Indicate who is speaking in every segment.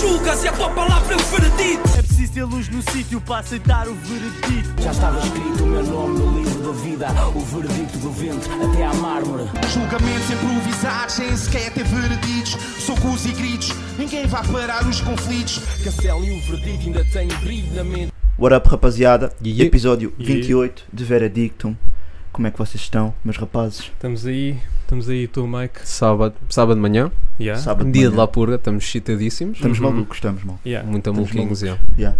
Speaker 1: julgas e a tua palavra é o veredito.
Speaker 2: É preciso ter luz no sítio para aceitar o veredito.
Speaker 3: Já estava escrito o meu nome no livro da vida, o veredito do vento até à mármore.
Speaker 4: Julgamentos improvisados, sem sequer ter vereditos. Socos e gritos, ninguém vai parar os conflitos.
Speaker 3: Castelo e o um veredito ainda têm brilho na mente.
Speaker 5: What up, rapaziada?
Speaker 6: Yeah.
Speaker 5: Episódio
Speaker 6: Yeah.
Speaker 5: 28 de Veredictum. Como é que vocês estão, meus rapazes?
Speaker 6: Estamos aí, estamos aí, tu, Mike.
Speaker 7: Sábado, sábado de manhã,
Speaker 6: Yeah.
Speaker 5: Sábado de
Speaker 7: Tá? Um dia de
Speaker 5: manhã.
Speaker 7: La Purga, estamos excitadíssimos.
Speaker 5: Estamos
Speaker 6: Uhum.
Speaker 5: malucos, estamos, mal.
Speaker 6: Yeah.
Speaker 7: Muito
Speaker 5: Estamos
Speaker 7: maluquinhos, é.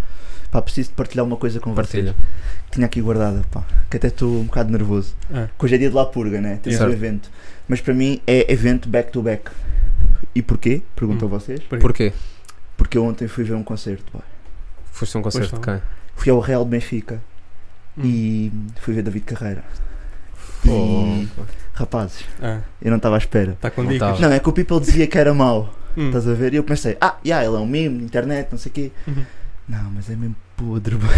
Speaker 5: Pá, preciso de partilhar uma coisa com
Speaker 7: Partilha.
Speaker 5: vocês. Tinha aqui guardada, pá. Que até estou um bocado nervoso.
Speaker 6: Ah.
Speaker 5: Que hoje é dia de La Purga, né? Temos
Speaker 7: Yeah.
Speaker 5: o evento. Mas para mim é evento back to back. E porquê?
Speaker 7: Hum.
Speaker 5: Perguntam vocês.
Speaker 7: Porquê?
Speaker 5: Porque eu ontem fui ver um concerto, pá.
Speaker 7: Foste a um concerto de quem?
Speaker 5: Fui ao Real de Benfica
Speaker 7: Hum.
Speaker 5: e fui ver David Carreira. E, rapazes,
Speaker 6: Ah,
Speaker 5: eu não estava à espera.
Speaker 6: Está com
Speaker 7: Não
Speaker 6: dicas.
Speaker 7: tava.
Speaker 5: Não, é que o People dizia que era mau.
Speaker 6: Hum.
Speaker 5: Estás a ver? E eu pensei, ah, yeah, ele é um meme, internet, não sei o quê.
Speaker 6: Uhum.
Speaker 5: Não, mas é mesmo podre. bué.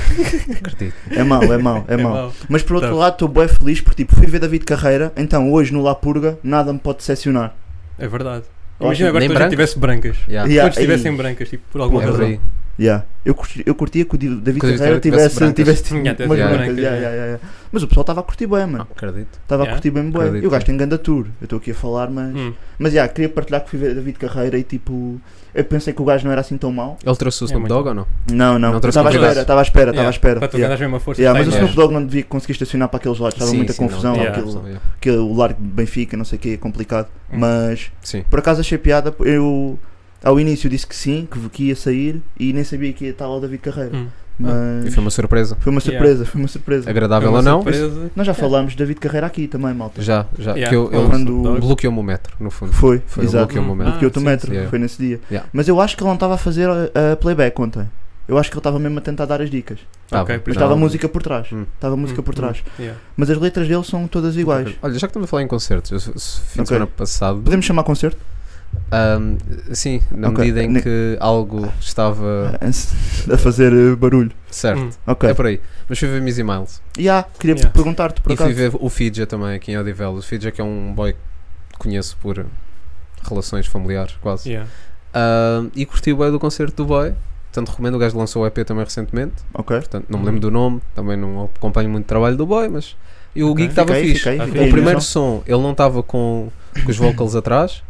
Speaker 7: Acredito.
Speaker 5: É mau, é mau, é,
Speaker 6: É
Speaker 5: mau.
Speaker 6: mau.
Speaker 5: Mas por outro
Speaker 6: Tá.
Speaker 5: lado, estou bem feliz porque tipo, fui ver David Carreira, então hoje no La Purga nada me pode decepcionar.
Speaker 6: É verdade.
Speaker 5: Ótimo.
Speaker 6: Imagina agora
Speaker 7: Nem
Speaker 6: que a gente
Speaker 7: brancas?
Speaker 6: tivesse brancas.
Speaker 7: Yeah.
Speaker 5: Yeah,
Speaker 6: Todos estivessem
Speaker 5: aí.
Speaker 6: brancas, tipo, por alguma
Speaker 7: É por
Speaker 6: razão.
Speaker 7: aí.
Speaker 5: Yeah. Eu, curti- eu curtia que o Di-
Speaker 7: Que
Speaker 5: David
Speaker 7: o David
Speaker 5: Carreira
Speaker 7: Carreira tivesse
Speaker 5: tivesse, tivesse,
Speaker 7: brancas.
Speaker 5: tipo,
Speaker 6: Yeah,
Speaker 5: umas
Speaker 7: tivesse
Speaker 5: brancas.
Speaker 6: brancas,
Speaker 5: yeah, yeah,
Speaker 6: yeah.
Speaker 5: yeah, yeah. Mas o pessoal estava a curtir bem, mano.
Speaker 7: Acredito.
Speaker 5: Estava
Speaker 6: Yeah.
Speaker 5: a curtir bem, bem.
Speaker 7: Acredito.
Speaker 5: Eu gasto em ganda tour. Eu estou aqui a falar, mas.
Speaker 6: Hum.
Speaker 5: Mas já, queria partilhar que fui ver David Carreira e tipo. Eu pensei que o gajo não era assim tão mau.
Speaker 7: Ele trouxe o Snoop
Speaker 6: muito
Speaker 7: Dogg ou não?
Speaker 5: Não, não.
Speaker 7: Não trouxe
Speaker 5: Estava à
Speaker 7: convidados.
Speaker 5: espera, estava à espera, estava à espera.
Speaker 6: Para tu
Speaker 5: Yeah.
Speaker 6: ganhas mesmo a força.
Speaker 5: Yeah,
Speaker 6: sai
Speaker 5: mas o
Speaker 6: mesmo.
Speaker 5: Snoop Dogg não devia conseguir estacionar para aqueles lados, estava
Speaker 7: Sim,
Speaker 5: muita
Speaker 7: sim, não,
Speaker 5: confusão,
Speaker 7: yeah,
Speaker 5: aquilo,
Speaker 7: confusão, yeah.
Speaker 5: aquele largo de Benfica, não sei o que, é complicado.
Speaker 6: Hum.
Speaker 5: Mas
Speaker 7: Sim.
Speaker 5: por acaso achei piada, eu ao início disse que sim, que, que ia sair e nem sabia que ia estar lá o David Carreira.
Speaker 6: Hum.
Speaker 5: Mas
Speaker 7: Ah, E foi uma surpresa.
Speaker 5: foi uma surpresa, foi uma surpresa.
Speaker 7: Agradável
Speaker 6: Foi
Speaker 7: ou
Speaker 6: É uma
Speaker 7: não?
Speaker 6: surpresa.
Speaker 5: Nós já falámos de David Carreira aqui também, malta.
Speaker 7: Já, já.
Speaker 6: Yeah.
Speaker 7: Que eu,
Speaker 6: Foi
Speaker 7: ele
Speaker 5: Quando-
Speaker 6: Snoop Dogg.
Speaker 7: bloqueou-me o metro, no fundo.
Speaker 5: Foi,
Speaker 7: Foi, ele
Speaker 5: exato.
Speaker 7: bloqueou-me o metro.
Speaker 5: Porque eu
Speaker 6: Ah,
Speaker 5: te
Speaker 6: sim,
Speaker 5: metro,
Speaker 7: sim.
Speaker 5: foi nesse dia.
Speaker 7: Yeah.
Speaker 5: Mas eu acho que ele não estava a fazer a, a playback ontem. Eu acho que ele estava mesmo a tentar dar as dicas.
Speaker 7: Tá
Speaker 6: Ok,
Speaker 7: bom.
Speaker 6: por
Speaker 5: Mas
Speaker 6: isso-
Speaker 7: Não.
Speaker 5: estava música por trás.
Speaker 7: Hum.
Speaker 5: Estava música
Speaker 6: Hum,
Speaker 5: por
Speaker 6: hum.
Speaker 5: trás.
Speaker 6: Yeah.
Speaker 5: Mas as letras dele são todas iguais.
Speaker 7: Olha, já que estamos a falar em concertos, eu, se- fim de
Speaker 5: Ok.
Speaker 7: semana passado,
Speaker 5: Podemos chamar concerto?
Speaker 7: ahm, sim, na
Speaker 5: Ok.
Speaker 7: medida em
Speaker 5: Ne-
Speaker 7: que algo estava
Speaker 5: a fazer eh, barulho.
Speaker 7: certo,
Speaker 6: Hum.
Speaker 5: Ok.
Speaker 7: é por aí. Mas fui ver Missy Miles.
Speaker 5: E há, queria
Speaker 6: Yeah.
Speaker 5: perguntar-te por
Speaker 7: E fui
Speaker 5: acaso.
Speaker 7: ver o Fidja também aqui em Odivel. O Fidja que é um boy que conheço por relações familiares, quase.
Speaker 6: Yeah.
Speaker 7: Ah, e curti o boy do concerto do boy. Portanto, recomendo. O gajo lançou o EP também recentemente.
Speaker 5: Ok.
Speaker 7: Portanto, não me
Speaker 6: Hum.
Speaker 7: lembro do nome. Também não acompanho muito o trabalho do boy, mas... E o
Speaker 6: Ok.
Speaker 7: gig estava
Speaker 5: Fica aí,
Speaker 7: fixe. Ah,
Speaker 5: fica aí,
Speaker 6: O
Speaker 5: fica
Speaker 7: O
Speaker 5: aí,
Speaker 7: primeiro
Speaker 5: Nelson.
Speaker 7: som, ele não estava com, com os vocals atrás.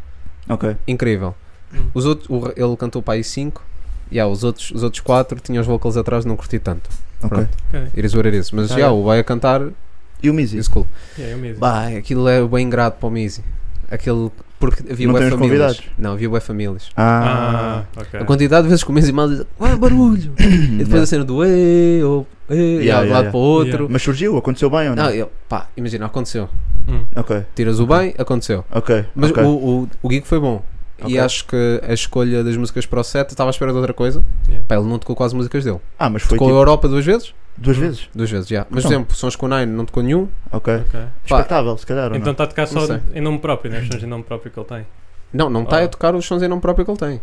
Speaker 5: Ok.
Speaker 7: Incrível.
Speaker 6: Hum.
Speaker 7: Os outros, o- ele cantou para aí 5. Yeah, os, outros, os outros quatro tinham os vocals atrás, não curti tanto.
Speaker 5: Ok.
Speaker 7: Pronto.
Speaker 6: Ok.
Speaker 7: It is what it is. Mas
Speaker 5: Ah,
Speaker 7: já,
Speaker 5: é.
Speaker 7: o boy a cantar,
Speaker 5: E o Mizzy?
Speaker 7: is cool.
Speaker 6: Yeah, eu mesmo.
Speaker 7: Bah, aquilo é bem ingrato para o Mizzy. Aquele. Porque havia
Speaker 5: Não
Speaker 7: bué
Speaker 5: tem os
Speaker 7: famílias.
Speaker 5: convidados?
Speaker 7: Não, havia bué famílias.
Speaker 5: Ah.
Speaker 6: Ah, ok.
Speaker 7: A quantidade de vezes que o Mizzy mal diz. Ah, barulho! e depois a cena do. Ei, ou. Ei,
Speaker 5: Yeah,
Speaker 7: e de um lado
Speaker 5: yeah, yeah.
Speaker 7: para o outro.
Speaker 5: Mas surgiu, aconteceu bem ou não?
Speaker 7: Não, eu, pá, imagina, aconteceu.
Speaker 6: Hum.
Speaker 5: Ok,
Speaker 7: Tiras o bem, aconteceu.
Speaker 5: ok.
Speaker 7: Mas
Speaker 5: ok.
Speaker 7: o, o, o gig foi bom.
Speaker 5: Ok.
Speaker 7: E acho que a escolha das músicas para o set estava à espera de outra coisa.
Speaker 6: Yeah.
Speaker 7: Pá, ele não tocou quase músicas dele.
Speaker 5: Ah, mas foi
Speaker 7: tocou a
Speaker 5: tipo,
Speaker 7: Europa duas vezes?
Speaker 5: duas vezes?
Speaker 7: Duas vezes, já. Mas,
Speaker 5: Então.
Speaker 7: por exemplo, sons com o Nine não tocou nenhum.
Speaker 5: Ok.
Speaker 6: Ok.
Speaker 5: Expectável, se calhar. ou
Speaker 6: Então
Speaker 5: não?
Speaker 6: está a tocar só
Speaker 7: Não sei.
Speaker 6: em nome próprio, né? Os sons em nome próprio que ele tem.
Speaker 7: Não, não está
Speaker 6: Ah.
Speaker 7: a tocar os sons em nome próprio que ele tem.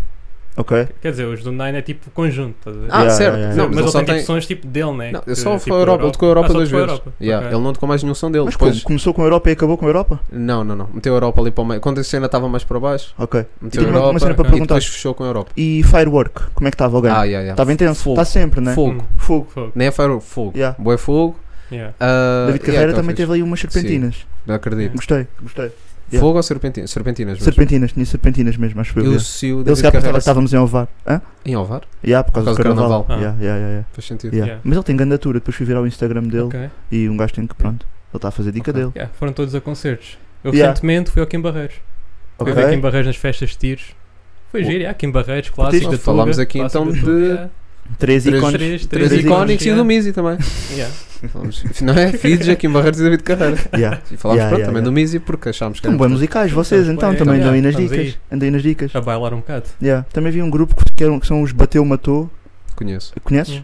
Speaker 5: Ok.
Speaker 6: Quer dizer, os do Nine é tipo conjunto, estás a ver?
Speaker 7: Ah,
Speaker 5: Yeah,
Speaker 7: certo.
Speaker 5: yeah, yeah.
Speaker 7: Não, mas,
Speaker 6: mas,
Speaker 7: ele
Speaker 6: ele
Speaker 7: só
Speaker 6: tem,
Speaker 7: tem,
Speaker 6: tipo sons tipo dele, né?
Speaker 7: Não,
Speaker 6: Que,
Speaker 7: eu só
Speaker 6: tipo,
Speaker 7: foi a Europa. Ele tocou a Europa
Speaker 6: Ah, só
Speaker 7: duas
Speaker 6: tocou a
Speaker 7: vezes.
Speaker 6: Europa.
Speaker 7: Yeah,
Speaker 6: Ok.
Speaker 7: Ele não tocou mais nenhum som dele.
Speaker 5: Mas
Speaker 7: Depois,
Speaker 5: como? Começou com a Europa e acabou com a Europa?
Speaker 7: Não, não, não. Meteu a Europa ali para o meio. Quando a cena estava mais para baixo,
Speaker 5: Ok.
Speaker 7: meteu a
Speaker 5: tipo uma- uma
Speaker 7: Europa
Speaker 5: cena para
Speaker 7: e
Speaker 5: perguntar.
Speaker 7: depois fechou com a Europa.
Speaker 5: E Firework, como é que estava o
Speaker 7: Ah,
Speaker 5: game?
Speaker 7: yeah, yeah.
Speaker 5: Estava intenso.
Speaker 7: Fogo.
Speaker 5: Está sempre, né?
Speaker 7: Fogo.
Speaker 6: Hum.
Speaker 5: Fogo.
Speaker 6: Fogo.
Speaker 7: Nem é faro, fogo.
Speaker 5: Yeah.
Speaker 7: Boé fogo.
Speaker 6: Yeah.
Speaker 7: Ah,
Speaker 5: David
Speaker 7: yeah,
Speaker 5: Carreira
Speaker 7: então
Speaker 5: também
Speaker 7: fixe.
Speaker 5: teve ali umas serpentinas.
Speaker 7: Não acredito.
Speaker 5: Gostei, gostei. Yeah.
Speaker 7: Fogo ou serpentinas? Serpentinas. mesmo.
Speaker 5: Serpentinas, tinha serpentinas mesmo, acho que
Speaker 7: Eu
Speaker 5: eu.
Speaker 7: se o
Speaker 5: Ele
Speaker 7: David
Speaker 5: se calhar pensava
Speaker 7: Carreira
Speaker 5: que estávamos em Ovar. Hã?
Speaker 7: em Alvar.
Speaker 5: Yeah, por causa do carnaval.
Speaker 6: carnaval.
Speaker 5: Yeah, yeah, yeah, yeah.
Speaker 7: Faz sentido.
Speaker 5: Yeah.
Speaker 6: Yeah.
Speaker 5: Mas ele tem gandatura, depois fui ver ao Instagram dele
Speaker 6: Ok.
Speaker 5: e um gajo tem que, pronto, ele está a fazer dica dele.
Speaker 6: Yeah, Foram todos a concertos. Eu
Speaker 5: Yeah.
Speaker 6: recentemente fui ao Kim Barreiros. Fui
Speaker 5: Ok?
Speaker 6: ver Kim Barreiros nas festas de tiros. Foi giro, yeah, Kim Barreiros, clássico
Speaker 7: Então,
Speaker 6: da Tuga.
Speaker 7: falámos aqui,
Speaker 6: clássico
Speaker 7: então,
Speaker 6: da Tuga,
Speaker 7: de-
Speaker 6: yeah.
Speaker 5: Três
Speaker 7: Três-
Speaker 5: ícones.
Speaker 6: Três,
Speaker 7: Três
Speaker 5: Três
Speaker 7: icónicos e
Speaker 6: yeah.
Speaker 7: o do Mizzy também.
Speaker 6: Yeah.
Speaker 7: Falamos- Não é? Fides, Joaquim Barreiros e David Carreira.
Speaker 5: Yeah.
Speaker 7: E falámos
Speaker 5: Yeah,
Speaker 7: pronto,
Speaker 5: yeah,
Speaker 7: também
Speaker 5: yeah.
Speaker 7: do Mizzy porque achámos que
Speaker 5: Estão bem
Speaker 7: importante.
Speaker 5: musicais vocês,
Speaker 6: Então,
Speaker 5: então,
Speaker 6: bem,
Speaker 5: também
Speaker 6: então,
Speaker 5: andam aí nas
Speaker 6: estamos
Speaker 5: dicas. Andei nas dicas.
Speaker 6: A bailar um bocado.
Speaker 5: Yeah. Também vi um grupo que, que eram- que são os Bateu Matou.
Speaker 7: Conheço,
Speaker 5: Conheces?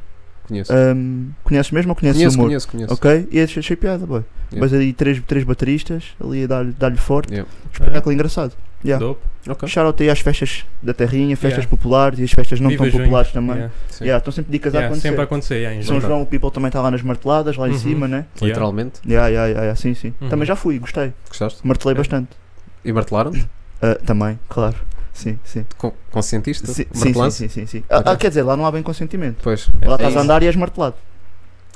Speaker 7: conheço.
Speaker 5: Ahm, conheces mesmo ou conheces
Speaker 7: Conheço,
Speaker 5: Ah, o humor?
Speaker 7: conheço, conheço.
Speaker 5: Ok? E é achei, achei piada, boy.
Speaker 7: Yeah.
Speaker 5: Mas aí três, três bateristas ali a dar-lhe dar forte.
Speaker 7: Yeah.
Speaker 5: Espetáculo engraçado. Yeah.
Speaker 6: Dope.
Speaker 7: Ok.
Speaker 5: Shout out aí às festas da terrinha, festas
Speaker 6: Yeah.
Speaker 5: populares e as festas não
Speaker 6: Viva
Speaker 5: tão
Speaker 6: junho.
Speaker 5: populares também.
Speaker 6: Yeah.
Speaker 7: Sim.
Speaker 5: Yeah, estão sempre dicas a
Speaker 6: Yeah,
Speaker 5: acontecer.
Speaker 6: Sempre a acontecer, yeah, em
Speaker 5: São
Speaker 6: junho.
Speaker 5: João, o People também está lá nas marteladas, lá em
Speaker 6: Uhum.
Speaker 5: cima, né?
Speaker 6: Yeah.
Speaker 7: Literalmente.
Speaker 5: Yeah, yeah, yeah, yeah, sim, sim.
Speaker 6: Uhum.
Speaker 5: Também já fui, gostei.
Speaker 7: Gostaste?
Speaker 5: Martelei
Speaker 6: Ok.
Speaker 5: bastante.
Speaker 7: E martelaram-te?
Speaker 5: Ah, também, claro. Sim, sim.
Speaker 7: Con- Consentiste?
Speaker 5: Sim, sim, sim,
Speaker 7: Martelado?
Speaker 5: sim, sim, sim. Ah, ah,
Speaker 7: Ok.
Speaker 5: quer dizer, lá não há bem consentimento.
Speaker 7: Pois.
Speaker 5: Lá estás
Speaker 7: isso.
Speaker 5: a andar e és martelado.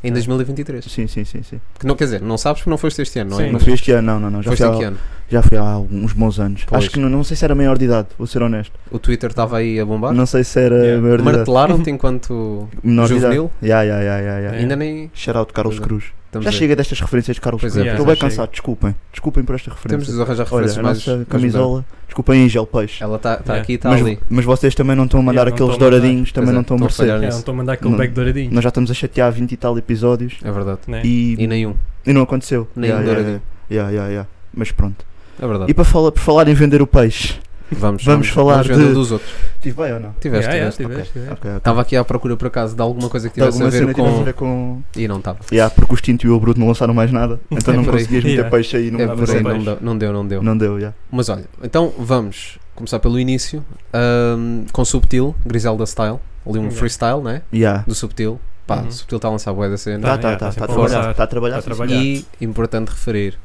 Speaker 7: Em 2023.
Speaker 5: Sim, sim, sim, sim.
Speaker 7: Que não, quer dizer, não sabes porque não foste este ano, não é?
Speaker 6: Sim.
Speaker 5: Não
Speaker 7: Mas
Speaker 5: fui este ano, não, não, não. Já
Speaker 7: foste
Speaker 5: fui,
Speaker 7: em que
Speaker 5: há,
Speaker 7: ano?
Speaker 5: já fui há uns bons anos.
Speaker 7: Pois.
Speaker 5: Acho que não, não sei se era maior de idade, vou ser honesto.
Speaker 7: O Twitter estava aí a bombar?
Speaker 5: Não sei se era
Speaker 6: Yeah.
Speaker 5: maior de idade.
Speaker 7: Martelaram-te enquanto
Speaker 5: Menor de
Speaker 7: juvenil?
Speaker 5: idade. Yeah, yeah, yeah, yeah, yeah.
Speaker 7: Ainda nem.
Speaker 5: Shout out Carlos
Speaker 7: Pois é.
Speaker 5: Cruz.
Speaker 7: Estamos
Speaker 5: É. Já
Speaker 7: a-
Speaker 5: chega destas referências de Carlos
Speaker 7: Pois
Speaker 5: Cruz.
Speaker 7: é,
Speaker 6: Yeah,
Speaker 5: Estou
Speaker 6: já
Speaker 5: bem
Speaker 6: chega.
Speaker 5: cansado, desculpem. Desculpem por esta
Speaker 7: Temos
Speaker 5: referência.
Speaker 7: de arranjar referências
Speaker 5: Olha, a
Speaker 7: mais.
Speaker 5: nossa
Speaker 7: mais modernas.
Speaker 5: camisola. Desculpem, Gel Peixe.
Speaker 7: Ela está
Speaker 6: Yeah.
Speaker 7: aqui e está
Speaker 5: mas,
Speaker 7: ali.
Speaker 5: mas vocês também não estão a mandar
Speaker 6: Yeah, não
Speaker 5: aqueles
Speaker 6: estão a mandar.
Speaker 5: douradinhos, também
Speaker 7: Pois é,
Speaker 5: não estão a
Speaker 7: estão a falhar
Speaker 5: merecer.
Speaker 6: Yeah,
Speaker 7: nisso.
Speaker 6: não estou a mandar aquele
Speaker 7: Hum.
Speaker 5: Não.
Speaker 6: back douradinho.
Speaker 5: Nós já estamos a chatear 20 e tal episódios
Speaker 7: É verdade.
Speaker 6: né?
Speaker 5: e,
Speaker 7: E nenhum.
Speaker 5: e não aconteceu.
Speaker 7: nem um douradinho.
Speaker 5: yeah, yeah, yeah. Mas pronto.
Speaker 7: É verdade.
Speaker 5: E para falar, por falar em vender o peixe,
Speaker 7: Vamos,
Speaker 5: vamos falar
Speaker 7: vamos vender
Speaker 5: de-
Speaker 7: dos outros.
Speaker 5: tive bem ou não?
Speaker 7: Tiveste,
Speaker 6: Yeah, yeah,
Speaker 7: tiveste.
Speaker 6: tiveste, tiveste.
Speaker 5: Ok, ok.
Speaker 7: Estava aqui à procura por acaso de alguma coisa que
Speaker 5: Tá,
Speaker 7: tivesse a
Speaker 5: alguma cena
Speaker 7: ver
Speaker 5: tivesse a
Speaker 7: com.
Speaker 5: ver com.
Speaker 7: E não estava.
Speaker 5: Yeah, porque o Extinto e o Bruto não lançaram mais nada, então
Speaker 7: É
Speaker 5: não
Speaker 7: por aí.
Speaker 5: conseguias meter
Speaker 6: Yeah.
Speaker 5: peixe aí
Speaker 7: É
Speaker 5: numa
Speaker 7: por aí,
Speaker 5: cena.
Speaker 7: não deu, não deu, não deu.
Speaker 5: Não deu, yeah.
Speaker 7: Mas olha, então vamos começar pelo início ahm, com Subtil, Griselda Style. Ali um
Speaker 6: Yeah.
Speaker 7: freestyle, né?
Speaker 5: Yeah.
Speaker 7: Do Subtil. Pá,
Speaker 6: Uhum.
Speaker 7: Subtil está a lançar boa da cena.
Speaker 5: Tá,
Speaker 6: Tá,
Speaker 5: tá, tá,
Speaker 6: yeah, tá
Speaker 5: tá a
Speaker 6: sempre a
Speaker 5: trabalhar,
Speaker 6: lançar.
Speaker 5: tá a trabalhar.
Speaker 6: Tá a
Speaker 5: sim, sim.
Speaker 6: trabalhar.
Speaker 7: E, importante referir,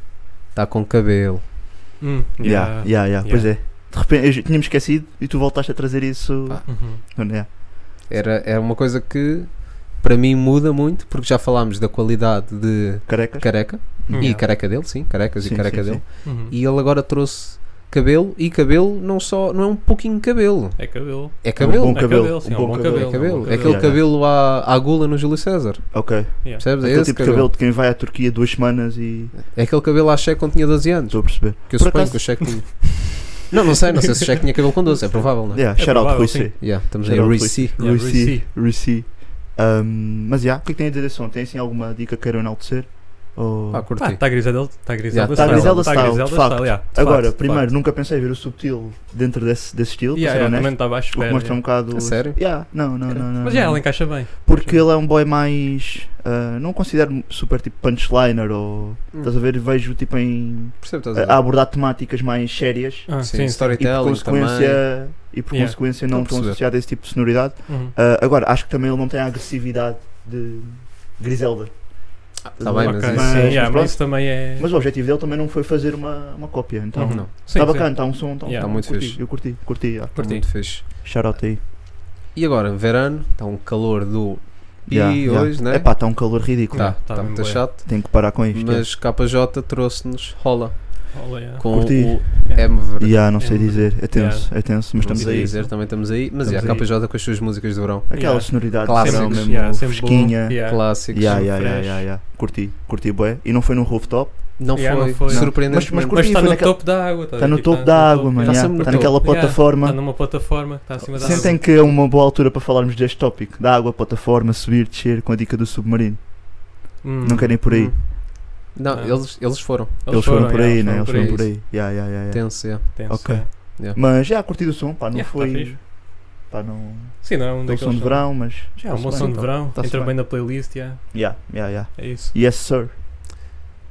Speaker 7: está com cabelo.
Speaker 6: Hum,
Speaker 5: Yeah, yeah, yeah, Pois é. De repente, eu já- tinha-me esquecido e tu voltaste a trazer isso. é?
Speaker 7: Pá.
Speaker 6: Uhum.
Speaker 5: Mano, yeah.
Speaker 7: Era, é uma coisa que para mim muda muito, porque já falámos da qualidade de
Speaker 5: Carecas?
Speaker 7: careca.
Speaker 6: Uhum.
Speaker 7: E careca dele, sim, carecas
Speaker 5: Sim,
Speaker 7: e careca
Speaker 5: sim,
Speaker 7: dele.
Speaker 6: Uhum.
Speaker 7: E ele agora trouxe cabelo e cabelo não só não é um pouquinho cabelo,
Speaker 6: É cabelo.
Speaker 7: é cabelo.
Speaker 5: bom
Speaker 6: É
Speaker 5: cabelo,
Speaker 6: sim,
Speaker 5: um
Speaker 6: é
Speaker 5: bom
Speaker 6: um bom
Speaker 5: cabelo.
Speaker 7: É
Speaker 6: cabelo.
Speaker 7: cabelo. É
Speaker 6: é um
Speaker 7: aquele
Speaker 6: bom
Speaker 5: Yeah.
Speaker 7: cabelo à, à gula no Júlio César.
Speaker 5: Ok.
Speaker 6: Yeah.
Speaker 7: Percebes? É
Speaker 5: Aquele
Speaker 7: esse
Speaker 5: tipo de
Speaker 7: cabelo.
Speaker 5: cabelo de quem vai à Turquia duas semanas e.
Speaker 7: É aquele cabelo à Cheque quando tinha 12 anos.
Speaker 5: Estou a perceber.
Speaker 7: Que eu
Speaker 5: Por
Speaker 7: suponho
Speaker 5: acaso-
Speaker 7: que o Cheque tinha. não, não sei, não sei se o Cheque tinha cabelo com 12, é provável, não é?
Speaker 5: Yeah, shout out
Speaker 6: provável,
Speaker 5: Rui
Speaker 6: sim.
Speaker 5: C.
Speaker 7: Yeah, estamos
Speaker 5: Shout
Speaker 7: aí,
Speaker 5: out,
Speaker 7: Rui
Speaker 5: Rui.
Speaker 7: C.
Speaker 6: Yeah,
Speaker 5: Rui
Speaker 6: Rui
Speaker 5: C.
Speaker 6: C.
Speaker 5: Rui C. Um, mas já, o que é que tem a dizer desse som? Tem assim alguma dica que queiram enaltecer? Ou...
Speaker 6: Ah,
Speaker 7: Pá, Ah, curti.
Speaker 6: Está tá Griselda Está
Speaker 7: Yeah,
Speaker 6: Griselda
Speaker 7: tá
Speaker 5: Griselda
Speaker 6: Tá
Speaker 5: style, de facto.
Speaker 6: yeah, de
Speaker 5: Agora,
Speaker 6: facto, de
Speaker 5: primeiro,
Speaker 6: facto.
Speaker 5: nunca pensei ver o subtil dentro desse, desse estilo,
Speaker 6: Yeah,
Speaker 5: para ser
Speaker 6: yeah, também
Speaker 5: honesto.
Speaker 6: estava à
Speaker 5: O que
Speaker 6: espera.
Speaker 5: mostra um
Speaker 6: yeah.
Speaker 5: bocado.
Speaker 7: A sério?
Speaker 5: Yeah, não, não, não, não.
Speaker 6: Mas já,
Speaker 5: não.
Speaker 6: ela encaixa bem.
Speaker 5: Porque ele é um boy mais. ah, não o considero super tipo punchliner
Speaker 6: Hum.
Speaker 5: ou. Estás a ver? Vejo tipo em.
Speaker 7: Percebo, estás a
Speaker 5: a
Speaker 6: é.
Speaker 7: dizer.
Speaker 5: abordar temáticas mais sérias
Speaker 6: Ah,
Speaker 7: Sim,
Speaker 6: sim, sim.
Speaker 5: É, e por
Speaker 7: storytelling também.
Speaker 5: consequência. E por
Speaker 6: Yeah.
Speaker 5: consequência
Speaker 7: Estou a
Speaker 5: não estão
Speaker 7: perceber.
Speaker 5: associado a esse tipo de sonoridade.
Speaker 6: Uhum.
Speaker 5: Ah, agora, acho que também ele não tem a agressividade de Griselda.
Speaker 7: Tá bem, mas
Speaker 6: Ok,
Speaker 7: isso-
Speaker 5: Mas-
Speaker 6: sim, yeah,
Speaker 5: mas
Speaker 6: mas isso também é.
Speaker 5: Mas o objetivo dele também não foi fazer uma, uma cópia, então.
Speaker 6: Uhum.
Speaker 7: Não,
Speaker 6: Sim,
Speaker 5: Está
Speaker 6: sim.
Speaker 5: bacana, está um som, está um
Speaker 6: Yeah.
Speaker 5: som.
Speaker 7: Tá muito
Speaker 5: eu curti,
Speaker 7: fixe.
Speaker 5: Eu curti, curti. Yeah.
Speaker 7: está
Speaker 6: Curti.
Speaker 7: muito fixe.
Speaker 5: Shout out aí.
Speaker 7: E agora, verano, está um calor do pi hoje, né?
Speaker 5: Epá, está um calor ridículo.
Speaker 7: Está,
Speaker 6: Tá,
Speaker 7: está
Speaker 6: bem
Speaker 7: muito
Speaker 6: bué.
Speaker 7: chato.
Speaker 5: Tenho que parar com isto.
Speaker 7: Mas KJ trouxe-nos Rola
Speaker 6: Olha, yeah.
Speaker 7: com
Speaker 5: Curti.
Speaker 7: o
Speaker 6: Yeah.
Speaker 5: Já,
Speaker 7: Ever.
Speaker 5: yeah, não sei
Speaker 6: É um-
Speaker 5: dizer. É tenso, é tenso, mas
Speaker 7: Não
Speaker 5: estamos
Speaker 7: sei
Speaker 5: aí.
Speaker 7: dizer, também estamos aí. Mas é, a
Speaker 5: Estamos
Speaker 7: KJ com as suas músicas de verão.
Speaker 5: Aquela
Speaker 6: Yeah.
Speaker 5: sonoridade
Speaker 7: Clássicos.
Speaker 5: sempre mesmo
Speaker 6: Yeah, sempre bom.
Speaker 5: fresquinha. Yeah.
Speaker 6: Yeah.
Speaker 7: Clássicos.
Speaker 5: Yeah,
Speaker 6: Sempre
Speaker 5: yeah, yeah,
Speaker 6: fresh.
Speaker 5: Curti, curti bué. E não foi num rooftop.
Speaker 7: Não,
Speaker 6: Yeah,
Speaker 7: foi
Speaker 6: não foi.
Speaker 7: surpreendente.
Speaker 5: Mas- mas
Speaker 6: Mas
Speaker 5: Curti,
Speaker 6: está
Speaker 5: foi
Speaker 6: no
Speaker 5: naquela-
Speaker 6: topo da água.
Speaker 5: Está Tá no topo da água, mano.
Speaker 7: Tá
Speaker 5: yeah.
Speaker 7: sempre no
Speaker 5: Está naquela
Speaker 6: topo. Yeah. Tá Está
Speaker 5: plataforma.
Speaker 6: numa plataforma que está acima da água.
Speaker 5: Sentem que é uma boa altura para falarmos deste tópico. Da água, plataforma, subir, descer, com a dica do submarino.
Speaker 6: Hum.
Speaker 5: Não querem por aí.
Speaker 7: Hum. Não,
Speaker 6: Ah.
Speaker 7: Eles, eles foram.
Speaker 5: Eles foram por aí,
Speaker 6: yeah,
Speaker 5: né? Eles foram por
Speaker 7: por
Speaker 5: aí. Yeah, yeah, yeah, yeah.
Speaker 7: Tenso, yeah.
Speaker 6: Tenso,
Speaker 5: Ok.
Speaker 6: yeah.
Speaker 5: Mas já curti o som, pá, não
Speaker 6: Yeah, tá
Speaker 5: foi.
Speaker 6: fixe.
Speaker 5: pá, não.
Speaker 6: Sim, não é um
Speaker 5: Não
Speaker 6: daqueles.
Speaker 5: som de verão, mas.
Speaker 6: Já, é um bom
Speaker 5: Tá-se
Speaker 6: som
Speaker 5: bem,
Speaker 6: de verão.
Speaker 5: Tá-se
Speaker 6: Entra
Speaker 5: bem.
Speaker 6: bem na playlist, yeah.
Speaker 5: Yeah, yeah, yeah.
Speaker 6: é isso.
Speaker 5: Yes, sir.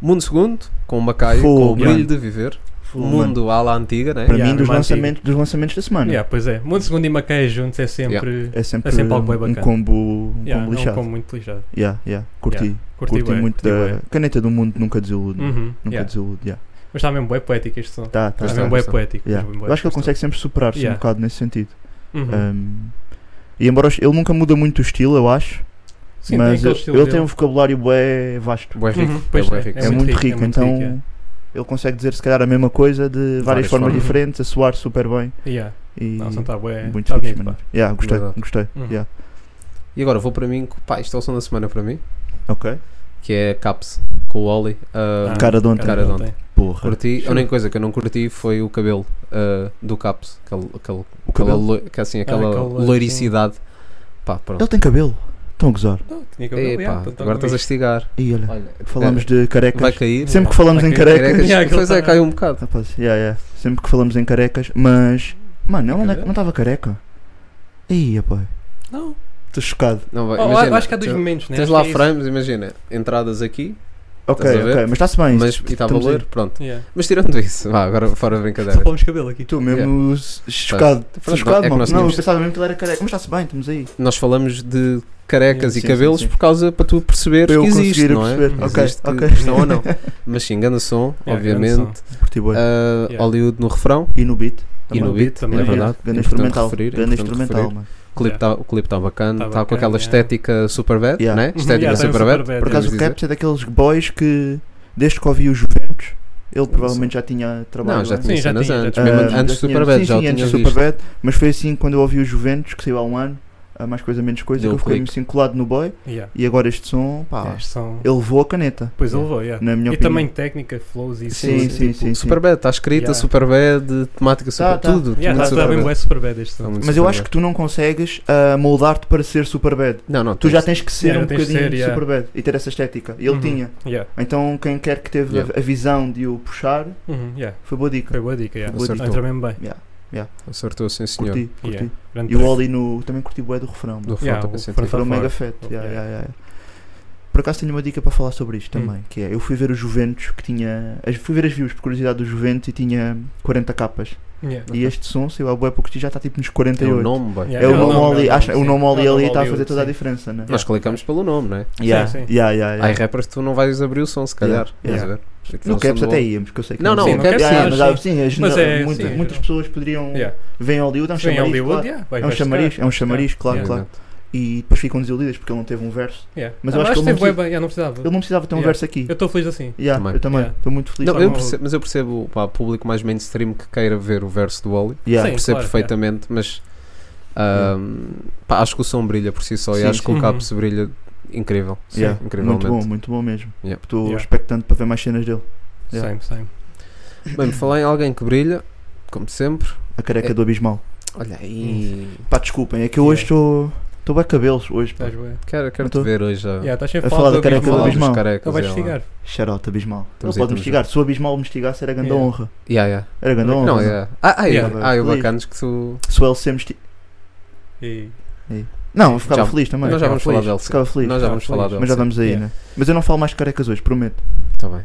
Speaker 7: Mundo Segundo, com o Macaio,
Speaker 5: Fogo,
Speaker 7: com o
Speaker 5: mano.
Speaker 7: Brilho de Viver.
Speaker 5: Full, mano.
Speaker 7: Mundo à la antiga, né?
Speaker 5: Para
Speaker 6: Yeah,
Speaker 5: mim, dos
Speaker 6: mesmo
Speaker 5: lançamentos, dos lançamentos da semana.
Speaker 6: Yeah, pois é. Mundo Segundo e Macaia juntos é sempre.
Speaker 5: É sempre,
Speaker 6: É sempre algo bem
Speaker 5: um
Speaker 6: bacana.
Speaker 5: combo, um combo
Speaker 6: Yeah, é um
Speaker 5: lixado.
Speaker 6: combo muito lixado.
Speaker 5: Yeah, yeah. Curti.
Speaker 6: Curti,
Speaker 5: Curti
Speaker 6: bué,
Speaker 5: muito
Speaker 6: curti
Speaker 5: da.
Speaker 6: bué.
Speaker 5: Caneta do mundo nunca desilude. mano.
Speaker 6: Uhum,
Speaker 5: Nunca
Speaker 6: yeah.
Speaker 5: desilude, yeah.
Speaker 6: Mas está mesmo bem poético este som.
Speaker 5: Tá,
Speaker 6: Está
Speaker 5: tá,
Speaker 7: Mas
Speaker 5: tá.
Speaker 6: mesmo
Speaker 7: bem
Speaker 6: bem poético.
Speaker 5: Yeah.
Speaker 6: mas bem
Speaker 5: Eu acho que ele
Speaker 6: poético.
Speaker 5: consegue sempre superar-se um
Speaker 6: Yeah.
Speaker 5: bocado nesse sentido.
Speaker 6: Uhum.
Speaker 5: Um, e embora os- ele nunca muda muito o estilo, eu acho,
Speaker 6: Sim, tem
Speaker 5: mas
Speaker 6: aquele
Speaker 5: ele,
Speaker 6: estilo
Speaker 5: ele
Speaker 6: dele.
Speaker 5: tem um vocabulário bué vasto.
Speaker 7: Bué rico.
Speaker 6: Uhum, pois
Speaker 7: é bué
Speaker 6: é,
Speaker 7: rico.
Speaker 5: é,
Speaker 7: sim.
Speaker 5: muito rico,
Speaker 6: é muito
Speaker 5: então
Speaker 6: rico, é.
Speaker 5: ele consegue dizer se calhar a mesma coisa de várias,
Speaker 7: Várias
Speaker 5: formas,
Speaker 6: formas.
Speaker 5: diferentes, a soar super bem
Speaker 6: Yeah.
Speaker 5: e
Speaker 6: Não, não está bem.
Speaker 5: muito
Speaker 6: tá
Speaker 5: fixe,
Speaker 6: bonito,
Speaker 5: mano.
Speaker 6: pá.
Speaker 5: Yeah, gostei,
Speaker 7: Verdade.
Speaker 5: gostei.
Speaker 6: Uhum.
Speaker 5: yeah.
Speaker 7: E agora vou para mim, que- pá, isto é o som da semana para mim,
Speaker 5: Ok.
Speaker 7: que é Caps, com o Oli. ah,
Speaker 6: Ah,
Speaker 5: Cara de ontem,
Speaker 7: cara de ontem.
Speaker 5: porra.
Speaker 7: Curti, a única coisa que eu não curti foi o cabelo ah, do Caps, aquele, aquele,
Speaker 5: O
Speaker 7: aquela,
Speaker 5: cabelo.
Speaker 7: lo- que assim, aquela
Speaker 6: aquele, assim.
Speaker 7: loiricidade. Pá, pronto.
Speaker 5: Ele tem cabelo. Estão a gozar.
Speaker 6: Não, tinha que
Speaker 7: Ei, pá,
Speaker 6: tá
Speaker 7: agora estás a estigar.
Speaker 5: E olha, um
Speaker 7: Olha,
Speaker 5: falamos
Speaker 7: eh,
Speaker 5: de carecas.
Speaker 7: Vai cair.
Speaker 5: Sempre que falamos em
Speaker 6: Ok,
Speaker 5: carecas.
Speaker 7: Carecas,
Speaker 6: Yeah, aquele
Speaker 7: pois é,
Speaker 6: tá-
Speaker 7: caiu um bocado.
Speaker 5: Rapaz, yeah, yeah. Sempre que falamos em carecas, mas. Mano, ele não é- não estava careca. Ia, pá.
Speaker 6: Não.
Speaker 5: Estou chocado.
Speaker 7: Não, vai,
Speaker 6: Oh,
Speaker 7: imagina,
Speaker 6: acho que há dois
Speaker 7: tu-
Speaker 6: momentos, né?
Speaker 7: Tens
Speaker 6: Acho
Speaker 7: lá
Speaker 6: que é isso.
Speaker 7: frames, imagina, entradas aqui,
Speaker 5: Ok,
Speaker 7: Estás a ver?
Speaker 5: ok, mas está-se bem.
Speaker 7: mas
Speaker 5: isto-
Speaker 7: e está a
Speaker 5: estamos
Speaker 7: valer,
Speaker 5: É aí.
Speaker 7: pronto.
Speaker 6: Yeah.
Speaker 7: Mas tirando isso, vá, agora fora de brincadeira.
Speaker 6: Só falamos de cabelo aqui.
Speaker 5: Estou mesmo chocado. Estou
Speaker 7: Pronto,
Speaker 5: chocado,
Speaker 7: é que
Speaker 5: mano.
Speaker 7: nós
Speaker 5: Não, eu
Speaker 7: tínhamos-
Speaker 5: pensava mesmo que ele era careca. Mas está-se bem, estamos aí.
Speaker 7: Nós falamos de carecas
Speaker 5: Sim,
Speaker 7: e
Speaker 5: sim,
Speaker 7: cabelos
Speaker 5: sim, sim.
Speaker 7: por causa para tu perceber
Speaker 5: Para eu
Speaker 7: que existe,
Speaker 5: conseguir
Speaker 7: não é?
Speaker 5: perceber. Ok,
Speaker 7: Existe
Speaker 5: ok.
Speaker 7: questão ou não. Mas sim, engana som,
Speaker 6: Yeah, grande
Speaker 7: obviamente.
Speaker 5: Curti bué.
Speaker 7: Ah,
Speaker 6: Yeah.
Speaker 7: Hollywood no refrão.
Speaker 5: E no beat?
Speaker 7: E
Speaker 5: Também.
Speaker 7: no beat,
Speaker 6: Também,
Speaker 7: é
Speaker 6: é.
Speaker 7: verdade. importante
Speaker 5: Ganda instrumental,
Speaker 7: referir,
Speaker 5: ganda
Speaker 7: importante
Speaker 5: instrumental,
Speaker 7: referir.
Speaker 5: mano.
Speaker 7: O clipe tá- o clipe está bacana,
Speaker 6: Tá
Speaker 7: está com
Speaker 6: bacana,
Speaker 7: aquela
Speaker 6: yeah.
Speaker 7: estética super bad,
Speaker 5: Yeah.
Speaker 7: né?
Speaker 6: Uhum,
Speaker 7: Estética
Speaker 6: yeah, tem um
Speaker 7: super bad.
Speaker 6: Superbad,
Speaker 5: Por acaso o
Speaker 7: dizer.
Speaker 5: Caps é daqueles boys que, desde que ouvi os Juventus, ele provavelmente já tinha trabalhado.
Speaker 7: Não, já
Speaker 5: antes.
Speaker 7: tinha
Speaker 6: Sim, já
Speaker 7: cenas
Speaker 6: tinha, já
Speaker 7: antes,
Speaker 5: Ah,
Speaker 6: tinha.
Speaker 7: mesmo
Speaker 5: já
Speaker 7: antes do
Speaker 5: tinha-
Speaker 7: Superbad,
Speaker 5: sim,
Speaker 7: já
Speaker 5: sim,
Speaker 7: o tinha
Speaker 5: antes do
Speaker 7: visto.
Speaker 5: Superbad, mas foi assim quando eu ouvi os Juventus, que saiu há um ano, a mais coisa menos coisa,
Speaker 7: Deu
Speaker 5: que eu
Speaker 7: um
Speaker 5: fiquei
Speaker 7: clique. É.
Speaker 5: assim colado no boy,
Speaker 6: Yeah.
Speaker 5: e agora este som, pá,
Speaker 6: Estes são...
Speaker 5: ele levou a caneta,
Speaker 6: Pois
Speaker 7: Yeah.
Speaker 6: ele vai, yeah.
Speaker 5: na minha
Speaker 6: E
Speaker 5: opinião.
Speaker 6: também técnica, flows e isso.
Speaker 5: Sim,
Speaker 6: tudo,
Speaker 5: sim,
Speaker 6: tipo,
Speaker 5: sim, sim.
Speaker 7: Superbad, está escrita,
Speaker 6: Yeah.
Speaker 7: Superbad, temática super,
Speaker 5: Tá, tá.
Speaker 7: tudo.
Speaker 6: Yeah,
Speaker 7: muito
Speaker 6: tá, tá bem
Speaker 7: Superbad.
Speaker 6: bué super bad este
Speaker 7: Tá
Speaker 6: som.
Speaker 7: muito
Speaker 5: Mas eu
Speaker 7: Superbad.
Speaker 5: acho que tu não consegues ah, moldar-te para ser Superbad.
Speaker 7: Não, não,
Speaker 5: Tu já
Speaker 7: tens-
Speaker 5: tens que ser
Speaker 6: Yeah,
Speaker 5: um
Speaker 6: tens de
Speaker 5: bocadinho
Speaker 6: ser, yeah.
Speaker 5: Superbad e ter essa estética. E ele
Speaker 6: Uhum.
Speaker 5: tinha.
Speaker 6: Yeah.
Speaker 5: Então quem quer que teve a-
Speaker 7: Yeah.
Speaker 5: a, visão de o puxar,
Speaker 6: Uhum, yeah.
Speaker 5: foi boa dica.
Speaker 6: Foi boa dica, yeah.
Speaker 5: Boa
Speaker 7: dica.
Speaker 6: Entra mesmo bem.
Speaker 7: Acertou, sim, senhor.
Speaker 5: Curti, curti.
Speaker 6: Yeah. Grande
Speaker 5: E o
Speaker 6: track.
Speaker 5: Oli no. Também curti bué do refrão.
Speaker 7: Do
Speaker 6: Yeah,
Speaker 7: Fronta
Speaker 6: o
Speaker 7: Pacífico.
Speaker 6: Fronta-
Speaker 5: Foram
Speaker 6: Fora.
Speaker 5: mega fat. yeah,
Speaker 6: Yeah. Hum.
Speaker 5: yeah, yeah. Por acaso tenho uma dica para falar sobre isto também, que é, eu fui ver o Juventus que tinha, as- fui ver as views por curiosidade do Juventus e tinha 40 capas.
Speaker 6: Yeah.
Speaker 5: E este som, sei lá, bué pouco já está tipo nos
Speaker 7: É
Speaker 5: 48.
Speaker 7: o nome, bem.
Speaker 5: É
Speaker 6: Yeah.
Speaker 5: o
Speaker 6: Uhum. É o
Speaker 5: nome
Speaker 6: nome,
Speaker 5: Oli,
Speaker 6: é o
Speaker 5: acho-
Speaker 6: nome,
Speaker 5: o nome
Speaker 6: sim.
Speaker 5: Oli
Speaker 6: É o
Speaker 5: ali
Speaker 6: nome
Speaker 5: está a
Speaker 6: Oli,
Speaker 5: fazer toda a
Speaker 6: sim. Uhum.
Speaker 5: diferença, né?
Speaker 7: Nós clicamos pelo nome, né?
Speaker 5: Yeah,
Speaker 6: Sim, sim.
Speaker 5: yeah, yeah,
Speaker 7: Há
Speaker 5: yeah.
Speaker 7: rappers que tu não vais abrir o som, se calhar. Estás a ver?
Speaker 5: No Caps até íamos, que eu sei que
Speaker 7: Não, não,
Speaker 6: Sim,
Speaker 7: o
Speaker 6: no
Speaker 7: Caps
Speaker 6: Caps
Speaker 7: sim.
Speaker 5: Yeah,
Speaker 6: sim.
Speaker 5: mas há- sim, as-
Speaker 6: Mas é-
Speaker 5: muita-
Speaker 6: sim,
Speaker 5: muitas
Speaker 6: geral.
Speaker 5: pessoas poderiam.
Speaker 6: Yeah.
Speaker 5: Vêm ao Hollywood, é um
Speaker 6: Vem
Speaker 5: chamariz.
Speaker 6: Hollywood,
Speaker 5: claro.
Speaker 6: yeah, vai
Speaker 5: É um
Speaker 6: vai
Speaker 5: chamariz,
Speaker 6: chegar.
Speaker 5: é um chamariz, claro,
Speaker 6: Yeah.
Speaker 5: claro. E depois ficam desiludidas porque ele não teve um verso.
Speaker 6: Yeah.
Speaker 5: Mas
Speaker 6: Mas
Speaker 5: eu
Speaker 6: eu
Speaker 5: acho que ele
Speaker 6: que teve
Speaker 5: não
Speaker 6: bué
Speaker 5: quis-
Speaker 6: bem, yeah, não precisava.
Speaker 5: Ele não precisava ter um
Speaker 6: Yeah.
Speaker 5: verso aqui.
Speaker 6: Eu estou feliz assim.
Speaker 5: Yeah,
Speaker 7: Também.
Speaker 5: Eu também,
Speaker 6: Yeah.
Speaker 5: estou muito feliz.
Speaker 7: Não,
Speaker 5: com
Speaker 7: eu
Speaker 5: ele.
Speaker 7: percebo, mas eu percebo pá, o público mais mainstream que queira ver o verso do Oli.
Speaker 5: Yeah.
Speaker 6: Sim,
Speaker 7: Percebo
Speaker 6: claro,
Speaker 7: perfeitamente, mas ahm, pá, acho que o som brilha por si só e
Speaker 5: Sim,
Speaker 7: acho que o
Speaker 6: sim.
Speaker 7: Caps brilha incrível. Sim,
Speaker 5: Yeah,
Speaker 7: incrivelmente.
Speaker 5: Muito bom, muito bom mesmo.
Speaker 7: Yeah.
Speaker 5: Estou
Speaker 6: Yeah.
Speaker 5: expectante para ver mais cenas dele. Yeah.
Speaker 6: Same, same.
Speaker 7: Bem, por falar em alguém que brilha, como sempre. Hum.
Speaker 5: A careca
Speaker 7: É.
Speaker 5: do Abismal.
Speaker 7: Olha aí.
Speaker 5: Pá, desculpem, é que eu hoje estou. Estou bem cabelos hoje. pá.
Speaker 6: Estás bué.
Speaker 7: Quero, quero te
Speaker 5: Tô-
Speaker 7: ver hoje a
Speaker 6: Yeah, Estás
Speaker 5: A
Speaker 6: sem
Speaker 5: falar
Speaker 6: falar
Speaker 5: da
Speaker 6: do
Speaker 5: careca do
Speaker 7: falar
Speaker 5: Abismal.
Speaker 6: Abismal.
Speaker 7: dos carecas. é
Speaker 6: Ele vai
Speaker 7: e ela-
Speaker 6: investigar.
Speaker 5: Xarota Abismal.
Speaker 7: Estamos
Speaker 5: ele
Speaker 7: aí,
Speaker 5: pode
Speaker 7: estamos
Speaker 5: investigar. Se o Abismal investigasse, era grande
Speaker 6: Yeah.
Speaker 5: honra.
Speaker 7: Yeah, yeah.
Speaker 5: Era grande honra.
Speaker 7: Não,
Speaker 5: né?
Speaker 7: é. Ah, ah, é.
Speaker 6: Yeah.
Speaker 7: ah, é
Speaker 5: Feliz.
Speaker 7: bacanas que tu.
Speaker 5: Se o LC mesti-
Speaker 6: E-
Speaker 5: Não, eu ficava
Speaker 7: Já-
Speaker 5: feliz também.
Speaker 7: Nós já vamos falar
Speaker 5: Ficava
Speaker 7: dele.
Speaker 5: feliz, Ficava feliz.
Speaker 7: Nós já vamos
Speaker 6: Ficava
Speaker 7: falar dele.
Speaker 6: feliz.
Speaker 5: Mas já
Speaker 7: sim.
Speaker 5: vamos aí,
Speaker 6: Yeah.
Speaker 5: né? Mas eu não falo mais de carecas hoje, prometo.
Speaker 7: Tá bem.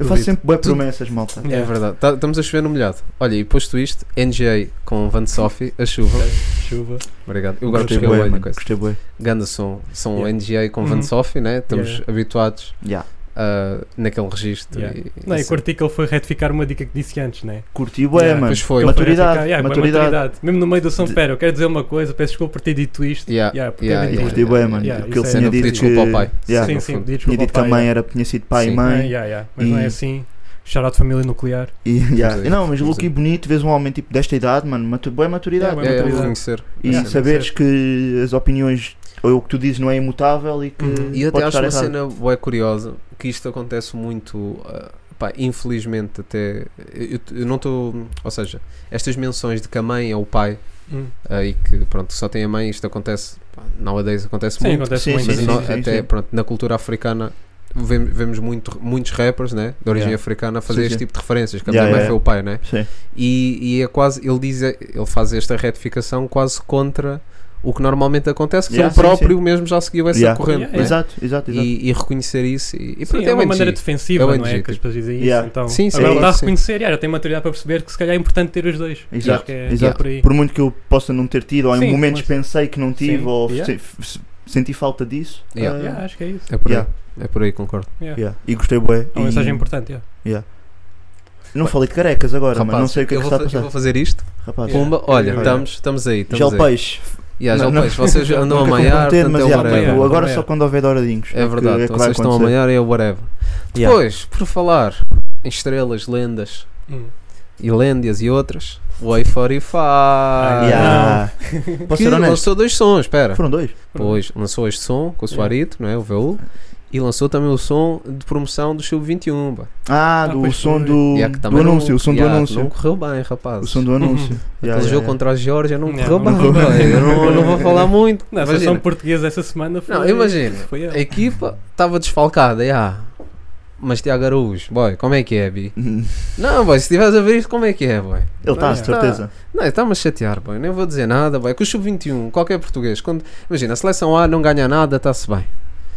Speaker 5: Eu faço
Speaker 7: Duvido.
Speaker 5: sempre boas
Speaker 7: Tu-
Speaker 5: promessas, malta.
Speaker 7: É
Speaker 6: Yeah.
Speaker 7: verdade. Tá- estamos a chover no molhado. Olha, e posto isto, NGA com Van Sophie, a chuva.
Speaker 6: Chuva.
Speaker 7: Obrigado. Eu gosto de
Speaker 5: Gostei
Speaker 7: escrever
Speaker 5: bué,
Speaker 7: olho e
Speaker 5: mano.
Speaker 7: coisa.
Speaker 5: Gostei bué.
Speaker 7: Ganda som. São
Speaker 6: Yeah.
Speaker 7: NGA com Van
Speaker 6: Uhum.
Speaker 7: Sophie, né? Estamos
Speaker 6: Yeah.
Speaker 7: habituados
Speaker 5: Yeah.
Speaker 7: ah, naquele registro.
Speaker 6: Yeah.
Speaker 7: E,
Speaker 6: Não,
Speaker 7: e
Speaker 6: e
Speaker 7: assim.
Speaker 6: curti que ele foi retificar uma dica que disse antes, né?
Speaker 5: Curti bué,
Speaker 6: Yeah,
Speaker 5: mano.
Speaker 7: Pois foi.
Speaker 6: Ele foi
Speaker 5: Maturidade,
Speaker 6: retificar, yeah, bué,
Speaker 5: maturidade.
Speaker 6: Mesmo no meio do som,
Speaker 5: De-
Speaker 6: pera, eu quero dizer uma coisa, peço desculpa por ter dito isto.
Speaker 7: Yeah,
Speaker 6: Yeah, porque
Speaker 7: yeah,
Speaker 6: é mentira.
Speaker 7: yeah,
Speaker 5: Curti bué,
Speaker 7: yeah,
Speaker 5: mano.
Speaker 6: Yeah,
Speaker 5: Porque ele
Speaker 6: isso é
Speaker 5: tinha
Speaker 7: Cena de
Speaker 5: dito
Speaker 7: pedir desculpa ao pai.
Speaker 5: que. Yeah.
Speaker 6: Sim,
Speaker 7: no
Speaker 6: sim,
Speaker 7: fundo.
Speaker 6: pedi desculpa
Speaker 5: Tinha dito que
Speaker 6: ao
Speaker 5: a
Speaker 6: pai,
Speaker 5: mãe
Speaker 6: yeah.
Speaker 5: era, tinha sido pai
Speaker 7: Sim.
Speaker 5: e
Speaker 6: Ah,
Speaker 5: mãe.
Speaker 6: yeah, yeah. Mas não é
Speaker 5: E-
Speaker 6: assim. Shout de família nuclear.
Speaker 5: E, yeah.
Speaker 7: Sim.
Speaker 5: Não, mas
Speaker 7: Sim.
Speaker 5: look e bonito, vês um homem tipo desta idade, mano, matu boa maturidade.
Speaker 6: Yeah,
Speaker 7: É, é,
Speaker 6: Maturidade.
Speaker 7: reconhecer.
Speaker 5: E
Speaker 7: Yeah.
Speaker 5: saberes que as opiniões, ou o que tu dizes, não é imutável e que.
Speaker 6: Uhum.
Speaker 7: E eu até
Speaker 5: pode
Speaker 7: acho
Speaker 5: estar
Speaker 7: uma
Speaker 5: errado.
Speaker 7: cena bem curiosa, que isto acontece muito, ah, pá, infelizmente até, eu, eu não estou, ou seja, estas menções de que a mãe é o pai,
Speaker 6: Hum.
Speaker 7: ah, e que pronto, só tem a mãe, isto acontece, pá, nowadays acontece
Speaker 6: Sim,
Speaker 7: muito,
Speaker 6: acontece
Speaker 5: Sim,
Speaker 6: muito.
Speaker 7: mas
Speaker 5: sim,
Speaker 7: no-
Speaker 5: sim, sim.
Speaker 7: até, pronto, na cultura africana vemos, vemos muito, muitos rappers, né, de origem
Speaker 5: Yeah.
Speaker 7: africana fazer
Speaker 5: Sim,
Speaker 7: este
Speaker 5: sim.
Speaker 7: tipo de referências, que a
Speaker 5: Yeah,
Speaker 7: minha mãe
Speaker 5: yeah,
Speaker 7: foi o pai, né,
Speaker 5: Sim.
Speaker 7: e, e é quase, ele diz, ele faz esta retificação quase contra o que normalmente acontece, que
Speaker 5: Yeah,
Speaker 7: ele
Speaker 5: sim,
Speaker 7: próprio mesmo já seguiu essa
Speaker 5: Yeah.
Speaker 7: corrente,
Speaker 6: Yeah,
Speaker 7: né?
Speaker 5: Exato, exato, exato.
Speaker 7: e, e reconhecer isso. E, e
Speaker 6: Sim,
Speaker 7: pronto,
Speaker 6: é uma
Speaker 7: ONG.
Speaker 6: maneira defensiva,
Speaker 7: É o
Speaker 6: não
Speaker 7: NG,
Speaker 6: é? Que as
Speaker 7: tipo.
Speaker 6: pessoas dizem isso.
Speaker 5: Yeah.
Speaker 6: Então,
Speaker 7: Sim, sim,
Speaker 6: agora ele está a
Speaker 7: sim.
Speaker 6: reconhecer, yeah, já tem maturidade para perceber que se calhar é importante ter os dois.
Speaker 5: Exato,
Speaker 6: Acho que é
Speaker 5: exato.
Speaker 6: por aí.
Speaker 5: Por muito que eu possa não ter tido, ou em
Speaker 6: Sim,
Speaker 5: momentos
Speaker 6: mas-
Speaker 5: pensei que não tive,
Speaker 6: Sim,
Speaker 5: ou
Speaker 6: yeah.
Speaker 5: se- f- senti falta disso.
Speaker 7: Yeah.
Speaker 5: ah,
Speaker 6: Yeah, acho que é isso.
Speaker 7: É por,
Speaker 5: Yeah.
Speaker 7: aí. é por aí, concordo.
Speaker 6: Yeah.
Speaker 5: yeah. E gostei bué.
Speaker 6: É uma
Speaker 5: E
Speaker 6: mensagem importante. yeah.
Speaker 5: Não falei de carecas agora, mas não
Speaker 7: Rapazes,
Speaker 5: sei o que é
Speaker 7: eu
Speaker 5: que
Speaker 7: vou
Speaker 5: está
Speaker 7: fa- eu
Speaker 5: a passar.
Speaker 7: vou fazer isto.
Speaker 5: Rapaz,
Speaker 6: Yeah.
Speaker 7: Pumba, olha,
Speaker 6: Yeah.
Speaker 7: estamos, estamos aí. Estamos
Speaker 5: gel
Speaker 7: aí.
Speaker 5: peixe.
Speaker 7: Yeah,
Speaker 5: Não,
Speaker 7: gel
Speaker 5: não-
Speaker 7: peixe. Vocês andam a
Speaker 5: Nunca
Speaker 7: maiar,
Speaker 5: comprometer,
Speaker 7: tanto é
Speaker 5: mas
Speaker 7: o
Speaker 5: yeah,
Speaker 6: whatever.
Speaker 5: tipo,
Speaker 7: whatever.
Speaker 5: agora
Speaker 6: Yeah.
Speaker 5: só quando houver douradinhos.
Speaker 7: É verdade,
Speaker 5: que vai
Speaker 7: vocês estão a
Speaker 5: acontecer.
Speaker 7: maiar é o whatever.
Speaker 5: Yeah.
Speaker 7: Depois, por falar em estrelas, lendas
Speaker 6: Hum.
Speaker 7: e lendas e outras, Way 45.
Speaker 6: Ah.
Speaker 5: Yeah.
Speaker 7: Que
Speaker 5: Posso ser honesto?
Speaker 7: lançou dois sons, espera.
Speaker 5: Foram dois.
Speaker 7: Pois, lançou este som com o
Speaker 6: Yeah.
Speaker 7: Suarito, não é? O VU. E lançou também o som de promoção do Sub-21. pá.
Speaker 5: Ah,
Speaker 6: Ah,
Speaker 5: do
Speaker 6: pois
Speaker 5: som
Speaker 6: foi.
Speaker 5: do,
Speaker 7: Yeah, que
Speaker 5: do
Speaker 7: também não-
Speaker 5: anúncio, o som do
Speaker 7: yeah,
Speaker 5: anúncio.
Speaker 7: Não correu bem, rapaz.
Speaker 5: O som do anúncio. Yeah,
Speaker 7: Aquele
Speaker 5: yeah,
Speaker 7: jogo
Speaker 5: yeah.
Speaker 7: contra a Geórgia não
Speaker 6: Yeah,
Speaker 7: correu
Speaker 6: não
Speaker 7: bem.
Speaker 6: correu bem.
Speaker 7: Eu não, não vou falar muito.
Speaker 6: Não, a
Speaker 7: imagina.
Speaker 6: seleção portuguesa essa semana foi.
Speaker 7: Não, imagina.
Speaker 6: Foi
Speaker 7: A
Speaker 5: É.
Speaker 6: ele.
Speaker 7: equipa estava desfalcada, já. Mas Tiago Araújo, boy, como é que é, Bi? Não, boy, se estiveres a ver isto, como é que é, boy?
Speaker 5: Ele está,
Speaker 7: Não,
Speaker 5: de certeza.
Speaker 7: Não, está-me a chatear, boy. Nem vou dizer nada, boy. Com o Sub-21, qualquer português, quando... imagina, a seleção A não ganha nada, está-se bem.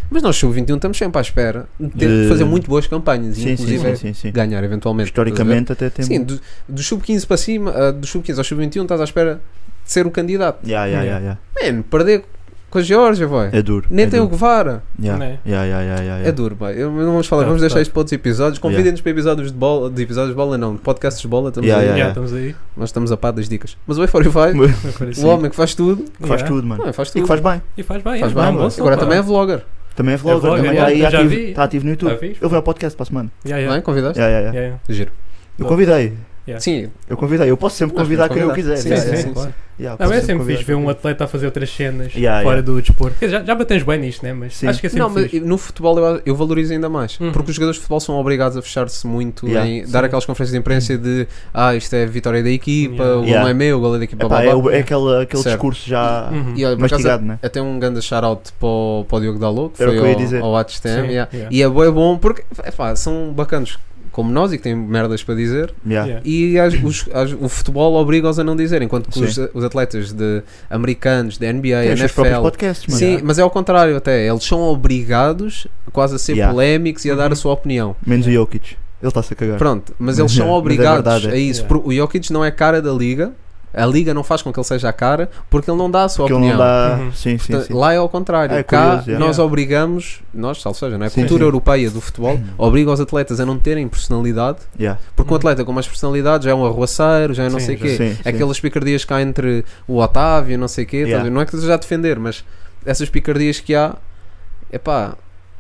Speaker 7: Mas nós, Sub-21, estamos sempre à espera de, ter-
Speaker 5: De-
Speaker 7: de fazer muito boas campanhas, e
Speaker 5: Sim, sim,
Speaker 7: inclusive
Speaker 5: sim, sim, sim.
Speaker 7: ganhar eventualmente. estás a ver?
Speaker 5: Historicamente até temos.
Speaker 7: Sim, do, do sub-15 para um, cima, ah, do sub-15 ao sub-21, estás à espera de ser o candidato.
Speaker 5: Yeah, yeah, yeah, yeah.
Speaker 7: Mano, perder Com a Geórgia, boy.
Speaker 5: É duro.
Speaker 7: Nem
Speaker 5: é
Speaker 7: tem o
Speaker 5: duro.
Speaker 7: Guevara.
Speaker 5: Yeah.
Speaker 6: Né?
Speaker 5: Yeah, yeah, yeah, yeah, yeah.
Speaker 7: É duro, boy. Eu- Não vamos
Speaker 5: É
Speaker 7: falar,
Speaker 6: Tá,
Speaker 7: vamos deixar
Speaker 6: tá.
Speaker 7: isto para outros episódios. Convidem-nos para episódios de bola. De episódios de bola, não. De podcasts de bola. Estamos
Speaker 5: Yeah,
Speaker 7: aí.
Speaker 5: yeah,
Speaker 6: Já, estamos aí.
Speaker 7: Nós estamos a par das dicas. Mas o E45,
Speaker 6: Uma coisa
Speaker 7: o
Speaker 6: assim.
Speaker 7: homem que faz tudo.
Speaker 5: Que faz
Speaker 6: Yeah.
Speaker 5: tudo, mano.
Speaker 7: Não, faz
Speaker 5: E
Speaker 7: tudo.
Speaker 5: que faz bem.
Speaker 6: E faz bem,
Speaker 7: Faz bem,
Speaker 6: é, dá um
Speaker 5: mano.
Speaker 6: bom som,
Speaker 7: Agora
Speaker 6: pá.
Speaker 7: também é vlogger.
Speaker 5: Também é vlogger,
Speaker 6: vlogger,
Speaker 5: também
Speaker 6: yeah, eu
Speaker 5: está
Speaker 6: já
Speaker 5: ativo,
Speaker 6: vi.
Speaker 5: está ativo no
Speaker 6: Já
Speaker 5: YouTube.
Speaker 6: vi?
Speaker 5: Eu vou ao podcast para a semana.
Speaker 6: Yeah, yeah.
Speaker 7: Não é? Convidaste?
Speaker 5: Yeah, yeah, yeah.
Speaker 6: Tá Yeah, yeah.
Speaker 7: Giro.
Speaker 5: Eu convidei,
Speaker 6: Yeah.
Speaker 7: Sim,
Speaker 5: eu convidei, eu posso sempre
Speaker 7: Nós
Speaker 5: convidar
Speaker 7: podemos
Speaker 5: quem eu
Speaker 7: convidar.
Speaker 5: quiser.
Speaker 7: Sim,
Speaker 5: yeah,
Speaker 7: sim,
Speaker 5: yeah.
Speaker 7: sim. claro.
Speaker 5: Yeah,
Speaker 6: Ah,
Speaker 5: posso
Speaker 6: mas é sempre
Speaker 5: convidar
Speaker 6: fixe ver
Speaker 5: quem
Speaker 6: um
Speaker 5: eu
Speaker 6: atleta a fazer outras cenas
Speaker 5: Yeah,
Speaker 6: fora
Speaker 5: yeah.
Speaker 6: do desporto. Quer dizer, Já, já batemos bem nisto, né? Mas
Speaker 5: Sim.
Speaker 6: acho que é sempre
Speaker 7: não, mas
Speaker 6: fixe.
Speaker 7: no futebol eu, eu valorizo ainda mais.
Speaker 6: Uhum.
Speaker 7: Porque os jogadores de futebol são obrigados a fechar-se muito
Speaker 5: Yeah.
Speaker 7: em dar
Speaker 6: Sim.
Speaker 7: aquelas conferências de imprensa de ah, isto é a vitória da equipa,
Speaker 6: Yeah.
Speaker 7: o gol
Speaker 5: Yeah.
Speaker 7: não é meu, o gol é da equipa.
Speaker 5: Epá,
Speaker 7: blá,
Speaker 5: é,
Speaker 7: blá,
Speaker 5: o-
Speaker 7: blá.
Speaker 5: é aquela- aquele
Speaker 7: Certo.
Speaker 5: discurso já
Speaker 6: Uhum.
Speaker 7: E olha, por acaso,
Speaker 5: mastigado, né?
Speaker 7: até um grande shout-out para o, para o Diogo Dalot, que
Speaker 5: Era o
Speaker 7: foi
Speaker 5: que eu ia
Speaker 7: ao-
Speaker 5: dizer.
Speaker 7: ao HTM.
Speaker 6: Sim,
Speaker 7: yeah.
Speaker 6: yeah.
Speaker 7: E é bué bom porque epá, são bacanos como nós e que têm merdas para dizer.
Speaker 5: Yeah.
Speaker 6: Yeah.
Speaker 7: E as- os- as- o futebol obriga-os a não dizer, enquanto que os,
Speaker 5: Sim.
Speaker 7: os atletas de americanos, da NBA,
Speaker 5: Tem os seus próprios
Speaker 7: NFL,
Speaker 5: podcasts, mano.
Speaker 7: Sim, mas é ao contrário até. Eles são obrigados quase a ser
Speaker 5: Yeah.
Speaker 7: polémicos e a dar
Speaker 6: Uhum.
Speaker 7: a sua opinião.
Speaker 5: Menos o Jokic. Ele está-se a cagar.
Speaker 7: Pronto, mas
Speaker 5: Mas
Speaker 7: eles são
Speaker 5: yeah, mas é
Speaker 7: obrigados
Speaker 5: verdade,
Speaker 7: a
Speaker 5: é.
Speaker 7: isso.
Speaker 6: Yeah.
Speaker 7: Por- O Jokic não é cara da liga. A liga não faz com que ele seja a cara porque ele não dá a sua
Speaker 5: Porque ele
Speaker 7: opinião.
Speaker 5: não dá.
Speaker 6: Uhum.
Speaker 5: Sim, sim,
Speaker 7: Portanto,
Speaker 5: sim.
Speaker 7: Lá é ao contrário.
Speaker 5: Ah, é
Speaker 7: Cá
Speaker 5: curioso, yeah.
Speaker 7: nós
Speaker 6: Yeah.
Speaker 7: obrigamos, nós, tal seja, não é? a
Speaker 5: Sim,
Speaker 7: cultura
Speaker 5: sim. Uhum.
Speaker 7: europeia do futebol obriga os atletas a não terem personalidade
Speaker 5: Yeah.
Speaker 7: porque um
Speaker 6: Uhum.
Speaker 7: atleta com mais personalidade já é um arruaceiro, já é não
Speaker 6: Sim,
Speaker 7: sei o
Speaker 6: já.
Speaker 7: quê.
Speaker 5: Sim, sim.
Speaker 7: Aquelas picardias que há entre o Otávio e não sei o quê. estás a
Speaker 5: Yeah.
Speaker 7: ver? Não é que esteja a defender, mas essas picardias que há, epá,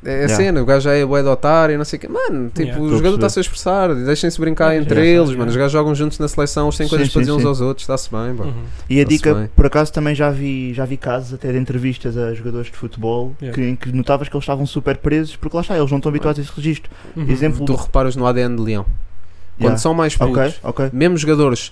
Speaker 7: é a
Speaker 5: Yeah.
Speaker 7: cena. O gajo já é bué de otário e não sei o quê. Mano, tipo, o
Speaker 5: Estou a
Speaker 6: Yeah.
Speaker 7: jogador
Speaker 5: perceber.
Speaker 7: está-se a expressar. Deixem-se brincar
Speaker 6: Yeah,
Speaker 7: entre
Speaker 6: yeah,
Speaker 7: eles,
Speaker 6: yeah.
Speaker 7: mano. Os gajos jogam juntos na seleção, eles têm
Speaker 5: Sim,
Speaker 7: coisas para
Speaker 5: sim,
Speaker 7: dizer uns
Speaker 5: sim.
Speaker 7: aos outros, está-se bem, pá.
Speaker 6: Uhum.
Speaker 5: E a
Speaker 7: Está-se
Speaker 5: dica,
Speaker 7: bem.
Speaker 5: por acaso, também já vi, já vi casos até de entrevistas a jogadores de futebol
Speaker 6: Yeah.
Speaker 5: que, em que notavas que eles estavam super presos porque lá está, eles não estão habituados a esse registro.
Speaker 6: Uhum.
Speaker 5: Exemplo.
Speaker 7: Tu reparas no ADN de Leão. Quando
Speaker 5: Hum. Yeah.
Speaker 7: são mais putos,
Speaker 5: Ok, ok.
Speaker 7: mesmo jogadores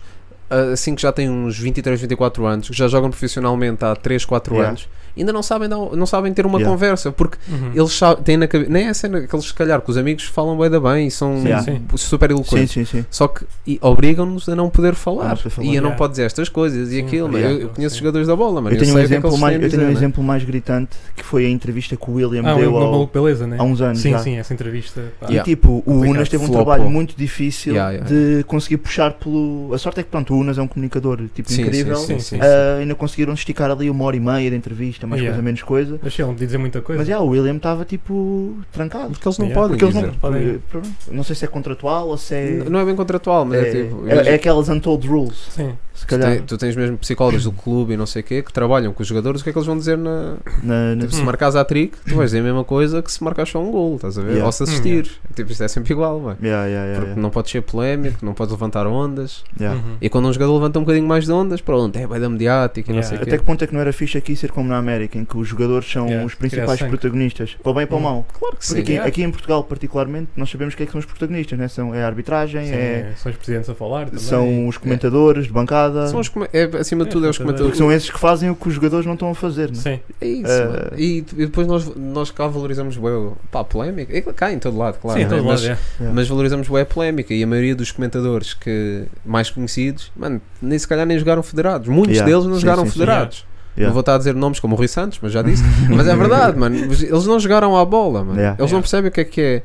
Speaker 7: ah, assim que já têm uns 23, 24 anos, que já jogam profissionalmente há 3, 4
Speaker 5: Yeah.
Speaker 7: anos, ainda não sabem, dar- um, não, sabem ter uma
Speaker 5: Yeah.
Speaker 7: conversa, porque
Speaker 6: Uhum.
Speaker 7: eles sa- têm na cabeça, nem é a cena que eles se calhar com os amigos falam bem da bem e são
Speaker 5: Sim,
Speaker 6: sim.
Speaker 7: super
Speaker 5: Sim,
Speaker 7: eloquentes.
Speaker 5: sim, um sim.
Speaker 7: Só que e obrigam-nos a não poder falar,
Speaker 5: A não poder falar.
Speaker 7: e a não
Speaker 6: Yeah.
Speaker 7: pode dizer estas coisas e
Speaker 6: Sim,
Speaker 7: aquilo.
Speaker 5: yeah,
Speaker 7: eu, eu
Speaker 6: sim.
Speaker 7: conheço jogadores da bola, mano.
Speaker 5: Eu tenho
Speaker 7: sei o
Speaker 5: um
Speaker 7: que é que
Speaker 5: exemplo
Speaker 7: eles
Speaker 5: mais
Speaker 7: têm a
Speaker 5: eu tenho um
Speaker 7: dizer, né?
Speaker 5: exemplo mais gritante que foi a entrevista que o William
Speaker 6: Ah, o
Speaker 5: deu ao-
Speaker 6: Maluco Beleza, né?
Speaker 5: há uns anos.
Speaker 6: Sim,
Speaker 5: já.
Speaker 6: sim, essa entrevista. pá.
Speaker 5: E
Speaker 7: Yeah.
Speaker 5: tipo, o
Speaker 7: Complicado.
Speaker 5: Unas teve um
Speaker 7: Flopou.
Speaker 5: trabalho muito difícil
Speaker 7: Yeah, yeah.
Speaker 5: de conseguir puxar pelo. A sorte é que pronto, o Unas é um comunicador tipo
Speaker 7: Sim,
Speaker 5: incrível.
Speaker 7: sim, sim, sim.
Speaker 5: Ah, ainda conseguiram esticar ali uma hora e meia de entrevista, mais
Speaker 6: Yeah. é.
Speaker 5: coisa, menos coisa.
Speaker 6: Mas sim, ele não podia dizer muita coisa.
Speaker 5: Mas já, o William estava tipo trancado.
Speaker 7: Porque eles não
Speaker 6: Yeah. um
Speaker 7: podem
Speaker 5: Porque eles
Speaker 7: dizer.
Speaker 5: não.
Speaker 6: Podem-
Speaker 5: pronto, é. Não sei se é contratual ou se é.
Speaker 7: N- Não é bem contratual, mas é, tipo.
Speaker 5: é- é aquelas untold rules,
Speaker 6: Sim.
Speaker 5: se
Speaker 7: Tu,
Speaker 5: calhar,
Speaker 7: tem- tu tens mesmo psicólogos do clube e não sei o quê que trabalham com os jogadores, o que é que eles vão dizer na.
Speaker 5: na, na-
Speaker 7: Tipo, se marcas a trick, tu vais dizer a mesma coisa que se marcas só um gol, estás a ver?
Speaker 5: Yeah.
Speaker 7: Ou se assistires.
Speaker 6: Uhum.
Speaker 7: Tipo, isto é sempre igual, vai.
Speaker 5: Yeah, yeah, yeah,
Speaker 7: Porque
Speaker 5: yeah,
Speaker 7: não pode ser polémico, não pode levantar ondas.
Speaker 5: yeah.
Speaker 6: Uhum.
Speaker 7: E quando um jogador levanta um bocadinho mais de ondas, pronto, é vai da mediática e não
Speaker 6: Yeah.
Speaker 7: sei o
Speaker 5: Até
Speaker 7: quê.
Speaker 5: que ponto é que não era fixe aqui ser como na América, em que os jogadores são
Speaker 6: Yeah,
Speaker 5: os
Speaker 6: criar
Speaker 5: principais
Speaker 6: sangue.
Speaker 5: protagonistas, para o bem e para o
Speaker 6: Hum.
Speaker 5: mal?
Speaker 7: Claro que
Speaker 5: Porque
Speaker 7: sim.
Speaker 5: aqui,
Speaker 6: yeah.
Speaker 5: aqui em Portugal, particularmente, nós sabemos quem é que são os protagonistas, né? são, é a arbitragem,
Speaker 6: Sim,
Speaker 5: é,
Speaker 6: São os presidentes a falar também.
Speaker 5: são um- os comentadores de bancada,
Speaker 7: São os come- é, acima de tudo, é os
Speaker 6: É,
Speaker 5: porque
Speaker 7: comentadores.
Speaker 5: são esses que fazem o que os jogadores não estão a fazer. Né?
Speaker 6: Sim.
Speaker 7: É isso,
Speaker 5: Eh,
Speaker 7: mano. E, e depois nós, nós cá valorizamos bué o- pá, a polémica. E cá em todo lado, claro.
Speaker 6: Sim,
Speaker 7: né?
Speaker 6: todo
Speaker 7: mas,
Speaker 6: lado, é.
Speaker 5: Yeah.
Speaker 7: mas valorizamos bué a polémica e a maioria dos comentadores que mais conhecidos, mano, nem se calhar nem jogaram federados. Muitos
Speaker 5: Yeah.
Speaker 7: deles não
Speaker 5: Sim,
Speaker 7: jogaram
Speaker 5: sim, sim.
Speaker 7: federados. Não
Speaker 5: Yeah.
Speaker 7: vou estar a dizer nomes como o Rui Santos, mas já disse. mas é verdade, mano. Eles não jogaram à bola, mano.
Speaker 5: Yeah.
Speaker 7: Eles não
Speaker 6: Yeah.
Speaker 7: percebem o que é que é.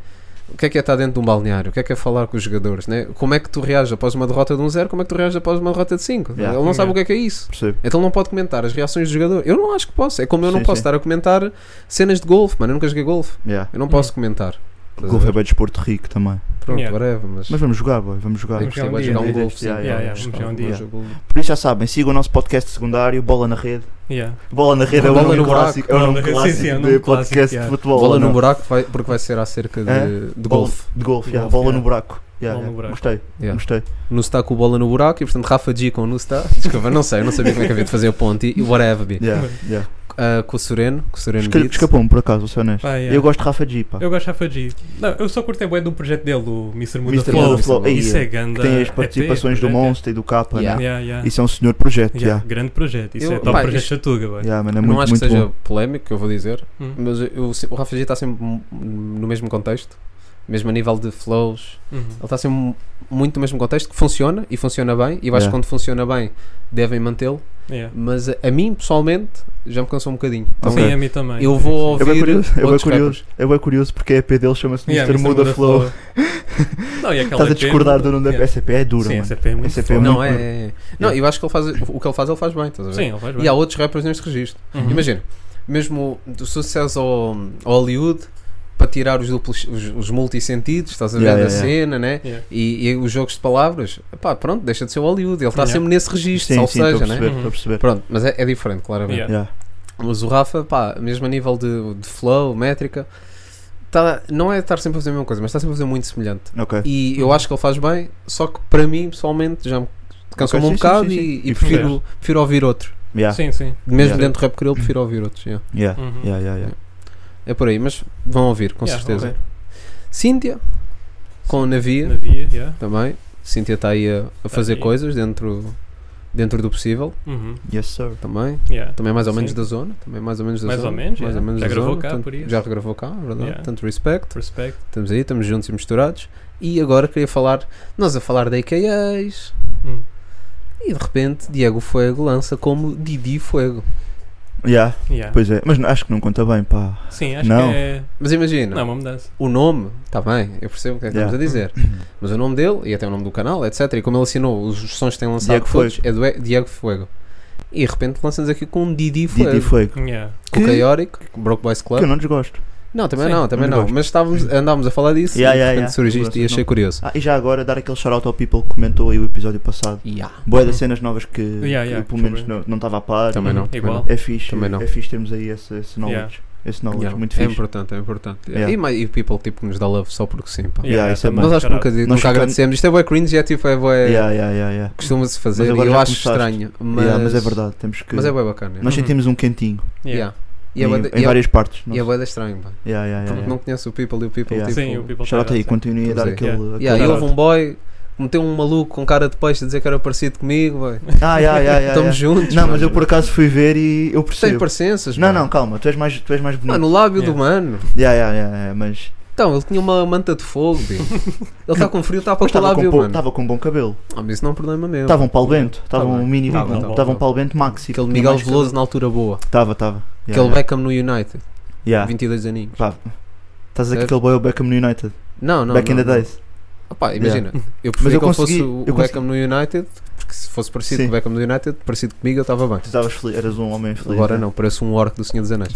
Speaker 7: O que é que é estar dentro de um balneário? O que é que é falar com os jogadores? Né? Como é que tu reages após uma derrota de um zero? Como é que tu reages após uma derrota de 5?
Speaker 5: Yeah.
Speaker 7: Ele não sabe
Speaker 6: Yeah.
Speaker 7: o que é que é isso.
Speaker 5: Percebo.
Speaker 7: Então não pode comentar as reações do jogador. Eu não acho que posso. É como eu não
Speaker 5: Sim,
Speaker 7: posso
Speaker 5: sim.
Speaker 7: estar a comentar cenas de golfe, mano. Eu nunca joguei golfe.
Speaker 5: Yeah.
Speaker 6: Hum.
Speaker 7: Eu não posso comentar.
Speaker 5: O
Speaker 7: Estás a
Speaker 5: golfe é
Speaker 7: ver?
Speaker 5: bem desporto rico também.
Speaker 7: Pronto,
Speaker 6: Yeah.
Speaker 7: whatever. Mas,
Speaker 5: Mas vamos jogar, boy, vamos jogar.
Speaker 7: eu
Speaker 6: Vamos
Speaker 7: gostei
Speaker 6: jogar um
Speaker 7: de
Speaker 6: dia,
Speaker 7: jogar um
Speaker 5: né?
Speaker 7: golfe. sim.
Speaker 5: Yeah,
Speaker 6: yeah,
Speaker 7: Eu
Speaker 6: yeah, vamos jogar um
Speaker 7: gostava de
Speaker 6: dia.
Speaker 7: jogar golfe.
Speaker 5: Por isso já sabem, sigam o nosso podcast secundário, Bola na Rede.
Speaker 6: Yeah.
Speaker 5: Bola na Rede é o
Speaker 7: Bola
Speaker 5: nome
Speaker 7: no buraco.
Speaker 5: clássico, é o
Speaker 6: Bola
Speaker 5: nome
Speaker 6: na Rede, sim,
Speaker 5: clássico
Speaker 6: sim, é o
Speaker 5: de
Speaker 6: nome
Speaker 5: podcast
Speaker 6: clássico,
Speaker 5: de
Speaker 6: yeah.
Speaker 5: futebol.
Speaker 7: Bola
Speaker 5: ou
Speaker 7: no
Speaker 5: não?
Speaker 7: buraco, vai- porque vai ser acerca de, de
Speaker 5: Bola-
Speaker 7: golfe.
Speaker 5: De golfe, yeah.
Speaker 6: Golfe,
Speaker 5: bola
Speaker 6: yeah.
Speaker 5: no buraco. Yeah,
Speaker 6: Bola no
Speaker 5: yeah.
Speaker 6: buraco.
Speaker 5: Gostei,
Speaker 7: Yeah.
Speaker 5: gostei.
Speaker 7: no está com o bola no buraco e portanto Rafa G com o Nusta. Desculpa, não sei, não sabia como é que havia de fazer a ponte e whatever. B.
Speaker 5: Yeah, yeah.
Speaker 7: Ah, com o Soreno, com o Soreno
Speaker 5: Esca-
Speaker 7: Beats.
Speaker 5: Escapou-me por acaso, vou ser honesto.
Speaker 6: Pá, yeah.
Speaker 5: Eu gosto de Rafa G, pá.
Speaker 6: Eu gosto de Rafa G. Não, eu só curto bem do projeto dele, o Mr. Muda
Speaker 5: Mr.
Speaker 6: Flow.
Speaker 5: Muda Flow,
Speaker 6: Isso
Speaker 5: aí,
Speaker 6: é ganda.
Speaker 5: Que tem as
Speaker 6: EP,
Speaker 5: participações do
Speaker 6: projeto,
Speaker 5: Monster e do Capa,
Speaker 7: Yeah.
Speaker 5: né?
Speaker 6: Yeah, yeah.
Speaker 5: Isso é um senhor projeto,
Speaker 6: Yeah,
Speaker 5: yeah.
Speaker 6: Grande projeto. Isso
Speaker 7: Eu-
Speaker 6: é top
Speaker 7: pá,
Speaker 6: projeto
Speaker 7: isto-
Speaker 6: Chatuga, vai.
Speaker 5: Yeah, mano, é
Speaker 7: não
Speaker 5: muito,
Speaker 7: acho
Speaker 5: muito
Speaker 7: que seja
Speaker 5: bom.
Speaker 7: polémico, que eu vou dizer,
Speaker 6: Hum.
Speaker 7: mas eu- o Rafa G está sempre m- no mesmo contexto, mesmo a nível de flows.
Speaker 6: Uhum.
Speaker 7: Ele está sempre muito no mesmo contexto, que funciona e funciona bem. E eu acho
Speaker 5: Yeah.
Speaker 7: que quando funciona bem devem mantê-lo.
Speaker 6: Yeah.
Speaker 7: Mas a, a mim, pessoalmente, já me cansou um bocadinho. Então,
Speaker 5: Ok.
Speaker 6: Sim, a mim também.
Speaker 7: Eu vou ouvir
Speaker 5: É bem curioso, é bem
Speaker 7: outros
Speaker 5: curioso, é bem curioso porque a EP dele chama-se
Speaker 6: Yeah,
Speaker 5: Mr. Muda Flow.
Speaker 6: Não, e
Speaker 5: Estás
Speaker 6: aquela
Speaker 5: a
Speaker 6: EP,
Speaker 5: discordar do nome da
Speaker 6: yeah.
Speaker 5: PSP, é dura,
Speaker 6: Sim,
Speaker 5: mano.
Speaker 6: essa EP é muito
Speaker 5: Essa EP
Speaker 6: foda.
Speaker 5: é
Speaker 7: Não,
Speaker 5: muito
Speaker 7: é.
Speaker 5: curto.
Speaker 7: é- Não, eu acho que ele faz o que ele faz, ele faz bem, estás a ver?
Speaker 6: Sim, ele faz bem.
Speaker 7: E há outros rappers neste registro.
Speaker 6: Uhum.
Speaker 7: Imagina, mesmo do sucesso ao, ao Hollywood para tirar os duplos, os, os multissentidos, estás a ver
Speaker 5: Yeah,
Speaker 7: da
Speaker 5: yeah,
Speaker 7: cena, né?
Speaker 6: Yeah.
Speaker 7: E, e os jogos de palavras, pá, pronto, deixa de ser o Hollywood, ele está
Speaker 6: Yeah.
Speaker 7: sempre nesse registro,
Speaker 5: Sim,
Speaker 7: salvo
Speaker 5: sim, estou a
Speaker 7: seja, né?
Speaker 5: perceber,
Speaker 6: Uhum.
Speaker 5: estou a perceber.
Speaker 7: Pronto, mas é, é diferente, claramente.
Speaker 6: Yeah.
Speaker 5: Yeah.
Speaker 7: Mas o Rafa, pá, mesmo a nível de, de flow, métrica, tá, não é estar sempre a fazer a mesma coisa, mas está sempre a fazer muito semelhante.
Speaker 5: Ok.
Speaker 7: E eu acho que ele faz bem, só que para mim, pessoalmente, já me cansou-me
Speaker 5: Ok,
Speaker 7: um
Speaker 5: sim, sim,
Speaker 7: bocado
Speaker 5: sim,
Speaker 7: e, e
Speaker 5: E
Speaker 7: prefiro, prefiro ouvir outro.
Speaker 5: Yeah.
Speaker 6: Sim, sim.
Speaker 7: Mesmo
Speaker 5: Yeah.
Speaker 7: dentro do rap crioulo, prefiro ouvir outros. yeah.
Speaker 5: Yeah.
Speaker 6: Uhum.
Speaker 5: Yeah, yeah, yeah.
Speaker 7: É por aí, mas vão ouvir, com
Speaker 6: Yeah,
Speaker 7: certeza.
Speaker 6: ok.
Speaker 7: Cíntia, com a Navia
Speaker 6: Navia, yeah.
Speaker 7: também. Cíntia está aí a, a fazer
Speaker 6: aí.
Speaker 7: coisas dentro, dentro do possível
Speaker 6: Uhum.
Speaker 5: Yes, sir.
Speaker 7: também.
Speaker 6: Yeah.
Speaker 7: Também é mais ou menos
Speaker 6: Sim.
Speaker 7: da zona. Também é mais ou menos da
Speaker 6: Mais ou
Speaker 7: zona.
Speaker 6: menos,
Speaker 7: mais
Speaker 6: yeah.
Speaker 7: ou menos
Speaker 6: Já
Speaker 7: da
Speaker 6: gravou
Speaker 7: zona,
Speaker 6: cá,
Speaker 7: tanto-
Speaker 6: por isso.
Speaker 7: Já gravou cá, é verdade.
Speaker 6: Yeah.
Speaker 7: Tanto respect.
Speaker 6: Respect.
Speaker 7: Estamos aí, estamos juntos e misturados. E agora queria falar, nós a falar da IKEAs.
Speaker 6: Hum.
Speaker 7: E de repente Diego Fuego lança como Didi Fuego.
Speaker 5: Yeah.
Speaker 6: Yeah.
Speaker 5: Pois é, mas acho que não conta bem, pá.
Speaker 6: Sim, acho
Speaker 5: Não.
Speaker 6: que é.
Speaker 7: Mas imagina,
Speaker 6: Não, é uma mudança.
Speaker 7: o nome, está bem, eu percebo o que é que
Speaker 5: Yeah. Uhum.
Speaker 7: estamos a dizer. Mas o nome dele, e até o nome do canal, etc. E como ele assinou, os os sons que tem lançado
Speaker 5: Diego
Speaker 7: todos, é do E- Diego Fuego. E de repente lançamos aqui com um Didi Fuego.
Speaker 5: Didi Fuego.
Speaker 6: Yeah.
Speaker 7: Com o
Speaker 5: Que-
Speaker 7: Chaotic, com o Broke Boys
Speaker 5: Que eu
Speaker 7: Club.
Speaker 5: não desgosto.
Speaker 7: Não, também
Speaker 6: Sim,
Speaker 7: não, também
Speaker 5: não
Speaker 7: não.
Speaker 5: gosto.
Speaker 7: Mas estávamos, andávamos a falar disso
Speaker 5: Yeah,
Speaker 7: e de
Speaker 5: yeah,
Speaker 7: repente
Speaker 5: yeah.
Speaker 7: surgiste
Speaker 5: Não
Speaker 7: e
Speaker 5: gosto,
Speaker 7: achei curioso.
Speaker 5: Ah, e já agora dar aquele shout-out ao people que comentou aí o episódio passado.
Speaker 7: Yeah.
Speaker 5: Boa das
Speaker 6: Uhum.
Speaker 5: cenas novas que,
Speaker 6: Yeah,
Speaker 5: que
Speaker 6: yeah,
Speaker 5: eu pelo menos
Speaker 6: percebi.
Speaker 5: não não estava a par.
Speaker 7: Também não. também
Speaker 6: Igual.
Speaker 7: não.
Speaker 5: É fixe,
Speaker 7: Também não.
Speaker 5: é fixe termos aí esse, esse knowledge. Esse knowledge
Speaker 7: Yeah.
Speaker 5: muito fixe.
Speaker 7: É importante, é importante.
Speaker 5: Yeah.
Speaker 7: E, mais- e people tipo, que nos dá love só porque sim. Pá.
Speaker 5: Yeah, isso é
Speaker 6: também,
Speaker 7: Nós acho que nunca,
Speaker 6: caralho.
Speaker 7: nunca
Speaker 5: Nós ficamos-
Speaker 7: agradecemos. Isto é bué cringe e é tipo, é bué.
Speaker 5: Yeah, yeah, yeah, yeah.
Speaker 7: Costuma-se fazer
Speaker 5: Mas
Speaker 7: e
Speaker 5: agora
Speaker 7: eu
Speaker 5: já
Speaker 7: acho
Speaker 5: começaste.
Speaker 7: estranho. Mas,
Speaker 5: Yeah, mas é verdade, temos que.
Speaker 7: Mas é bué bacana.
Speaker 5: Nós
Speaker 6: Uhum.
Speaker 5: sentimos um quentinho
Speaker 6: Yeah.
Speaker 7: yeah. E é
Speaker 5: em,
Speaker 7: bué
Speaker 5: em
Speaker 7: da- e é-
Speaker 5: várias partes.
Speaker 7: e é
Speaker 5: nossa.
Speaker 7: bué da estranho, pá.
Speaker 5: Yeah, yeah, yeah,
Speaker 7: Porque
Speaker 5: yeah.
Speaker 7: não conheço o people e o people
Speaker 5: Yeah.
Speaker 7: tipo.
Speaker 6: Sim, o people
Speaker 5: Shout-out aí,
Speaker 6: tá-
Speaker 5: continuem a dar
Speaker 7: Vamos
Speaker 5: aquele. aquele-
Speaker 7: é. Yeah, e
Speaker 6: Shout-out.
Speaker 7: houve um boy que meteu um maluco com cara de peixe a dizer que era parecido comigo, boy.
Speaker 5: Ah, yeah, yeah, yeah,
Speaker 7: Estamos
Speaker 5: yeah.
Speaker 7: juntos.
Speaker 5: Não,
Speaker 7: mano.
Speaker 5: mas eu por acaso fui ver e eu
Speaker 7: Tem
Speaker 5: percebo.
Speaker 7: parecenças,
Speaker 5: Não,
Speaker 7: mano.
Speaker 5: não, calma, tu és mais, tu és mais bonito.
Speaker 7: Mano, o lábio
Speaker 6: Yeah.
Speaker 7: do mano.
Speaker 5: Yeah, yeah, yeah, yeah, mas.
Speaker 7: Então, ele tinha uma manta de fogo, bicho. Ele está com frio, está
Speaker 5: Mas
Speaker 7: para o
Speaker 5: estava com,
Speaker 7: lábio,
Speaker 5: bo-
Speaker 7: mano.
Speaker 5: tava com bom cabelo.
Speaker 7: Ah, mas isso não é um problema meu.
Speaker 5: Estava um palbento, estava
Speaker 7: Tá
Speaker 5: um
Speaker 7: bem.
Speaker 5: mini.
Speaker 6: Tá bom, tá bom,
Speaker 5: Estava um
Speaker 6: tá
Speaker 5: palbento maxi.
Speaker 7: Aquele Miguel Veloso na altura boa.
Speaker 5: Estava, estava.
Speaker 7: Aquele Beckham no United. 22 aninhos.
Speaker 5: Estás a dizer que
Speaker 7: Certo?
Speaker 5: aquele boy é o Beckham no United.
Speaker 7: Não, não.
Speaker 5: Back in
Speaker 7: não,
Speaker 5: the
Speaker 7: não.
Speaker 5: days.
Speaker 7: Opá, imagina, eu
Speaker 5: Mas
Speaker 7: preferia
Speaker 5: eu
Speaker 7: que ele fosse
Speaker 5: consegui-
Speaker 7: o
Speaker 5: eu
Speaker 7: Beckham no United, porque se fosse parecido
Speaker 5: Sim.
Speaker 7: com o Beckham no United, parecido comigo, eu estava bem.
Speaker 5: Tu estavas feliz, eras um homem feliz.
Speaker 7: Agora
Speaker 5: né?
Speaker 7: não, parece um orc do Senhor dos Anéis.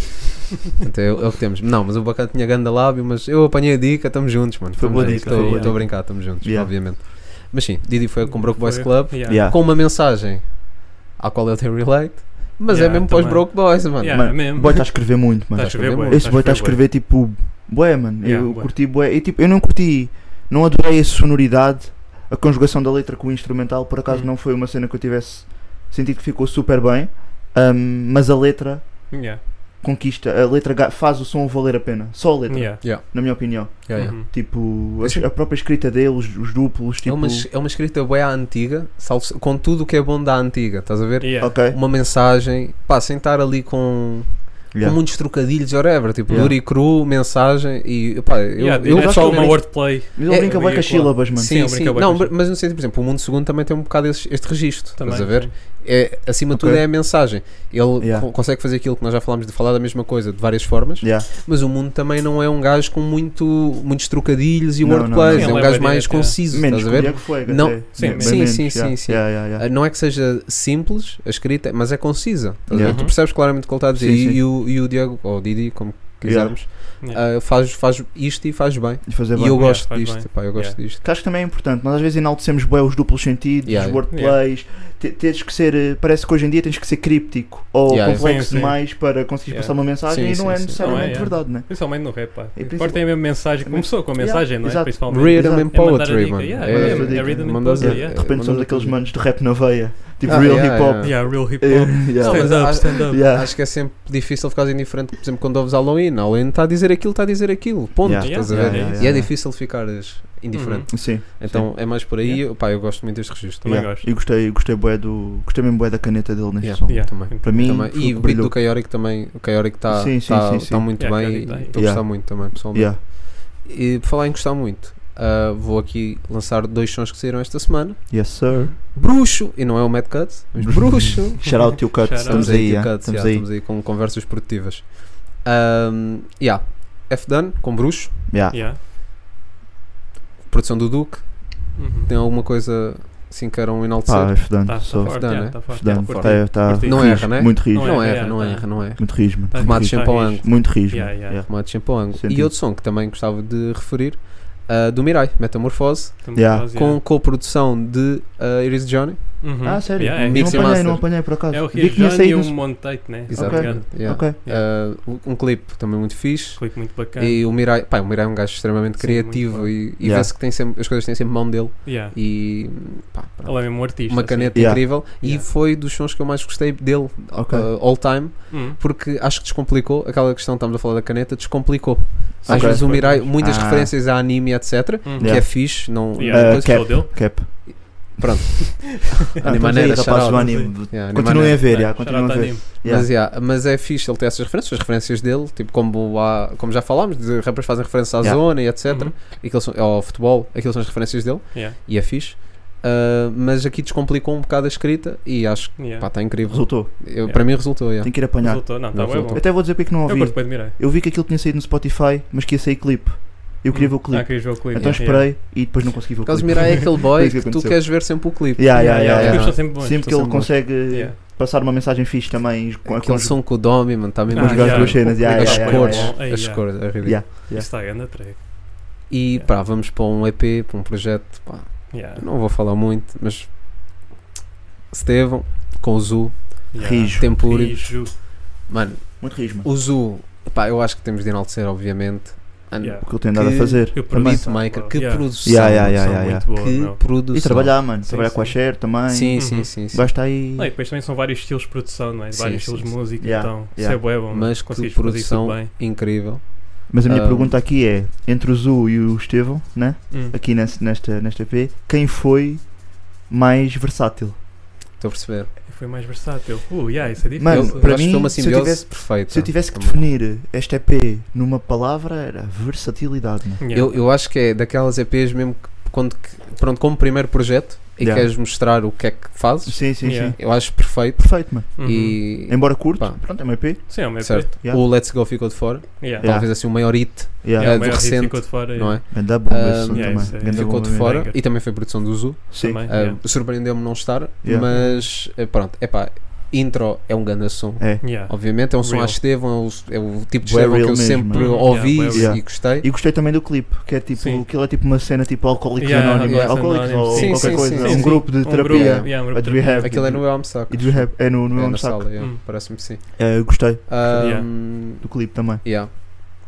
Speaker 7: Portanto, é, é o que temos. Não, mas o bacana tinha ganda lábio, mas eu apanhei a dica, estamos juntos, mano.
Speaker 5: Foi boa dica, foi boa
Speaker 7: Estou a
Speaker 5: dica.
Speaker 7: brincar, estamos juntos,
Speaker 5: Yeah. Ah.
Speaker 7: obviamente. Mas sim, Didi foi com o Broke Boys
Speaker 6: Foi-
Speaker 7: Club,
Speaker 6: Yeah.
Speaker 5: Yeah.
Speaker 7: com uma mensagem à qual eu tenho relate, mas
Speaker 6: Yeah,
Speaker 7: é mesmo para os
Speaker 6: também.
Speaker 7: Broke Boys, mano.
Speaker 6: Yeah, é
Speaker 5: Mano,
Speaker 6: mesmo.
Speaker 5: O boy está a escrever muito, mano.
Speaker 6: Tá a escrever bué,
Speaker 5: Esse boy está a escrever tipo. Bué, mano.
Speaker 6: Yeah,
Speaker 5: eu
Speaker 6: bué.
Speaker 5: curti bué. E tipo, eu não curti. Não adorei a sonoridade. A conjugação da letra com o instrumental, por acaso,
Speaker 7: Uhum.
Speaker 6: Hum.
Speaker 5: não foi uma cena que eu tivesse sentido que ficou super bem. ahm, mas a letra
Speaker 6: Yeah.
Speaker 5: conquista. A letra ga- faz o som valer a pena. Só a letra,
Speaker 6: Yeah.
Speaker 5: na minha opinião.
Speaker 7: Yeah, yeah.
Speaker 6: Uhum.
Speaker 5: Tipo,
Speaker 7: Sim.
Speaker 5: a, a própria escrita dele, os, os duplos,
Speaker 7: É,
Speaker 5: tipo.
Speaker 7: uma, es- é uma escrita boa antiga, salvo- com tudo o que é bom da antiga, estás a ver?
Speaker 6: Yeah.
Speaker 5: Ok.
Speaker 7: Uma mensagem, pá, sentar ali com, com
Speaker 5: Yeah.
Speaker 7: muitos trocadilhos, whatever, tipo,
Speaker 5: Yeah.
Speaker 7: duro e cru, mensagem e pá, eu,
Speaker 6: Yeah,
Speaker 7: eu
Speaker 6: é
Speaker 7: gosto
Speaker 6: só
Speaker 7: de
Speaker 6: uma
Speaker 7: ler isto.
Speaker 6: wordplay.
Speaker 5: Mas ele
Speaker 7: É,
Speaker 5: brinca
Speaker 6: eu
Speaker 5: bem
Speaker 6: ia
Speaker 5: com as
Speaker 6: falar.
Speaker 5: sílabas, mano.
Speaker 6: Sim,
Speaker 7: Sim,
Speaker 6: eu
Speaker 7: sim.
Speaker 6: brinquei bué
Speaker 7: Não,
Speaker 6: com isto.
Speaker 7: mas não sei, por exemplo, o mundo segundo também tem um bocado esse- este registro,
Speaker 6: Também.
Speaker 7: estás a ver? É, acima de tudo
Speaker 5: Ok.
Speaker 7: é a mensagem. Ele
Speaker 5: Yeah.
Speaker 7: co- consegue fazer aquilo que nós já falámos de falar da mesma coisa de várias formas,
Speaker 5: Yeah.
Speaker 7: mas o mundo também não é um gajo com muito, muitos trocadilhos e
Speaker 5: Não,
Speaker 7: wordplays,
Speaker 5: não,
Speaker 7: é
Speaker 6: não.
Speaker 7: um
Speaker 6: Ele é
Speaker 7: gajo
Speaker 6: bem
Speaker 7: mais
Speaker 6: direto, é.
Speaker 7: conciso,
Speaker 5: Menos
Speaker 7: estás
Speaker 5: que
Speaker 7: a
Speaker 5: o
Speaker 7: ver?
Speaker 5: Diego Fuego.
Speaker 7: Não,
Speaker 5: até.
Speaker 6: sim,
Speaker 5: Bem
Speaker 6: sim,
Speaker 5: menos,
Speaker 7: sim,
Speaker 5: yeah.
Speaker 7: sim, sim.
Speaker 5: Yeah, yeah, yeah.
Speaker 7: Ah, Não é que seja simples a escrita, mas é concisa. estás a ver?
Speaker 5: Yeah.
Speaker 7: Tu percebes claramente o que ele está a dizer.
Speaker 5: Sim,
Speaker 7: e,
Speaker 5: sim.
Speaker 7: e o, e o Diego, ou o Didi, como quisermos,
Speaker 6: Yeah.
Speaker 7: ah, faz, faz isto e faz bem.
Speaker 5: E fazer
Speaker 7: e eu
Speaker 5: bem.
Speaker 7: gosto
Speaker 6: faz
Speaker 7: disto.
Speaker 6: bem.
Speaker 7: pá, eu gosto disto.
Speaker 5: Que acho que também é importante. Nós às vezes enaltecemos bem os duplos sentidos,
Speaker 7: Yeah, yeah.
Speaker 5: os wordplays. Te- Tens que ser. eh, Parece que hoje em dia tens que ser críptico ou
Speaker 7: Yeah, yeah.
Speaker 5: complexo
Speaker 6: Sim, sim.
Speaker 5: demais para conseguir
Speaker 6: Yeah.
Speaker 5: passar uma mensagem
Speaker 7: Sim,
Speaker 5: e não
Speaker 7: sim,
Speaker 5: é
Speaker 7: sim.
Speaker 5: necessariamente
Speaker 6: Não é, yeah.
Speaker 5: verdade, né?
Speaker 6: Principalmente no rap, pá.
Speaker 5: E
Speaker 6: Importa
Speaker 5: principal-
Speaker 6: é a mesma mensagem. Começou com a
Speaker 5: Yeah,
Speaker 6: mensagem, não
Speaker 5: exato.
Speaker 6: é? Principalmente.
Speaker 7: Rhythm
Speaker 5: Exato.
Speaker 7: and
Speaker 6: É mandar a
Speaker 7: poetry,
Speaker 6: dica,
Speaker 7: mano.
Speaker 6: yeah,
Speaker 7: É-
Speaker 5: é-
Speaker 7: é-
Speaker 5: é
Speaker 6: rhythm and
Speaker 7: mandas a-
Speaker 6: poetry,
Speaker 5: Yeah.
Speaker 6: yeah.
Speaker 5: De repente somos
Speaker 7: mandas a-
Speaker 5: aqueles manos de rap na veia, tipo
Speaker 7: Ah,
Speaker 5: real
Speaker 7: yeah,
Speaker 5: hip hop.
Speaker 7: yeah.
Speaker 6: Yeah, real hip
Speaker 5: Eh,
Speaker 6: hop.
Speaker 5: yeah.
Speaker 7: Não, mas
Speaker 6: Stand
Speaker 7: há-
Speaker 6: up, stand up.
Speaker 5: Yeah.
Speaker 7: Acho que é sempre difícil ficar indiferente, por exemplo, quando ouves Halloween. Halloween está a dizer aquilo, está a dizer aquilo. Ponto.
Speaker 5: Yeah.
Speaker 7: Estás a ver?
Speaker 5: Yeah, yeah,
Speaker 7: e é
Speaker 5: yeah.
Speaker 7: difícil ficares indiferente.
Speaker 5: Sim.
Speaker 7: Então é mais por aí. Pá, eu gosto muito deste registro.
Speaker 6: Uhum. Também
Speaker 5: yeah.
Speaker 6: gosto.
Speaker 5: E gostei, gostei bué do. Gostei mesmo bué da caneta dele neste
Speaker 7: Yeah.
Speaker 5: som.
Speaker 6: Yeah.
Speaker 7: Também.
Speaker 5: Para mim,
Speaker 7: Também.
Speaker 5: foi o
Speaker 7: E
Speaker 5: que
Speaker 7: o beat
Speaker 5: brilhou.
Speaker 7: do Chaotic também. O Chaotic está
Speaker 5: Sim, sim,
Speaker 7: tá,
Speaker 5: sim, sim.
Speaker 7: tá muito
Speaker 6: Yeah,
Speaker 7: bem.
Speaker 6: Chaotic
Speaker 7: Estou
Speaker 6: tá aí.
Speaker 7: a gostar
Speaker 5: Yeah.
Speaker 7: muito também, pessoalmente.
Speaker 5: Yeah.
Speaker 7: E por falar em gostar muito, ah, vou aqui lançar dois sons que saíram esta semana.
Speaker 5: Yes, sir.
Speaker 7: Bruxo, e não é o Mad Cut, mas Bruxo.
Speaker 5: Shout out to Cut.
Speaker 6: Shout out.
Speaker 5: Estamos
Speaker 7: Estamos
Speaker 5: aí,
Speaker 7: tio
Speaker 5: ah,
Speaker 7: Cuts,
Speaker 5: estamos
Speaker 7: yeah,
Speaker 5: aí.
Speaker 7: estamos aí com conversas produtivas. Um, yeah. F Done, com Bruxo,
Speaker 5: Yeah.
Speaker 6: Yeah.
Speaker 7: produção do Duke.
Speaker 6: Uhum.
Speaker 7: Tem alguma coisa 5 era um enaltecer.
Speaker 5: Pá, estudante,
Speaker 6: Tá, tá
Speaker 5: sou.
Speaker 6: forte,
Speaker 7: Dá,
Speaker 6: já,
Speaker 7: né?
Speaker 6: tá forte.
Speaker 5: Estudante,
Speaker 6: Curti,
Speaker 5: tá, tá
Speaker 6: curti.
Speaker 7: Não
Speaker 5: rijo,
Speaker 7: erra, né?
Speaker 5: Muito rijo,
Speaker 7: Não
Speaker 6: é,
Speaker 7: erra,
Speaker 6: é,
Speaker 7: não
Speaker 6: é.
Speaker 7: erra, não erra.
Speaker 5: muito rijo, mano.
Speaker 6: Tá
Speaker 7: Tomates
Speaker 6: rijo, tá
Speaker 7: sempre ao
Speaker 6: rijo.
Speaker 7: ângulo.
Speaker 5: muito rijo.
Speaker 6: Yeah,
Speaker 5: mano.
Speaker 6: yeah.
Speaker 5: Yeah.
Speaker 7: Tomates sempre ao ângulo. E
Speaker 5: Sentido.
Speaker 7: outro som que também gostava de referir, ah, do Mirai, Metamorfose,
Speaker 6: Estamos
Speaker 5: Yeah.
Speaker 6: quase,
Speaker 7: com coprodução de ah, Iris Johnny.
Speaker 6: yeah. Uhum.
Speaker 5: Ah, sério?
Speaker 6: Yeah, é,
Speaker 5: não
Speaker 7: Mix
Speaker 5: apanhei,
Speaker 7: and master.
Speaker 5: não apanhei por acaso.
Speaker 6: É o
Speaker 5: Vi que tinha
Speaker 6: Rio e
Speaker 5: saído.
Speaker 6: o
Speaker 5: uns-
Speaker 6: Montate, né?
Speaker 7: Exato.
Speaker 6: Obrigado.
Speaker 7: Yeah.
Speaker 5: Ok.
Speaker 7: Ah, um clipe também muito fixe.
Speaker 6: Clipe muito bacana.
Speaker 7: E o Mirai, pá, o Mirai é um gajo extremamente
Speaker 6: Sim, muito
Speaker 7: criativo
Speaker 6: bom.
Speaker 7: e, e
Speaker 5: Yeah.
Speaker 7: vê-se que tem sempre, as coisas têm sempre mão dele.
Speaker 6: Yeah.
Speaker 7: E pá, pronto.
Speaker 6: Ele é mesmo um artista.
Speaker 7: uma caneta
Speaker 5: Yeah.
Speaker 7: incrível.
Speaker 6: Yeah.
Speaker 7: E foi dos sons que eu mais gostei dele,
Speaker 5: Ok.
Speaker 7: uh, all time,
Speaker 6: Assim. Hum.
Speaker 7: porque acho que descomplicou aquela questão, estamos a falar da caneta, descomplicou. Às
Speaker 5: Ok.
Speaker 7: vezes o Mirai, muitas
Speaker 5: Ah.
Speaker 7: referências a anime, etc.
Speaker 6: Hum.
Speaker 7: Que
Speaker 5: Yeah.
Speaker 7: é fixe, não.
Speaker 6: Yeah,
Speaker 5: Ah,
Speaker 6: depois
Speaker 5: cap.
Speaker 6: sou dele.
Speaker 5: Cap.
Speaker 7: Pronto.
Speaker 5: Ah,
Speaker 7: Anime
Speaker 5: estamos aí,
Speaker 7: maneira,
Speaker 5: rapazes
Speaker 7: shout out.
Speaker 5: do anime.
Speaker 7: Yeah, anime
Speaker 5: Continuem a
Speaker 7: maneira.
Speaker 5: ver,
Speaker 6: Yeah,
Speaker 5: yeah, continuem a
Speaker 6: shout out
Speaker 5: ver.
Speaker 6: anime.
Speaker 5: Yeah.
Speaker 7: Mas, yeah, mas é fixe ele ter essas referências, as referências dele, tipo como, há, como já falámos, de rappers fazem referência à
Speaker 5: Yeah.
Speaker 7: zona e etc.
Speaker 6: Uhum.
Speaker 7: Aquilo são, ao futebol, aquilo são as referências dele
Speaker 6: Yeah.
Speaker 7: e é fixe. Ah, mas aqui descomplicou um bocado a escrita e acho que
Speaker 6: Yeah.
Speaker 7: está incrível.
Speaker 5: Resultou.
Speaker 7: Eu-
Speaker 6: Yeah.
Speaker 7: Para mim resultou. Yeah.
Speaker 5: Tenho que ir apanhar.
Speaker 6: Resultou. Não, tá
Speaker 7: Não,
Speaker 6: bem
Speaker 7: resultou.
Speaker 6: bom.
Speaker 5: Eu Até vou dizer porque é que não
Speaker 6: Eu
Speaker 5: ouvi.
Speaker 6: curto bem de Mirai.
Speaker 5: Eu vi que aquilo tinha saído no Spotify, mas que ia sair clipe. Eu queria ver o
Speaker 6: Ah,
Speaker 5: clipe.
Speaker 6: queria ver o clipe.
Speaker 5: Então
Speaker 6: Yeah.
Speaker 5: esperei e depois não consegui ver o
Speaker 7: Carlos
Speaker 5: clipe.
Speaker 7: Mirai é aquele
Speaker 5: Foi
Speaker 7: boy
Speaker 5: isso que
Speaker 7: que, tu
Speaker 5: aconteceu.
Speaker 7: queres ver sempre o clipe.
Speaker 5: Ah, Yeah,
Speaker 6: Yeah,
Speaker 5: yeah,
Speaker 6: yeah, Os
Speaker 5: yeah, yeah.
Speaker 6: clipes então são sempre bons.
Speaker 5: Sempre que
Speaker 7: são
Speaker 5: ele
Speaker 7: bons. é
Speaker 5: consegue
Speaker 6: Yeah.
Speaker 5: passar uma mensagem fixe também com a
Speaker 7: Aquele
Speaker 5: conjunto.
Speaker 7: som com o Domi, mano, está mesmo
Speaker 5: Ah,
Speaker 7: incrível.
Speaker 5: yeah. duas cenas, yeah,
Speaker 7: As
Speaker 5: yeah, yeah,
Speaker 7: cores,
Speaker 6: yeah, yeah.
Speaker 7: as
Speaker 6: Yeah.
Speaker 7: cores, é ridículo.
Speaker 5: Yeah.
Speaker 6: Isto está grande a track.
Speaker 7: E
Speaker 6: Yeah.
Speaker 7: pá, vamos para um EP, para um projeto. Pá,
Speaker 6: Yeah.
Speaker 7: não vou falar muito, mas Estevão com o Zu,
Speaker 6: Yeah.
Speaker 5: Rijo.
Speaker 7: Tempuri.
Speaker 6: Rijo.
Speaker 7: Mano,
Speaker 5: Muito rijo, mano.
Speaker 7: o Zu, pá, eu acho que temos de enaltecer, obviamente. Mano,
Speaker 6: Yeah.
Speaker 5: O que ele tem andado a
Speaker 7: Que-
Speaker 5: fazer.
Speaker 6: Eu
Speaker 5: também.
Speaker 6: produzo.
Speaker 7: Beatmaker, que
Speaker 6: Yeah.
Speaker 7: produção.
Speaker 5: Yeah, yeah,
Speaker 7: produção,
Speaker 5: yeah, yeah,
Speaker 6: Muito boa,
Speaker 7: Que
Speaker 6: meu.
Speaker 7: produção.
Speaker 5: E trabalhar, mano.
Speaker 6: Sim,
Speaker 5: trabalhar
Speaker 6: sim.
Speaker 5: com a Cher também.
Speaker 7: Sim,
Speaker 6: Uhum.
Speaker 7: sim, sim.
Speaker 5: O
Speaker 7: sim.
Speaker 5: gajo está aí.
Speaker 6: Não, e depois também são vários estilos de produção, não é?
Speaker 7: Sim,
Speaker 6: vários
Speaker 7: sim,
Speaker 6: estilos de
Speaker 7: sim.
Speaker 6: música,
Speaker 5: Yeah,
Speaker 6: então isso é
Speaker 5: yeah.
Speaker 6: bué bom.
Speaker 7: Mas que
Speaker 6: consegues fazer isso tudo
Speaker 7: produção
Speaker 6: bem.
Speaker 7: incrível.
Speaker 5: Mas a minha
Speaker 7: Um,
Speaker 5: pergunta aqui é: entre o Zu e o Estevão, né?
Speaker 6: Hum.
Speaker 5: Aqui nesse- nesta, nesta EP, quem foi mais versátil?
Speaker 7: Estou a perceber.
Speaker 6: Foi mais versátil. Uh, yeah, isso é difícil.
Speaker 5: Mano,
Speaker 7: eu, eu
Speaker 5: para
Speaker 7: acho
Speaker 5: mim,
Speaker 7: que foi uma
Speaker 5: se eu
Speaker 7: simbiose
Speaker 5: tivesse-
Speaker 7: perfeita.
Speaker 5: Se eu tivesse que
Speaker 7: Ah, também.
Speaker 5: definir esta EP numa palavra, era versatilidade, mano.
Speaker 6: Yeah.
Speaker 7: Eu, eu acho que é daquelas EPs mesmo que, quando, que- pronto, como primeiro projeto e
Speaker 5: Yeah.
Speaker 7: queres mostrar o que é que fazes,
Speaker 5: Sim, sim,
Speaker 6: Yeah.
Speaker 5: sim.
Speaker 7: eu acho perfeito.
Speaker 5: Perfeito, mano.
Speaker 6: Uhum.
Speaker 7: E
Speaker 5: Embora curto,
Speaker 7: Pá.
Speaker 5: pronto, é uma EP.
Speaker 6: Sim, é uma EP.
Speaker 7: certo,
Speaker 5: Yeah.
Speaker 7: o Let's Go ficou de fora,
Speaker 6: Yeah.
Speaker 5: Yeah.
Speaker 7: talvez assim o maior hit,
Speaker 5: Yeah.
Speaker 7: é,
Speaker 6: Yeah, o
Speaker 7: do
Speaker 6: maior hit
Speaker 7: recente,
Speaker 6: ficou de fora.
Speaker 7: não é?
Speaker 5: Ganda bomba esse
Speaker 7: Um,
Speaker 5: som
Speaker 6: yeah,
Speaker 5: também.
Speaker 6: isso é-
Speaker 5: Ganda
Speaker 7: ficou
Speaker 5: bomba
Speaker 7: de
Speaker 5: mesmo.
Speaker 7: fora
Speaker 6: Banger.
Speaker 7: e também foi produção do Zoo.
Speaker 5: Sim.
Speaker 6: Também,
Speaker 7: Ah,
Speaker 6: yeah.
Speaker 7: Surpreendeu-me não estar,
Speaker 5: Yeah.
Speaker 7: mas eh, pronto, é pá, intro é um grande som.
Speaker 5: É.
Speaker 6: Yeah.
Speaker 7: Obviamente, é um som
Speaker 6: Real.
Speaker 7: à Estevão, é o, é o tipo de
Speaker 5: Bué
Speaker 7: Estevão que
Speaker 5: real
Speaker 7: eu
Speaker 5: mesmo,
Speaker 7: sempre
Speaker 5: mano.
Speaker 7: ouvi
Speaker 6: Yeah, bué
Speaker 7: e-
Speaker 5: real.
Speaker 7: e gostei.
Speaker 5: E gostei também do clipe, que é tipo,
Speaker 6: Sim.
Speaker 5: aquilo é tipo uma cena tipo alcoólicos
Speaker 6: Yeah,
Speaker 5: anónimos,
Speaker 7: yeah,
Speaker 5: alcoólicos
Speaker 6: anónimos.
Speaker 5: ou
Speaker 7: Sim,
Speaker 5: qualquer
Speaker 7: sim,
Speaker 5: coisa,
Speaker 7: sim,
Speaker 5: um
Speaker 7: sim.
Speaker 5: grupo de
Speaker 6: Um
Speaker 5: terapia.
Speaker 6: grupo, yeah, um grupo
Speaker 5: a
Speaker 6: de
Speaker 5: do rehab.
Speaker 7: Aquilo é no El Saco.
Speaker 5: E do rehab é no, no
Speaker 7: É
Speaker 5: é
Speaker 7: na
Speaker 5: saco.
Speaker 7: sala, yeah,
Speaker 6: Hum.
Speaker 7: parece-me que sim.
Speaker 5: É, eu gostei
Speaker 6: Yeah.
Speaker 7: Ahm,
Speaker 5: do clipe também.
Speaker 7: Yeah.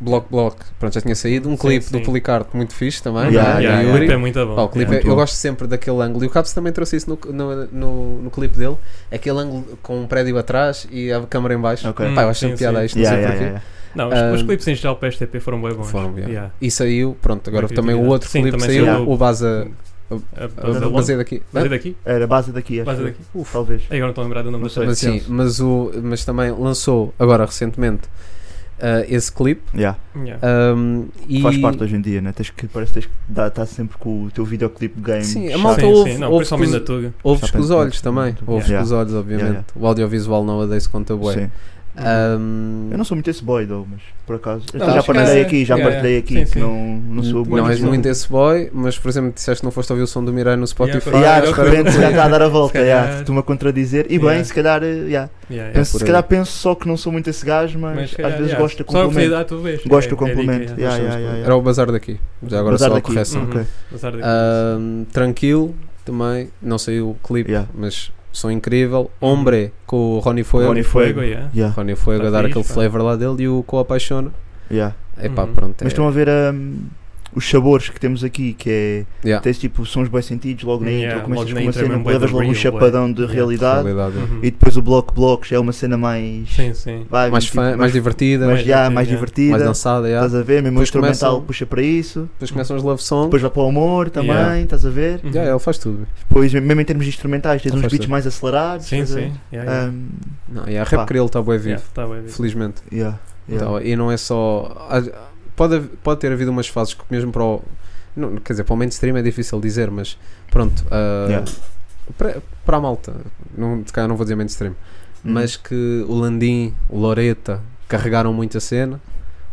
Speaker 7: Block Block, pronto, já tinha saído. Um
Speaker 6: Sim,
Speaker 7: clipe do
Speaker 6: sim.
Speaker 7: Policarpo muito fixe também. né?
Speaker 5: Yeah, yeah,
Speaker 7: Do
Speaker 5: yeah.
Speaker 6: O
Speaker 7: Yuri.
Speaker 6: clipe é muito bom.
Speaker 7: Pá, o clipe
Speaker 5: Yeah.
Speaker 7: é- eu gosto sempre daquele ângulo. E o Caps também trouxe isso no, no, no, no clipe dele. Aquele ângulo com um prédio atrás e a câmera em baixo.
Speaker 5: Ok.
Speaker 7: Pá, eu acho
Speaker 6: Sim,
Speaker 7: sempre piada
Speaker 6: Hum, sim.
Speaker 7: a isto, não
Speaker 5: Yeah,
Speaker 7: sei porquê.
Speaker 5: yeah, yeah,
Speaker 6: Não, os, os
Speaker 7: Ahm,
Speaker 6: clipes em geral para esta EP foram bem bons.
Speaker 7: Foram, yeah.
Speaker 6: Yeah.
Speaker 7: E saiu, pronto, agora
Speaker 6: Muito
Speaker 7: também o
Speaker 6: criatividade.
Speaker 7: outro
Speaker 6: Sim,
Speaker 7: clipe
Speaker 6: também
Speaker 7: saiu,
Speaker 5: saiu.
Speaker 7: o Baza.
Speaker 6: A-
Speaker 7: O
Speaker 6: a- a-
Speaker 7: Baza é daqui.
Speaker 6: Fazer daqui?
Speaker 5: yeah. Era a base daqui, acho.
Speaker 6: Base
Speaker 5: eu.
Speaker 6: daqui.
Speaker 7: Uf. É.
Speaker 5: Talvez.
Speaker 6: Agora não estou a lembrar do nome
Speaker 5: Mas
Speaker 6: da
Speaker 7: Mas sim, mas, o, mas também lançou agora recentemente ah, esse clipe.
Speaker 5: Yeah.
Speaker 6: Yeah.
Speaker 7: ahm, e
Speaker 5: Faz parte hoje em dia, né? Tens que, parece que tens que dar- tá sempre com o teu videoclipe game.
Speaker 7: Sim, a
Speaker 5: chato.
Speaker 7: malta-
Speaker 6: Sim,
Speaker 7: houve-
Speaker 6: sim. Não,
Speaker 7: houve
Speaker 6: principalmente
Speaker 7: os-
Speaker 6: da Tuga.
Speaker 7: Ouves
Speaker 5: Já
Speaker 7: com os
Speaker 5: penso-
Speaker 7: olhos também.
Speaker 5: Yeah.
Speaker 7: Ouves com os olhos, obviamente.
Speaker 5: Yeah,
Speaker 7: O audiovisual nowadays conta é bué. Um,
Speaker 5: Sim.
Speaker 7: Ahm,
Speaker 5: Eu não sou muito esse boy, though, mas por acaso. Eu
Speaker 7: Não,
Speaker 5: já
Speaker 7: acho que
Speaker 5: partilhei
Speaker 7: é-
Speaker 5: aqui, já
Speaker 7: yeah,
Speaker 5: partilhei
Speaker 6: yeah.
Speaker 5: aqui
Speaker 6: Sim,
Speaker 5: que
Speaker 6: sim.
Speaker 5: não, não sou boy.
Speaker 7: não és
Speaker 5: nisso.
Speaker 7: muito esse boy, mas por exemplo disseste que não foste ouvir o som do Mirai no Spotify.
Speaker 6: Yeah,
Speaker 5: Yeah, de
Speaker 6: Agora-
Speaker 5: repente já tá. está a dar a volta,
Speaker 6: Se calhar-
Speaker 5: yeah, estou-me a contradizer. E
Speaker 6: Yeah.
Speaker 5: bem, se calhar, eh, yeah.
Speaker 6: Yeah, yeah.
Speaker 5: Penso-
Speaker 7: por
Speaker 5: se
Speaker 7: aí.
Speaker 5: calhar penso só que não sou muito esse gajo, mas,
Speaker 6: Mas,
Speaker 5: às
Speaker 6: yeah,
Speaker 5: vezes
Speaker 6: yeah.
Speaker 5: gosto do
Speaker 6: Só a
Speaker 5: complemento.
Speaker 6: oportunidade tu vês.
Speaker 5: Gosto do
Speaker 6: É- é dica,
Speaker 5: complemento. Yeah,
Speaker 6: yeah.
Speaker 5: yeah, yeah,
Speaker 7: Era o bazar daqui. Já agora
Speaker 5: Bazar
Speaker 7: só a
Speaker 5: daqui.
Speaker 7: correção.
Speaker 6: Uhum.
Speaker 5: Ok.
Speaker 6: Apesar de-
Speaker 7: Ahm, tranquilo também. Não saiu o clipe,
Speaker 5: Yeah.
Speaker 7: mas som incrível. Hombre com o Ronnie Fuego.
Speaker 5: Ronnie
Speaker 6: Fuego, yeah.
Speaker 5: Yeah,
Speaker 7: Ronnie Fuego
Speaker 6: Tá
Speaker 7: a dar
Speaker 6: fixe,
Speaker 7: aquele
Speaker 6: pá.
Speaker 7: flavor lá dele e o Co Apaixona.
Speaker 5: yeah.
Speaker 7: É pá,
Speaker 6: Uhum.
Speaker 7: pronto. é-
Speaker 5: Mas estão a ver hum, os sabores que temos aqui, que é.
Speaker 7: yeah,
Speaker 5: Tens tipo sons bem sentidos logo na
Speaker 6: Yeah,
Speaker 5: intro, começas
Speaker 6: logo
Speaker 5: com
Speaker 6: na
Speaker 5: uma
Speaker 6: intro é
Speaker 5: cena,
Speaker 6: mesmo bué
Speaker 5: levas
Speaker 6: do
Speaker 5: logo um
Speaker 6: real, bué.
Speaker 5: chapadão de
Speaker 6: Yeah.
Speaker 5: realidade
Speaker 7: qualidade.
Speaker 6: Uhum.
Speaker 5: e depois o bloco blocos é uma cena mais.
Speaker 6: Sim, sim.
Speaker 5: vai,
Speaker 7: Mais
Speaker 5: tipo,
Speaker 7: fã, mais, divertida,
Speaker 5: Mas
Speaker 6: mais
Speaker 7: mais,
Speaker 5: já, mais
Speaker 6: divertida.
Speaker 5: divertida.
Speaker 7: dançada. yeah.
Speaker 5: Estás a ver? Mesmo o
Speaker 7: Depois
Speaker 5: instrumental
Speaker 7: começam-
Speaker 5: puxa para isso.
Speaker 7: Depois começam os love songs.
Speaker 5: Depois vai para o amor também,
Speaker 6: Yeah.
Speaker 5: estás a ver?
Speaker 6: Uhum.
Speaker 7: Yeah, ele faz tudo.
Speaker 5: Depois, mesmo em termos de instrumentais, tens
Speaker 7: Não
Speaker 5: uns
Speaker 7: faz
Speaker 5: beats
Speaker 7: tudo.
Speaker 5: mais acelerados.
Speaker 6: Ah, Sim,
Speaker 5: estás a
Speaker 6: sim.
Speaker 7: É
Speaker 5: ver?
Speaker 6: Yeah, yeah.
Speaker 5: Hum,
Speaker 7: Não, e a
Speaker 5: Pá.
Speaker 7: rap creel está bué vivo,
Speaker 6: Yeah, tá bem, vivo.
Speaker 7: felizmente.
Speaker 5: yeah, yeah.
Speaker 7: Então, e não é só. há- Pode, hav- pode ter havido umas fases que, mesmo para o. não, quer dizer, para o mainstream é difícil dizer, mas pronto. ah,
Speaker 5: Yeah.
Speaker 7: para, para a malta, não, se calhar não vou dizer mainstream,
Speaker 5: Hum.
Speaker 7: mas que o Landim, o Loreta carregaram muito a cena.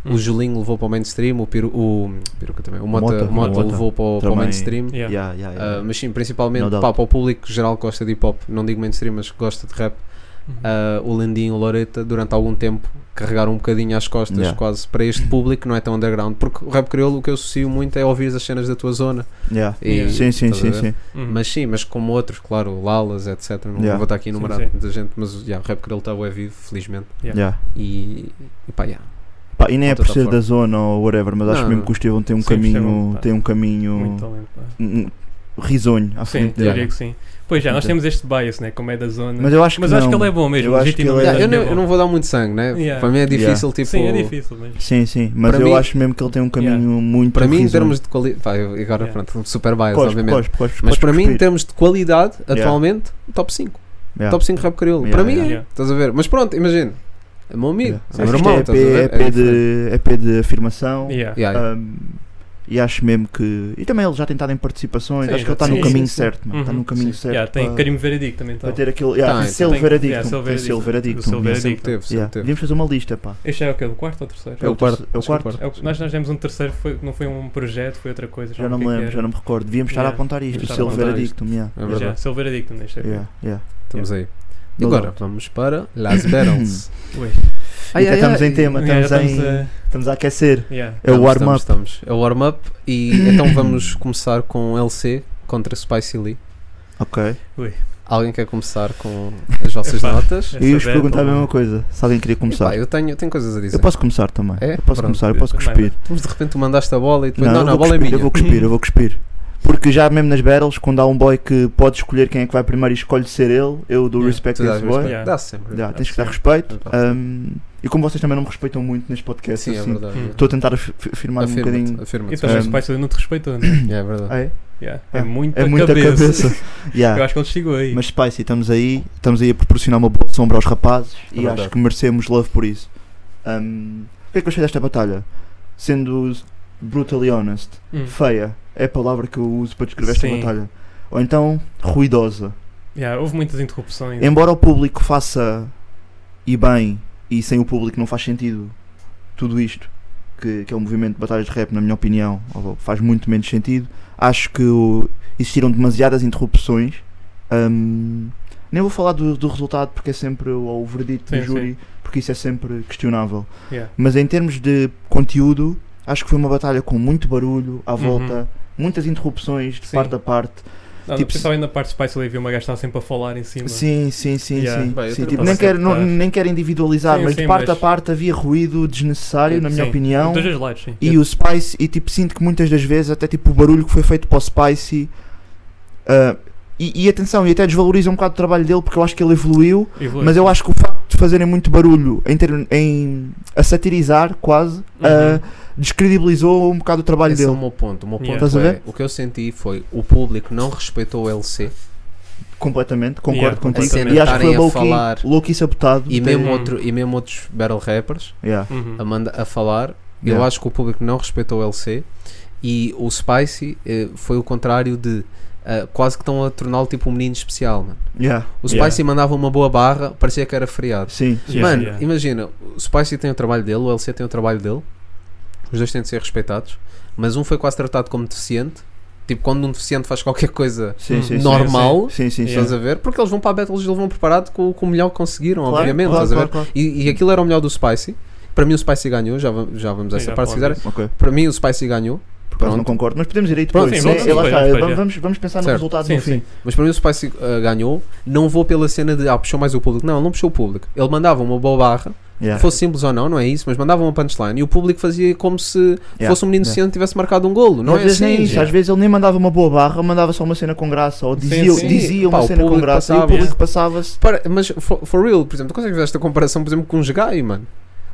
Speaker 6: Hum.
Speaker 7: O Julinho levou para o mainstream, o Piru, o, Peruca também, o Mota,
Speaker 5: Mota.
Speaker 7: o Mota
Speaker 5: Mota.
Speaker 7: levou para o, para o
Speaker 5: Também.
Speaker 7: mainstream.
Speaker 6: Yeah.
Speaker 5: Yeah, yeah,
Speaker 7: Ah,
Speaker 5: yeah.
Speaker 7: mas sim, principalmente
Speaker 5: É. No doubt.
Speaker 7: pá, para o público geral que gosta de hip hop, não digo mainstream, mas que gosta de rap.
Speaker 6: Uhum.
Speaker 7: ah, o Landinho e o Loreta, durante algum tempo, carregaram um bocadinho às costas,
Speaker 5: Yeah.
Speaker 7: quase para este público, não é tão underground. Porque o rap crioulo, o que eu associo muito é ouvir as cenas da tua zona.
Speaker 5: Yeah.
Speaker 7: E-
Speaker 5: Sim, sim,
Speaker 7: estás a
Speaker 5: sim,
Speaker 7: ver?
Speaker 5: sim.
Speaker 6: Uhum.
Speaker 7: Mas sim, mas como outros, claro, o Lalas, etc. Não
Speaker 5: Yeah.
Speaker 7: vou estar aqui
Speaker 6: Sim,
Speaker 7: enumerado
Speaker 6: sim.
Speaker 7: muita gente, mas yeah, o rap crioulo está é vivo, felizmente.
Speaker 5: Yeah.
Speaker 7: E, e pá, yeah.
Speaker 5: Pá, e nem é
Speaker 7: Outra
Speaker 5: por ser
Speaker 7: forma.
Speaker 5: da zona ou whatever, mas acho
Speaker 7: Não,
Speaker 5: mesmo
Speaker 7: não.
Speaker 5: que o Estevão tem um
Speaker 6: Sim,
Speaker 5: caminho,
Speaker 6: Estevão, pá.
Speaker 5: tem um caminho
Speaker 6: Muito talento, pá.
Speaker 5: hum, risonho à
Speaker 6: Sim,
Speaker 5: frente
Speaker 6: diria
Speaker 5: dele.
Speaker 6: que sim. Pois já, nós
Speaker 5: Então.
Speaker 6: temos este bias, né? Como é da zona.
Speaker 5: Mas eu acho que
Speaker 6: Mas acho que
Speaker 5: não.
Speaker 6: ele é bom mesmo,
Speaker 5: Eu acho que
Speaker 6: legitimamente.
Speaker 5: ele é-
Speaker 7: Yeah, eu,
Speaker 6: acho
Speaker 7: não,
Speaker 6: que é
Speaker 7: eu
Speaker 6: bom.
Speaker 7: não vou dar muito sangue, né?
Speaker 6: Yeah.
Speaker 7: Para mim é difícil, tipo.
Speaker 6: Sim, é difícil, mas.
Speaker 5: Sim, sim, mas
Speaker 7: Para
Speaker 5: eu
Speaker 7: mim-
Speaker 5: acho mesmo que ele tem um caminho muito
Speaker 7: Para mim, em
Speaker 5: risonho.
Speaker 7: termos de qualidade. Agora,
Speaker 6: Yeah.
Speaker 7: pronto, super bias,
Speaker 5: Cospe,
Speaker 7: obviamente.
Speaker 5: cospe, cospe,
Speaker 7: Mas
Speaker 5: cospe,
Speaker 7: para mim, em
Speaker 5: cuspir.
Speaker 7: termos de qualidade,
Speaker 5: Yeah.
Speaker 7: atualmente, top 5.
Speaker 5: Yeah.
Speaker 7: Top 5 rap crioulo.
Speaker 5: Yeah,
Speaker 7: para mim,
Speaker 6: yeah.
Speaker 7: é.
Speaker 6: Yeah.
Speaker 7: Estás a ver? Mas pronto, imagina. É meu amigo.
Speaker 5: Yeah.
Speaker 7: É meu
Speaker 5: Isto
Speaker 7: irmão.
Speaker 5: é
Speaker 7: estás a ver?
Speaker 5: EP, EP, de, EP de afirmação.
Speaker 6: Yeah.
Speaker 7: Yeah, yeah.
Speaker 5: Um, e acho mesmo que. E também ele já tem estado em participações.
Speaker 6: Sim,
Speaker 5: acho que ele está
Speaker 6: sim,
Speaker 5: no
Speaker 6: sim,
Speaker 5: caminho
Speaker 7: sim.
Speaker 5: certo, mano. Está
Speaker 6: Uhum,
Speaker 5: no caminho certo.
Speaker 6: Yeah, tem
Speaker 5: para,
Speaker 6: Carimbo Veredic também. Então.
Speaker 5: para ter aquele. Yeah,
Speaker 7: Tá,
Speaker 5: tem
Speaker 7: então
Speaker 5: Silver
Speaker 6: tem-
Speaker 5: Addict.
Speaker 6: yeah, Silver
Speaker 5: tem
Speaker 6: Addict.
Speaker 5: Silver Addict.
Speaker 6: O Silver
Speaker 5: Yeah.
Speaker 7: Sempre teve, sempre
Speaker 5: Yeah.
Speaker 7: teve.
Speaker 5: Devíamos fazer uma lista, pá.
Speaker 6: Este é o quê? O quarto ou o terceiro?
Speaker 7: É o quarto.
Speaker 5: É o
Speaker 7: acho que
Speaker 5: quarto?
Speaker 6: É o- nós, nós temos um terceiro, foi- não foi um projeto, foi outra coisa.
Speaker 5: Já não me
Speaker 6: o que é que
Speaker 5: lembro,
Speaker 6: era.
Speaker 5: já não me recordo. Devíamos estar a
Speaker 6: Yeah.
Speaker 5: apontar isto.
Speaker 6: Devíamos
Speaker 5: O
Speaker 6: estar a
Speaker 5: Silver
Speaker 6: apontar
Speaker 5: Addictum, yeah.
Speaker 7: É
Speaker 6: Mas
Speaker 7: verdade.
Speaker 6: já, Silver Addict neste é.
Speaker 5: Yeah, yeah.
Speaker 7: Estamos aí. E
Speaker 5: No
Speaker 7: agora,
Speaker 5: doubt.
Speaker 7: vamos para Las Battles.
Speaker 6: Ui.
Speaker 7: Ai,
Speaker 5: Então
Speaker 7: ai,
Speaker 5: estamos
Speaker 7: ai.
Speaker 5: em tema,
Speaker 6: Yeah,
Speaker 5: estamos, em,
Speaker 6: a-
Speaker 5: estamos a aquecer.
Speaker 6: yeah.
Speaker 5: É o
Speaker 7: Estamos,
Speaker 5: warm-up.
Speaker 7: estamos, estamos. É o warm-up. E então vamos começar com LC contra Spicy Lee.
Speaker 6: É
Speaker 5: Ok.
Speaker 7: Alguém quer começar com as vossas
Speaker 6: Epá.
Speaker 7: notas?
Speaker 5: Eu ia-vos
Speaker 6: Essa
Speaker 5: perguntar a
Speaker 6: Battle.
Speaker 5: mesma coisa. Se alguém queria começar.
Speaker 7: Epá, eu, tenho, eu tenho coisas a dizer.
Speaker 5: Eu posso começar também.
Speaker 7: É?
Speaker 5: Eu posso
Speaker 7: Pronto.
Speaker 5: começar, eu posso
Speaker 6: Também,
Speaker 5: cuspir.
Speaker 7: Mas de repente tu mandaste a bola e depois.
Speaker 5: Não,
Speaker 7: Não,
Speaker 5: eu
Speaker 7: não, a
Speaker 5: vou
Speaker 7: bola é
Speaker 5: cuspir,
Speaker 7: minha.
Speaker 5: Eu vou cuspir, eu vou cuspir. Porque já mesmo nas battles, quando há um boy que pode escolher quem é que vai primeiro e escolhe ser ele, eu dou
Speaker 6: Yeah,
Speaker 5: respect
Speaker 7: Tu
Speaker 5: a
Speaker 7: dás
Speaker 5: esse boy.
Speaker 7: respeito.
Speaker 6: Yeah.
Speaker 7: Dá sempre.
Speaker 5: Já, tens que dar
Speaker 6: Sim.
Speaker 5: respeito.
Speaker 7: Tá.
Speaker 5: Ahm, e como vocês também não me respeitam muito neste podcast,
Speaker 7: Sim, é
Speaker 5: assim,
Speaker 7: verdade.
Speaker 6: Hum.
Speaker 5: estou a tentar af- afirmar um
Speaker 7: Afirma-te,
Speaker 5: bocadinho.
Speaker 7: afirma-te.
Speaker 6: E também o
Speaker 5: Um,
Speaker 6: Spice Lee não te respeitou, né?
Speaker 7: É, é verdade.
Speaker 5: É,
Speaker 6: Yeah.
Speaker 5: É.
Speaker 6: É muita
Speaker 5: é muita
Speaker 6: cabeça.
Speaker 5: cabeça. Yeah.
Speaker 6: Eu acho que ele chegou aí.
Speaker 5: Mas Spicy, estamos aí, estamos aí a proporcionar uma boa sombra aos rapazes e
Speaker 7: É verdade.
Speaker 5: acho que merecemos love por isso. Ahm, o que é que eu achei desta batalha? Sendo brutally honest,
Speaker 6: Hum.
Speaker 5: feia é a palavra que eu uso para descrever esta
Speaker 6: Sim.
Speaker 5: batalha. Ou então ruidosa.
Speaker 6: Yeah, houve muitas interrupções.
Speaker 5: Embora o público faça e bem, e sem o público não faz sentido tudo isto, que, que é um movimento de batalhas de rap, na minha opinião, ou faz muito menos sentido. Acho que o- existiram demasiadas interrupções. Hum, nem vou falar do, do resultado porque é sempre o, o verdito
Speaker 6: Sim,
Speaker 5: do júri, porque isso é sempre questionável.
Speaker 6: Yeah.
Speaker 5: Mas em termos de conteúdo, acho que foi uma batalha com muito barulho à
Speaker 6: Uhum.
Speaker 5: volta, muitas interrupções de
Speaker 6: Sim.
Speaker 5: parte a parte.
Speaker 6: Não,
Speaker 5: Tipo,
Speaker 6: principalmente na parte do Spice Lee, viu uma gaja que estava sempre a falar em cima.
Speaker 5: Sim, sim, sim,
Speaker 6: Yeah.
Speaker 5: sim.
Speaker 7: Bem, eu
Speaker 5: Sim,
Speaker 7: também
Speaker 5: tipo,
Speaker 6: posso
Speaker 5: nem, quero, não-
Speaker 6: aceitar.
Speaker 5: nem quero individualizar,
Speaker 6: Sim,
Speaker 5: mas
Speaker 6: sim,
Speaker 5: de parte a
Speaker 6: mas-
Speaker 5: parte havia ruído desnecessário, na minha
Speaker 6: Sim, Então
Speaker 5: opinião.
Speaker 6: Dos dois lados, sim.
Speaker 5: E o Spice, e tipo, sinto que muitas das vezes, até tipo, o barulho que foi feito para o Spicy. ah, e, e atenção, e até desvaloriza um bocado o trabalho dele porque eu acho que ele evoluiu,
Speaker 6: Evolui.
Speaker 5: mas eu acho que o facto de fazerem muito barulho em, ter, em a satirizar quase
Speaker 6: Uhum.
Speaker 5: ah, descredibilizou um bocado o trabalho
Speaker 7: Esse é o
Speaker 5: dele.
Speaker 7: meu ponto. O meu ponto
Speaker 6: Yeah.
Speaker 5: Estás a
Speaker 7: é,
Speaker 5: ver?
Speaker 7: o que eu senti foi o público não respeitou o LC
Speaker 5: Completamente, concordo
Speaker 6: Yeah,
Speaker 5: contigo.
Speaker 6: completamente.
Speaker 5: E acho que foi
Speaker 7: Estarem a
Speaker 5: low-key
Speaker 7: falar.
Speaker 5: low-key sabotado.
Speaker 7: e
Speaker 5: Tem-
Speaker 7: mesmo,
Speaker 6: Hum.
Speaker 7: outro, e mesmo outros battle rappers
Speaker 5: Yeah.
Speaker 6: Uhum.
Speaker 7: a, manda- a falar. Eu
Speaker 5: Yeah.
Speaker 7: acho que o público não respeitou o LC e o Spicy eh, foi o contrário de ah, quase que estão a torná-lo tipo um menino especial. Mano.
Speaker 5: Yeah.
Speaker 7: O Spicy
Speaker 6: Yeah.
Speaker 7: mandava uma boa barra, parecia que era feriado.
Speaker 5: Sim,
Speaker 6: Yeah,
Speaker 7: Mano,
Speaker 6: yeah.
Speaker 7: imagina, o Spicy tem o trabalho dele, o LC tem o trabalho dele, os dois têm de ser respeitados, mas um foi quase tratado como deficiente. Tipo, quando um deficiente faz qualquer coisa
Speaker 5: sim, sim. sim.
Speaker 7: normal,
Speaker 5: Sim, sim, sim.
Speaker 7: estás a ver? Porque eles vão para a Battles e eles vão preparados com, com o melhor que conseguiram,
Speaker 5: Claro,
Speaker 7: obviamente,
Speaker 5: claro,
Speaker 7: estás a ver?
Speaker 5: claro, claro.
Speaker 7: E, e aquilo era o melhor do Spicy. Para mim, o Spicy ganhou, já, va- já vamos a
Speaker 6: Sim,
Speaker 7: essa
Speaker 6: já
Speaker 7: parte se quiserem.
Speaker 6: falamos
Speaker 5: Ok.
Speaker 7: Para mim, o Spicy ganhou,
Speaker 5: Por acaso não
Speaker 7: Pronto.
Speaker 5: concordo, mas podemos ir aí depois.
Speaker 7: Pronto, sim,
Speaker 5: Né?
Speaker 6: vamos
Speaker 5: Eh, lá
Speaker 6: depois,
Speaker 5: está,
Speaker 6: depois,
Speaker 5: vamos,
Speaker 6: já.
Speaker 5: vamos, vamos pensar
Speaker 7: Certo.
Speaker 5: no resultado
Speaker 6: Sim,
Speaker 5: no fim.
Speaker 6: sim.
Speaker 7: mas para mim, o Spicy ah, ganhou. Não vou pela cena de ah, puxou mais o público. Não, ele não puxou o público. Ele mandava uma boa barra,
Speaker 5: Yeah.
Speaker 7: fosse simples ou não, não é isso, mas mandava uma punchline e o público fazia como se
Speaker 5: Yeah.
Speaker 7: fosse um menino
Speaker 5: Yeah.
Speaker 7: deficiente e tivesse marcado um golo. Não
Speaker 5: às
Speaker 7: é
Speaker 5: vezes nem
Speaker 7: assim.
Speaker 5: isso, às vezes ele nem mandava uma boa barra, mandava só uma cena com graça, ou
Speaker 6: Sim,
Speaker 5: dizia,
Speaker 6: sim.
Speaker 5: dizia
Speaker 7: Pá,
Speaker 5: uma
Speaker 7: o
Speaker 5: cena com
Speaker 7: público
Speaker 5: graça e o
Speaker 7: passava.
Speaker 5: público passava-se.
Speaker 7: Para- mas for, for real, por exemplo, tu consegues fazer esta comparação, por exemplo, com um Jogai, mano?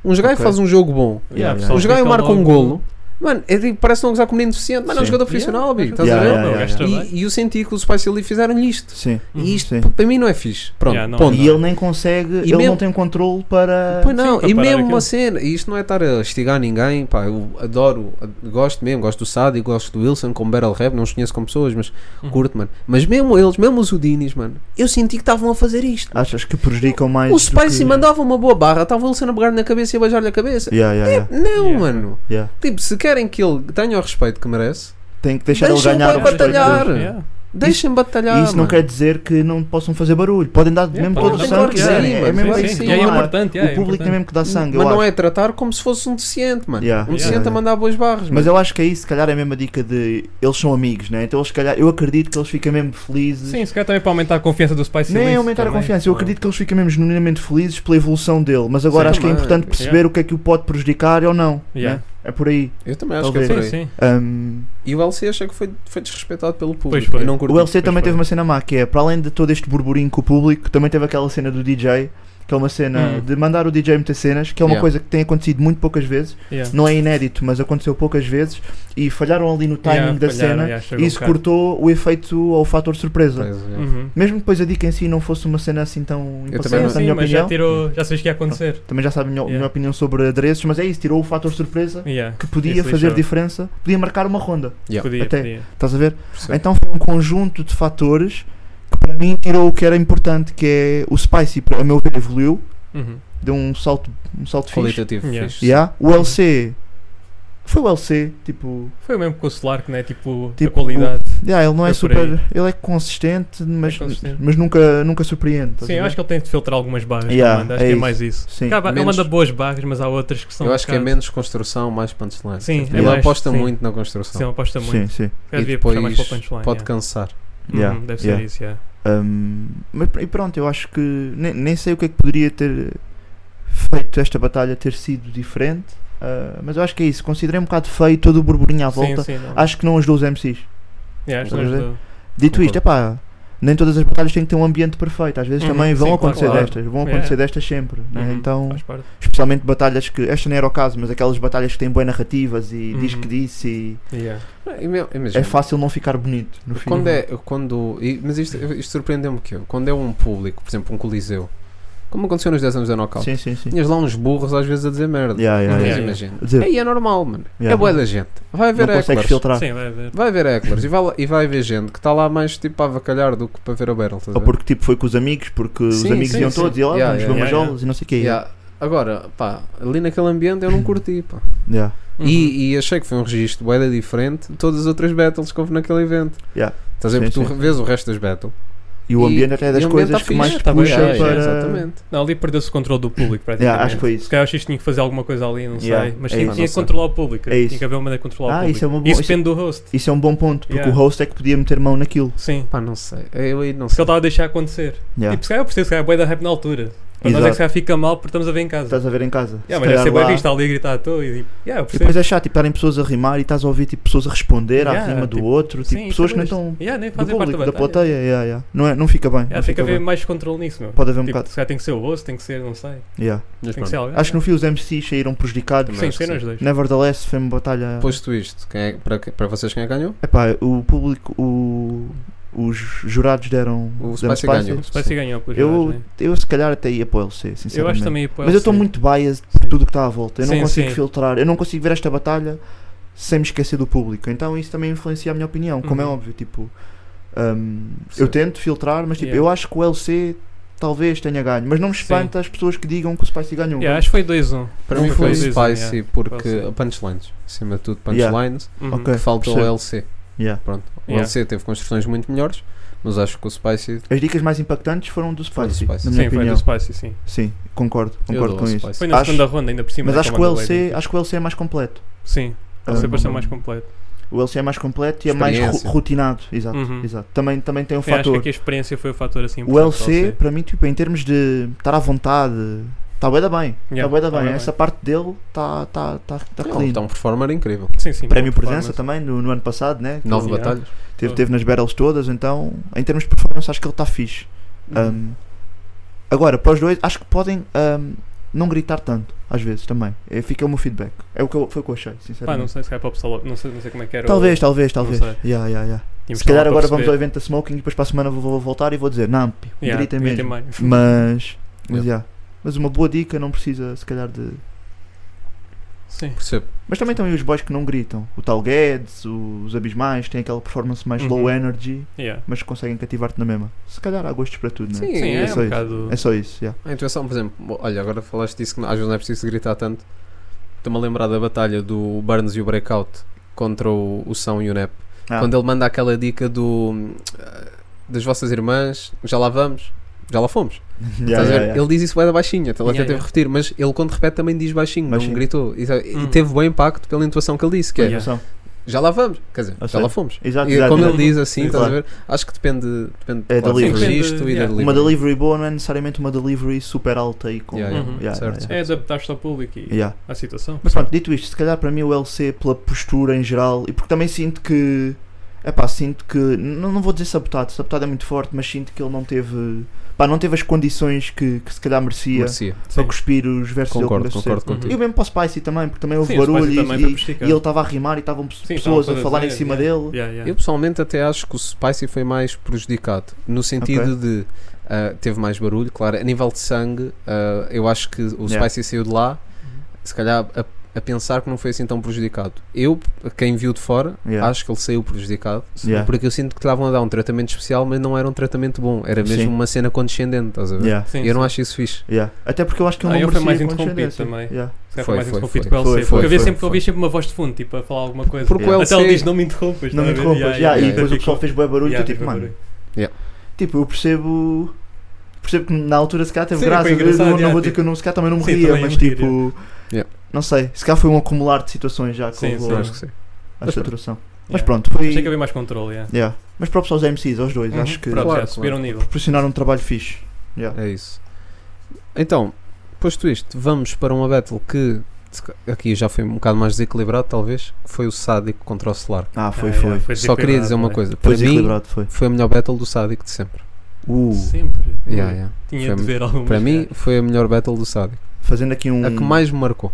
Speaker 7: Um Jogai
Speaker 5: Ok.
Speaker 7: faz um jogo bom.
Speaker 5: Yeah,
Speaker 6: o
Speaker 5: yeah.
Speaker 6: pessoal
Speaker 7: O Jogai
Speaker 6: fica
Speaker 7: marca um
Speaker 6: logo-
Speaker 7: golo. Mano, é tipo, parece que não gozar com menino deficiente, mas é um
Speaker 5: Sim.
Speaker 7: jogador profissional, bicho, estás
Speaker 5: Yeah,
Speaker 7: a ver?
Speaker 5: yeah,
Speaker 6: O gajo trabalha.
Speaker 7: E, e eu senti que os pais dele fizeram-lhe isto.
Speaker 5: Sim.
Speaker 6: Uhum.
Speaker 7: E isto
Speaker 5: Sim.
Speaker 7: p- para mim não é fixe. Pronto,
Speaker 6: Yeah, não.
Speaker 7: ponto.
Speaker 5: E ele nem consegue, ele
Speaker 7: mesmo-
Speaker 5: não tem controle para.
Speaker 7: Pois não,
Speaker 6: para
Speaker 7: e
Speaker 6: parar
Speaker 7: mesmo
Speaker 6: aquilo.
Speaker 7: uma cena, e isto não é estar a estigar ninguém, pá, eu adoro, ad- gosto mesmo, gosto do Sadi, gosto do Wilson como Battle Rap, não os conheço como pessoas, mas
Speaker 6: Uhum.
Speaker 7: curto, mano. Mas mesmo eles, mesmo os Udinis, mano, eu senti que estavam a fazer isto.
Speaker 5: Achas que prejudicam mais.
Speaker 7: O
Speaker 5: do
Speaker 7: Spicy
Speaker 5: que...
Speaker 7: mandava assim uma boa barra, estava o Wilson a pegar na cabeça e a beijar-lhe a cabeça.
Speaker 5: Yeah, yeah, yeah,
Speaker 7: Não,
Speaker 6: Yeah.
Speaker 7: mano.
Speaker 5: yeah.
Speaker 7: Tipo, se querem que ele tenha o respeito que merece,
Speaker 5: Tem que deixar
Speaker 7: Deixa
Speaker 5: ele ganhar
Speaker 7: ele
Speaker 5: o
Speaker 7: vai
Speaker 5: respeito
Speaker 7: batalhar.
Speaker 5: deles.
Speaker 6: Yeah.
Speaker 7: deixem batalhar.
Speaker 5: e isso não
Speaker 7: mano.
Speaker 5: quer dizer que não possam fazer barulho. Podem dar
Speaker 7: É,
Speaker 6: Yeah,
Speaker 5: mesmo
Speaker 6: podem
Speaker 5: todo o
Speaker 6: dar
Speaker 5: sangue
Speaker 6: claro
Speaker 5: que
Speaker 6: que
Speaker 5: quiserem.
Speaker 7: sim,
Speaker 5: É
Speaker 7: mano.
Speaker 5: mesmo
Speaker 7: Sim,
Speaker 5: isso.
Speaker 7: sim.
Speaker 5: não
Speaker 7: E é
Speaker 5: há-
Speaker 6: importante,
Speaker 5: o
Speaker 6: yeah,
Speaker 5: público
Speaker 6: é
Speaker 5: tem
Speaker 6: importante.
Speaker 5: mesmo que dar sangue.
Speaker 7: Mas
Speaker 5: eu
Speaker 7: não
Speaker 5: acho.
Speaker 7: é tratar como se fosse um deficiente, mano.
Speaker 5: Yeah,
Speaker 7: um
Speaker 5: yeah,
Speaker 7: deficiente a
Speaker 5: yeah.
Speaker 7: mandar boas barras.
Speaker 5: Mas
Speaker 7: mano.
Speaker 5: eu acho que aí, se calhar, é mesmo a dica de. Eles são amigos, né? Então, eles, se calhar, eu acredito que eles ficam mesmo felizes.
Speaker 6: Sim, se calhar também para aumentar a confiança do Spicy
Speaker 5: Nem
Speaker 6: Lee,
Speaker 5: é aumentar
Speaker 6: também.
Speaker 5: a confiança. Eu acredito que eles ficam mesmo genuinamente felizes pela evolução dele. Mas agora
Speaker 7: Sim,
Speaker 5: acho que é
Speaker 7: também.
Speaker 5: importante perceber o que é que o pode prejudicar ou não.
Speaker 6: Yeah.
Speaker 5: né? É por aí.
Speaker 7: Eu também acho que é
Speaker 5: Talvez.
Speaker 7: por
Speaker 6: Sim,
Speaker 7: aí.
Speaker 6: sim.
Speaker 5: Ahm,
Speaker 7: E o LC acha que foi, foi desrespeitado pelo público.
Speaker 6: Pois foi.
Speaker 7: Eu não curti.
Speaker 5: o LC
Speaker 6: Pois
Speaker 5: também
Speaker 6: foi.
Speaker 5: teve uma cena má, que é, para além de todo este burburinho com o público, também teve aquela cena do DJ, que é uma cena
Speaker 6: Hum.
Speaker 5: de mandar o DJ meter cenas, que é uma
Speaker 7: Yeah.
Speaker 5: coisa que tem acontecido muito poucas vezes,
Speaker 6: Yeah.
Speaker 5: não é inédito, mas aconteceu poucas vezes, e falharam ali no timing
Speaker 6: Yeah,
Speaker 5: da
Speaker 6: falharam,
Speaker 5: cena,
Speaker 6: yeah, chegou
Speaker 5: e
Speaker 6: um
Speaker 5: isso
Speaker 6: bocado.
Speaker 5: cortou o efeito ao fator surpresa.
Speaker 7: Pois é.
Speaker 6: Uhum.
Speaker 5: Mesmo que depois a dica em si não fosse uma cena assim tão
Speaker 7: Eu
Speaker 5: impactante,
Speaker 7: também
Speaker 5: na
Speaker 6: Sim,
Speaker 7: não-
Speaker 6: sim,
Speaker 5: minha
Speaker 6: mas
Speaker 5: opinião.
Speaker 6: já tirou, já sabes o que ia acontecer.
Speaker 5: Também já sabe a minha, a minha
Speaker 6: Yeah.
Speaker 5: opinião sobre adereços, mas é isso, tirou o fator surpresa,
Speaker 6: Yeah.
Speaker 5: que podia
Speaker 6: Isso
Speaker 5: fazer
Speaker 6: lixou.
Speaker 5: diferença, podia marcar uma ronda,
Speaker 7: Yeah.
Speaker 6: Podia,
Speaker 5: Até-
Speaker 6: podia.
Speaker 5: estás a ver?
Speaker 7: Percebo.
Speaker 5: Então foi um conjunto de fatores que para mim tirou o que era importante, que é o Spicy, a meu ver, evoluiu,
Speaker 6: Uhum.
Speaker 5: deu um salto, um salto fixe.
Speaker 7: Qualitativo
Speaker 6: Yeah.
Speaker 7: fixe.
Speaker 5: Yeah? O LC foi o LC, tipo,
Speaker 6: Foi o mesmo com o Solar, que não é tipo,
Speaker 5: Tipo,
Speaker 6: a qualidade.
Speaker 5: yeah, ele não é,
Speaker 6: Foi por
Speaker 5: super, ele é consistente, mas,
Speaker 6: consistente.
Speaker 5: mas nunca, nunca surpreende. estás
Speaker 6: Sim,
Speaker 5: a
Speaker 6: eu
Speaker 5: ver?
Speaker 6: acho que ele tem de filtrar algumas barras.
Speaker 5: Yeah,
Speaker 6: que manda. Acho
Speaker 5: é
Speaker 6: que é
Speaker 5: isso.
Speaker 6: mais isso.
Speaker 5: Sim.
Speaker 6: Cara, Ele
Speaker 7: Menos-
Speaker 6: manda boas barras, mas há outras que são.
Speaker 7: Eu acho que é
Speaker 6: um bocado-
Speaker 7: menos construção, mais punchline.
Speaker 6: Sim,
Speaker 7: Ele
Speaker 5: é mais-
Speaker 7: aposta
Speaker 6: sim.
Speaker 7: muito na
Speaker 6: Sim, é.
Speaker 7: construção.
Speaker 6: ele aposta
Speaker 5: Sim,
Speaker 6: muito.
Speaker 5: sim.
Speaker 6: Eu
Speaker 7: E
Speaker 6: devia puxar mais para o
Speaker 7: depois
Speaker 6: punchline.
Speaker 7: pode
Speaker 6: yeah.
Speaker 7: cansar.
Speaker 6: Uhum,
Speaker 5: Yeah,
Speaker 6: Deve ser
Speaker 5: yeah.
Speaker 6: isso, yeah.
Speaker 5: Hum, mas pr- e pronto, eu acho que nem, nem sei o que é que poderia ter feito esta batalha ter sido diferente, ah, mas eu acho que é isso. Considerei um bocado feio todo o burburinho à volta.
Speaker 6: Sim, sim, não.
Speaker 5: Acho que não ajudou os MCs.
Speaker 6: Yeah, acho que
Speaker 5: Estás a
Speaker 6: nós
Speaker 5: ver?
Speaker 6: do-
Speaker 5: Dito
Speaker 7: Concordo.
Speaker 5: isto, é pá, nem todas as batalhas têm que ter um ambiente perfeito. Às vezes
Speaker 6: Uhum,
Speaker 5: também vão
Speaker 6: sim, claro,
Speaker 5: acontecer
Speaker 6: claro.
Speaker 5: destas, vão
Speaker 6: É.
Speaker 5: acontecer destas sempre. né?
Speaker 6: Uhum,
Speaker 5: Então,
Speaker 6: faz parte.
Speaker 5: especialmente batalhas que, esta não era o caso, mas aquelas batalhas que têm boas narrativas e diz
Speaker 6: Uhum.
Speaker 5: que disse e
Speaker 6: Yeah.
Speaker 7: E meu- imagina,
Speaker 5: é fácil não ficar bonito no fim.
Speaker 7: Quando é, quando, e- mas isto, isto surpreendeu-me que eu, quando é um público, por exemplo, um coliseu, como aconteceu nos 10 anos da Knockout,
Speaker 5: Sim, sim, sim.
Speaker 7: tinhas lá uns burros às vezes a dizer merda.
Speaker 5: Yeah, yeah,
Speaker 7: Mas
Speaker 5: yeah.
Speaker 6: yeah.
Speaker 7: imagina.
Speaker 5: Dizer-
Speaker 7: Aí é normal, mano. É
Speaker 5: Yeah.
Speaker 7: boa da gente. Vai haver
Speaker 5: Não consegues
Speaker 7: hecklers.
Speaker 5: filtrar.
Speaker 6: Sim, vai ver.
Speaker 7: Vai haver hecklers e vai, lá- e vai haver gente que está lá mais tipo a avacalhar do que para ver o Battle. estás a ver?
Speaker 5: Ou porque tipo foi com os amigos, porque os
Speaker 7: Sim,
Speaker 5: amigos
Speaker 7: sim,
Speaker 5: iam
Speaker 7: sim.
Speaker 5: todos e olha,
Speaker 7: Yeah,
Speaker 5: vamos
Speaker 7: yeah,
Speaker 5: ver umas
Speaker 6: yeah,
Speaker 5: aulas e não sei o quê.
Speaker 7: Yeah. Agora, pá, ali naquele ambiente eu não curti, pá.
Speaker 5: Yeah.
Speaker 6: Uhum.
Speaker 7: E, e achei que foi um registro bué da diferente de todas as outras battles que houve naquele evento.
Speaker 5: Yeah.
Speaker 7: Estás a ver?
Speaker 5: Sim,
Speaker 7: Porque
Speaker 5: sim.
Speaker 7: tu vês o resto das battles.
Speaker 5: E o ambiente até é
Speaker 7: e
Speaker 5: das
Speaker 7: o ambiente
Speaker 5: coisas
Speaker 7: tá
Speaker 5: que
Speaker 7: fixe,
Speaker 5: mais te
Speaker 7: tá bem,
Speaker 5: puxa
Speaker 7: yeah, yeah,
Speaker 5: para.
Speaker 7: Exatamente.
Speaker 6: Não, ali perdeu-se o controle do público, praticamente.
Speaker 5: Yeah, acho que foi
Speaker 6: Se
Speaker 5: isso.
Speaker 6: calhar isto tinha que fazer alguma coisa ali, não
Speaker 5: Yeah,
Speaker 6: sei. Mas
Speaker 5: é
Speaker 6: tinha,
Speaker 5: isso.
Speaker 6: tinha que controlar o público.
Speaker 5: É
Speaker 6: Tinha
Speaker 5: isso.
Speaker 6: que haver uma maneira de controlar
Speaker 5: Ah,
Speaker 6: o público.
Speaker 5: isso é uma boa-
Speaker 6: isso
Speaker 5: isso-
Speaker 6: depende do host.
Speaker 5: Isso é um bom ponto, porque
Speaker 6: Yeah.
Speaker 5: o host é que podia meter mão naquilo.
Speaker 6: Sim.
Speaker 7: Pá, não sei. Eu aí não
Speaker 6: Porque ele
Speaker 7: sei.
Speaker 6: estava a deixar acontecer.
Speaker 5: Yeah.
Speaker 6: Tipo, se calhar eu percebo, se calhar é bué da rap na altura. Para nós é que
Speaker 5: Exato.
Speaker 6: se calhar fica mal porque estamos a ver em casa.
Speaker 5: Estás a ver em casa.
Speaker 6: Yeah,
Speaker 5: Se
Speaker 6: mas deve ser
Speaker 5: calhar
Speaker 6: bem
Speaker 5: lá-
Speaker 6: visto ali a gritar à toa e tipo, yeah, eu
Speaker 5: E
Speaker 6: percebo.
Speaker 5: depois é chato, tipo, estarem pessoas a rimar e estás a ouvir tipo, pessoas a responder à
Speaker 6: Yeah,
Speaker 5: rima do
Speaker 6: tipo,
Speaker 5: outro, tipo,
Speaker 6: Sim,
Speaker 5: pessoas
Speaker 6: isso
Speaker 5: que não
Speaker 6: é
Speaker 5: estão
Speaker 6: bem- Yeah, nem
Speaker 5: do
Speaker 6: fazem parte
Speaker 5: público, da
Speaker 6: da batalha.
Speaker 5: plateia. yeah, yeah. Não, é, não fica bem.
Speaker 6: Yeah,
Speaker 5: não
Speaker 6: tem que
Speaker 5: fica
Speaker 6: haver
Speaker 5: bem.
Speaker 6: mais controle nisso, meu.
Speaker 5: Pode haver um
Speaker 6: Tipo,
Speaker 5: bocado.
Speaker 6: se calhar tem que ser o host, tem que ser, não sei.
Speaker 5: Yeah.
Speaker 7: Mas
Speaker 6: Tem que
Speaker 7: pronto,
Speaker 6: ser alguém.
Speaker 5: Acho que no fim os MCs saíram prejudicados.
Speaker 7: Também
Speaker 6: Sim,
Speaker 7: acho
Speaker 6: ser
Speaker 7: que
Speaker 6: nós dois.
Speaker 5: Nevertheless, foi uma batalha.
Speaker 7: Posto isto, quem é- para, que- para vocês quem é que ganhou?
Speaker 5: Epá, o público, o- os jurados deram.
Speaker 7: O
Speaker 5: deram
Speaker 7: Spicy ganhou.
Speaker 6: O Spicy ganhou com os jurados,
Speaker 5: Eu,
Speaker 6: né?
Speaker 5: eu se calhar até ia para o LC, sinceramente.
Speaker 6: Eu acho também ia para o
Speaker 5: Mas eu estou
Speaker 6: LC.
Speaker 5: muito biased
Speaker 6: Sim.
Speaker 5: por tudo que está à volta. Eu não
Speaker 6: Sim,
Speaker 5: consigo
Speaker 6: sim.
Speaker 5: filtrar, eu não consigo ver esta batalha sem me esquecer do público. Então isso também influencia a minha opinião, como é
Speaker 6: Uhum.
Speaker 5: óbvio. Tipo, hum, eu
Speaker 7: Percebo.
Speaker 5: tento filtrar, mas tipo,
Speaker 6: Yeah.
Speaker 5: eu acho que o LC talvez tenha ganho. Mas não me espanta as pessoas que digam que o Spicy ganhou.
Speaker 6: Yeah, acho que foi 2-1.
Speaker 7: Para
Speaker 5: Não
Speaker 7: mim
Speaker 5: foi
Speaker 7: foi o
Speaker 6: Season,
Speaker 7: Spicy
Speaker 6: yeah.
Speaker 7: porque
Speaker 6: Foi o Season.
Speaker 7: punchlines, acima de tudo
Speaker 5: Yeah.
Speaker 7: punchlines,
Speaker 6: Uhum.
Speaker 5: Ok.
Speaker 7: que faltou
Speaker 5: percebo.
Speaker 7: ao LC.
Speaker 5: Yeah.
Speaker 7: Pronto. O
Speaker 6: Yeah.
Speaker 7: LC teve construções muito melhores, mas acho que o Spicy
Speaker 5: As dicas mais impactantes foram do
Speaker 7: Foram do
Speaker 5: Spicy,
Speaker 7: Spicy.
Speaker 5: na minha
Speaker 6: Sim, foi
Speaker 5: opinião.
Speaker 6: do Spicy, sim.
Speaker 5: Sim, concordo, concordo
Speaker 7: dou
Speaker 5: com
Speaker 7: ao
Speaker 5: isso.
Speaker 7: Spicy. é
Speaker 6: Foi na
Speaker 5: Acho-
Speaker 6: segunda ronda, ainda por cima.
Speaker 5: Mas
Speaker 6: da
Speaker 5: acho que, o
Speaker 6: Comando
Speaker 5: LC,
Speaker 6: Lady.
Speaker 5: acho que o LC é mais completo.
Speaker 6: Sim,
Speaker 5: Ah,
Speaker 6: você pareceu
Speaker 5: não-
Speaker 6: é mais completo.
Speaker 5: O LC é mais completo e é mais ru-
Speaker 7: Experiência.
Speaker 5: rotinado. Exato,
Speaker 6: Uhum.
Speaker 5: exato. Também, também tem um
Speaker 6: Sim, acho que
Speaker 5: fator.
Speaker 6: aqui a experiência foi o fator assim.
Speaker 5: O
Speaker 6: importante para
Speaker 5: LC, para mim, tipo, em termos de estar à vontade, está bué da bem. Está
Speaker 6: Yeah,
Speaker 5: bué da
Speaker 6: tá
Speaker 5: bem.
Speaker 6: bué da
Speaker 5: Essa parte dele está tá, tá, tá
Speaker 7: Não,
Speaker 5: clean.
Speaker 7: está um performer incrível.
Speaker 6: Sim, sim.
Speaker 5: Prémio
Speaker 6: boa
Speaker 5: Presença
Speaker 6: performance.
Speaker 5: também, no, no ano passado, né?
Speaker 7: Nove
Speaker 6: Yeah.
Speaker 7: batalhas.
Speaker 5: Teve, teve nas battles todas, então, em termos de tá
Speaker 6: Uhum.
Speaker 5: performance, acho que ele está fixe. Um, agora, para os dois, acho que podem um, não gritar tanto, às vezes também. É, fica o meu feedback. É o que eu, foi o que eu achei,
Speaker 6: Pá, Ah, não
Speaker 5: sinceramente.
Speaker 6: sei se calhar para o pessoal. Não sei, não sei como é que era. o-
Speaker 5: talvez, talvez, talvez.
Speaker 6: sei.
Speaker 5: Yeah, yeah, yeah.
Speaker 6: tínhamos
Speaker 5: Se calhar
Speaker 6: lá para
Speaker 5: agora vamos
Speaker 6: perceber.
Speaker 5: ao evento da Smoking e depois para a semana vou, vou voltar e vou dizer, não, pio,
Speaker 6: Yeah,
Speaker 5: gritem mesmo.
Speaker 6: gritem mais.
Speaker 5: Mas, mas, yeah. mas uma boa dica não precisa, se calhar, de.
Speaker 6: Sim.
Speaker 7: Percebo.
Speaker 5: Mas também estão aí os boys que não gritam. O tal Guedes, o- os Abismais, têm aquela performance mais
Speaker 6: Uhum.
Speaker 5: low energy,
Speaker 6: Yeah.
Speaker 5: mas conseguem cativar-te na mesma. Se calhar há gostos para tudo, né?
Speaker 7: Sim,
Speaker 6: Sim, é,
Speaker 5: é
Speaker 6: um
Speaker 5: só isso.
Speaker 6: bocado.
Speaker 5: É só isso, yeah.
Speaker 7: A intuação, por exemplo, olha, agora falaste disso que não- às vezes não é preciso gritar tanto. Estou-me a lembrar da batalha do Burns e o Breakout contra o, o São e o Nep.
Speaker 5: Ah.
Speaker 7: Quando ele manda aquela dica do hum, ah, das vossas irmãs, já lá vamos, já lá fomos.
Speaker 5: Yeah,
Speaker 7: Estás a ver?
Speaker 5: yeah, yeah.
Speaker 7: Ele diz isso bem da baixinha, então ele
Speaker 6: Yeah,
Speaker 7: até teve
Speaker 6: yeah.
Speaker 7: que repetir, mas ele quando repete também diz baixinho,
Speaker 5: Baixinho.
Speaker 7: não gritou. E, sabe, e
Speaker 6: Hum.
Speaker 7: teve bom impacto pela intuação que ele disse, que é,
Speaker 6: Yeah.
Speaker 5: Noção.
Speaker 7: já lá vamos, quer dizer,
Speaker 5: Ah,
Speaker 7: já lá
Speaker 5: sim.
Speaker 7: fomos.
Speaker 5: Exato,
Speaker 7: E
Speaker 5: exato,
Speaker 7: como ele
Speaker 5: exato.
Speaker 7: diz assim,
Speaker 5: Sim,
Speaker 7: estás a
Speaker 5: claro.
Speaker 7: ver? Acho que depende, depende
Speaker 5: É
Speaker 7: claro,
Speaker 5: delivery.
Speaker 7: do registro e
Speaker 6: Depende, yeah.
Speaker 7: da delivery.
Speaker 5: Uma delivery boa não é necessariamente uma delivery super alta e com.
Speaker 7: Yeah, yeah.
Speaker 6: Uhum.
Speaker 5: Yeah,
Speaker 7: Certo.
Speaker 5: yeah,
Speaker 6: É adaptar-se ao público e
Speaker 5: yeah. Yeah.
Speaker 6: à situação.
Speaker 5: Mas pronto, dito isto, se calhar para mim o LC pela postura em geral e porque também sinto que. É pá, sinto que. Não, não vou dizer sabotado, sabotado é muito forte, mas sinto que ele não teve. Pá, não teve as condições que, que se calhar merecia
Speaker 7: Merecia.
Speaker 5: para cuspir os versos
Speaker 7: Concordo,
Speaker 5: dele com o
Speaker 7: concordo
Speaker 6: ser.
Speaker 7: contigo.
Speaker 5: E eu mesmo para o Spicy também, porque também houve
Speaker 6: Sim, o
Speaker 5: barulho
Speaker 6: Spicy
Speaker 5: e,
Speaker 6: também foi
Speaker 5: e-
Speaker 6: prejudicado.
Speaker 5: e ele estava a rimar e estavam
Speaker 6: estavam
Speaker 5: pessoas a
Speaker 6: todas
Speaker 5: falar em
Speaker 6: a-
Speaker 5: cima dele.
Speaker 6: Yeah, yeah.
Speaker 7: Eu pessoalmente até acho que o Spicy foi mais prejudicado, no sentido de ah, teve mais barulho, claro, a nível de sangue, ah, eu acho que o
Speaker 5: Yeah.
Speaker 7: Spicy saiu de lá,
Speaker 6: Uhum.
Speaker 7: se calhar a, a pensar que não foi assim tão prejudicado. Eu, quem viu de fora,
Speaker 5: Yeah.
Speaker 7: acho que ele saiu prejudicado,
Speaker 5: Yeah.
Speaker 7: porque eu sinto que estavam a dar um tratamento especial, mas não era um tratamento bom, era mesmo
Speaker 5: Sim.
Speaker 7: uma cena condescendente, estás a ver?
Speaker 5: Yeah,
Speaker 6: Sim,
Speaker 7: E eu não
Speaker 6: sim.
Speaker 7: acho isso fixe.
Speaker 5: yeah. Até porque eu acho que ele
Speaker 6: Ah,
Speaker 5: não
Speaker 6: ele foi
Speaker 5: merecia
Speaker 6: mais
Speaker 5: com
Speaker 6: interrompido
Speaker 5: condescendência.
Speaker 6: também.
Speaker 5: Yeah.
Speaker 6: Se calhar
Speaker 7: Foi,
Speaker 6: foi mais
Speaker 7: foi,
Speaker 6: interrompido com
Speaker 7: foi.
Speaker 6: o
Speaker 5: Foi,
Speaker 6: LC.
Speaker 5: foi,
Speaker 6: Porque havia
Speaker 7: foi,
Speaker 6: sempre,
Speaker 7: foi.
Speaker 6: ouvi sempre uma voz de fundo, tipo, a falar alguma coisa.
Speaker 7: Porque o
Speaker 5: Yeah.
Speaker 6: Até
Speaker 7: LC
Speaker 6: ele diz, não me interrompas.
Speaker 5: Não me
Speaker 6: estás a ver?
Speaker 5: interrompas. Yeah, e
Speaker 7: yeah,
Speaker 5: depois o
Speaker 6: Ficou-
Speaker 5: pessoal fez bué barulho e eu
Speaker 6: Yeah,
Speaker 5: tipo,
Speaker 6: ficou
Speaker 5: mano.
Speaker 6: barulho.
Speaker 5: Tipo, eu percebo. Percebo que na altura se calhar teve
Speaker 6: Sim,
Speaker 5: graça.
Speaker 6: foi
Speaker 5: Eu não,
Speaker 6: engraçado,
Speaker 5: não
Speaker 6: yeah,
Speaker 5: vou dizer
Speaker 6: tipo-
Speaker 5: que eu não, se calhar também não
Speaker 6: Sim,
Speaker 5: morria,
Speaker 6: também
Speaker 5: mas
Speaker 6: não morria.
Speaker 5: tipo.
Speaker 7: Yeah.
Speaker 5: Não sei, se calhar foi um acumular de situações já que
Speaker 6: Sim,
Speaker 5: levou
Speaker 6: sim.
Speaker 7: Eu
Speaker 5: à-
Speaker 7: acho que sim.
Speaker 5: à
Speaker 7: Mas
Speaker 5: saturação. Mas
Speaker 6: Yeah.
Speaker 5: pronto, foi.
Speaker 6: Achei que havia mais controle, yeah.
Speaker 5: yeah. Mas para o pessoal dos MCs, aos dois,
Speaker 6: Uhum.
Speaker 5: acho que
Speaker 6: Pronto,
Speaker 7: Claro,
Speaker 6: já, subiram o nível.
Speaker 5: proporcionaram um trabalho fixe. Yeah.
Speaker 7: É isso. Então, posto isto, vamos para uma battle que se ca- aqui já foi um bocado mais desequilibrado, talvez, que foi o Sádico contra o Solar.
Speaker 5: Ah, foi,
Speaker 6: Ah,
Speaker 5: foi.
Speaker 6: yeah, foi
Speaker 7: Só queria dizer uma
Speaker 6: desequilibrado, né?
Speaker 7: coisa,
Speaker 5: Foi
Speaker 7: para mim
Speaker 5: desequilibrado, foi.
Speaker 7: foi a melhor battle do Sádico de sempre.
Speaker 5: Uh,
Speaker 6: não é? Sempre.
Speaker 7: Yeah, yeah.
Speaker 6: Tinha
Speaker 7: Foi-
Speaker 6: de ver alguma
Speaker 7: Para mim foi a melhor battle do Sádico.
Speaker 5: fazendo aqui um.
Speaker 7: A que mais me marcou.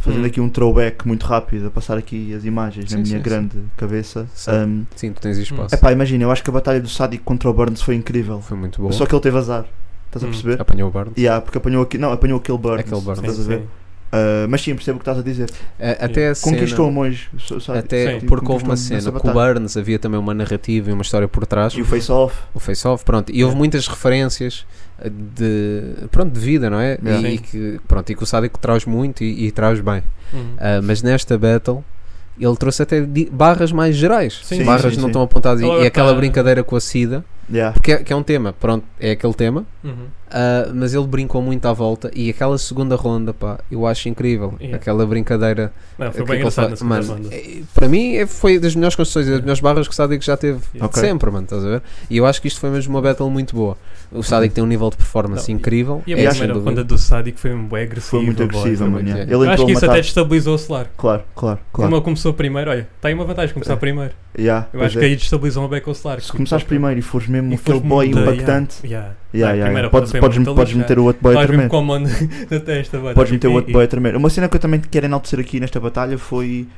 Speaker 5: Fazendo
Speaker 6: Hum.
Speaker 5: aqui um throwback muito rápido, a passar aqui as imagens
Speaker 7: Sim,
Speaker 5: na minha
Speaker 7: sim,
Speaker 5: grande cabeça.
Speaker 7: Sim.
Speaker 5: Um,
Speaker 7: Sim, tu tens
Speaker 6: Hum.
Speaker 7: espaço.
Speaker 5: epá, imagina, eu acho que a batalha do Sádico contra o Burns foi incrível.
Speaker 7: Foi muito boa.
Speaker 5: Só que ele teve azar. Estás a
Speaker 6: Hum.
Speaker 5: perceber?
Speaker 7: Apanhou o Barnes.
Speaker 5: Yeah, porque apanhou aqui, não, apanhou aquele Burns.
Speaker 7: Aquele Burns.
Speaker 5: Estás a ver? Uh, mas sim, percebo o que estás a dizer.
Speaker 7: A- Até a cena-
Speaker 5: Conquistou-me hoje. so- so-
Speaker 7: Até
Speaker 5: Sim.
Speaker 7: porque houve uma
Speaker 5: Conquistou-me nessa
Speaker 7: cena com o
Speaker 5: batalha.
Speaker 7: Burns, havia também uma narrativa e uma história por trás.
Speaker 5: E o face-off.
Speaker 7: o Face Off, pronto, e
Speaker 6: É.
Speaker 7: houve muitas referências eh, de, pronto, de vida, não é?
Speaker 5: Yeah.
Speaker 7: E,
Speaker 6: Sim.
Speaker 7: que, pronto, e que o Sádico traz muito e, e traz bem.
Speaker 6: Uhum.
Speaker 7: Ah, mas nesta battle ele trouxe até di- barras mais gerais,
Speaker 6: Sim,
Speaker 7: barras
Speaker 5: sim,
Speaker 7: não
Speaker 5: sim.
Speaker 7: estão apontadas e,
Speaker 6: Ela
Speaker 7: e aquela
Speaker 6: tá-
Speaker 7: brincadeira com a SIDA,
Speaker 5: Yeah.
Speaker 7: porque é, que é um tema, pronto, é aquele tema,
Speaker 6: Uhum.
Speaker 7: ah, mas ele brincou muito à volta e aquela segunda ronda, pá, eu acho incrível,
Speaker 6: Yeah.
Speaker 7: aquela brincadeira.
Speaker 6: Não, foi
Speaker 7: É que
Speaker 6: bem
Speaker 7: ele
Speaker 6: engraçado na
Speaker 7: faz-
Speaker 6: segunda
Speaker 7: Mano,
Speaker 6: banda.
Speaker 7: eh, para mim eh, foi das melhores construções, das
Speaker 6: Yeah.
Speaker 7: melhores barras que o Sádico já teve
Speaker 6: Yeah.
Speaker 5: Ok.
Speaker 7: sempre, mano, estás a ver? E eu acho que isto foi mesmo uma battle muito boa. O Sádico tem um nível de performance
Speaker 6: Não, e-
Speaker 7: incrível.
Speaker 6: E a
Speaker 7: é, sem
Speaker 6: primeira
Speaker 7: dúvida.
Speaker 6: ronda do Sádico foi bem agressiva.
Speaker 5: Foi muito
Speaker 6: boy.
Speaker 5: agressiva, mano.
Speaker 7: muito-
Speaker 5: yeah.
Speaker 7: é.
Speaker 5: Ele
Speaker 6: Eu acho
Speaker 5: entrou
Speaker 6: que
Speaker 5: a
Speaker 6: isso até
Speaker 5: matar.
Speaker 6: destabilizou o Solar.
Speaker 5: Claro, claro, claro.
Speaker 6: Como ele começou primeiro, olha, está aí uma vantagem começar primeiro.
Speaker 5: Yeah,
Speaker 6: Eu
Speaker 5: pois
Speaker 6: acho
Speaker 5: é.
Speaker 6: que aí destabilizou uma beca o Solar.
Speaker 5: Se
Speaker 6: que-
Speaker 5: começares primeiro e fores mesmo
Speaker 6: e
Speaker 5: aquele
Speaker 6: foi
Speaker 5: boy
Speaker 6: muito-
Speaker 5: impactante,
Speaker 6: Yeah.
Speaker 5: yeah,
Speaker 6: Na
Speaker 5: yeah,
Speaker 6: primeira
Speaker 5: yeah. Podes,
Speaker 6: ronda foi
Speaker 5: podes,
Speaker 6: muito
Speaker 5: podes
Speaker 6: longe,
Speaker 5: meter o outro boy a
Speaker 6: Estás
Speaker 5: tremer.
Speaker 6: mesmo com a mão na na testa. mano.
Speaker 5: Podes
Speaker 6: Tipo,
Speaker 5: meter
Speaker 6: e-
Speaker 5: o outro boy a tremer. Uma cena que eu também quero enaltecer aqui nesta batalha foi.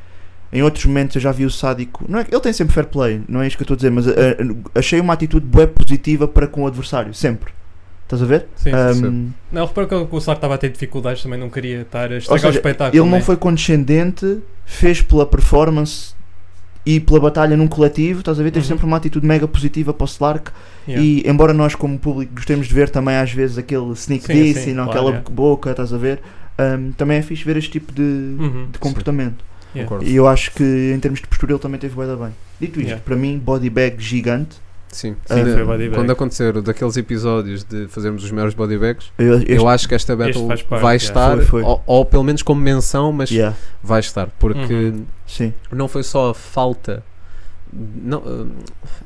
Speaker 5: Em outros momentos eu já vi o sádico. Não é, que- ele tem sempre fair play, não é isto que eu estou a dizer, mas ah, ah, achei uma atitude bué positiva para com o adversário, sempre. Estás a ver?
Speaker 6: e- Sim,
Speaker 5: Ah,
Speaker 6: sim. Não, repara que o Solar estava a ter dificuldades também, não queria estar a estragar
Speaker 5: seja,
Speaker 6: o espetáculo.
Speaker 5: ele não
Speaker 6: né?
Speaker 5: foi condescendente, fez pela performance e pela batalha num coletivo, estás a ver? Teve
Speaker 6: Uhum.
Speaker 5: sempre uma atitude mega positiva para o Slark.
Speaker 6: Yeah.
Speaker 5: E embora nós, como público, gostemos de ver também às vezes aquele sneak
Speaker 6: Sim,
Speaker 5: diss
Speaker 6: sim,
Speaker 5: e não
Speaker 6: claro,
Speaker 5: aquela
Speaker 6: yeah.
Speaker 5: boca, estás a ver? Ahm, também é fixe ver este tipo de,
Speaker 6: Uhum.
Speaker 5: de comportamento.
Speaker 6: Yeah.
Speaker 7: Concordo.
Speaker 5: E eu acho que em termos de postura ele também teve bué da bem. Dito isto,
Speaker 6: Yeah.
Speaker 5: para mim, body bag gigante.
Speaker 7: Sim.
Speaker 5: Ah,
Speaker 7: Sim,
Speaker 5: foi
Speaker 7: de-
Speaker 6: body bag.
Speaker 7: quando acontecer daqueles episódios de fazermos os melhores bodybags,
Speaker 5: Eu, este-
Speaker 7: eu acho que esta battle
Speaker 6: faz parte,
Speaker 7: vai
Speaker 6: yeah.
Speaker 7: estar,
Speaker 5: Foi, foi.
Speaker 7: Ou, ou pelo menos como menção, mas
Speaker 5: yeah,
Speaker 7: vai estar, porque
Speaker 6: Uhum.
Speaker 5: sim.
Speaker 7: não foi só a falta. Não, hum,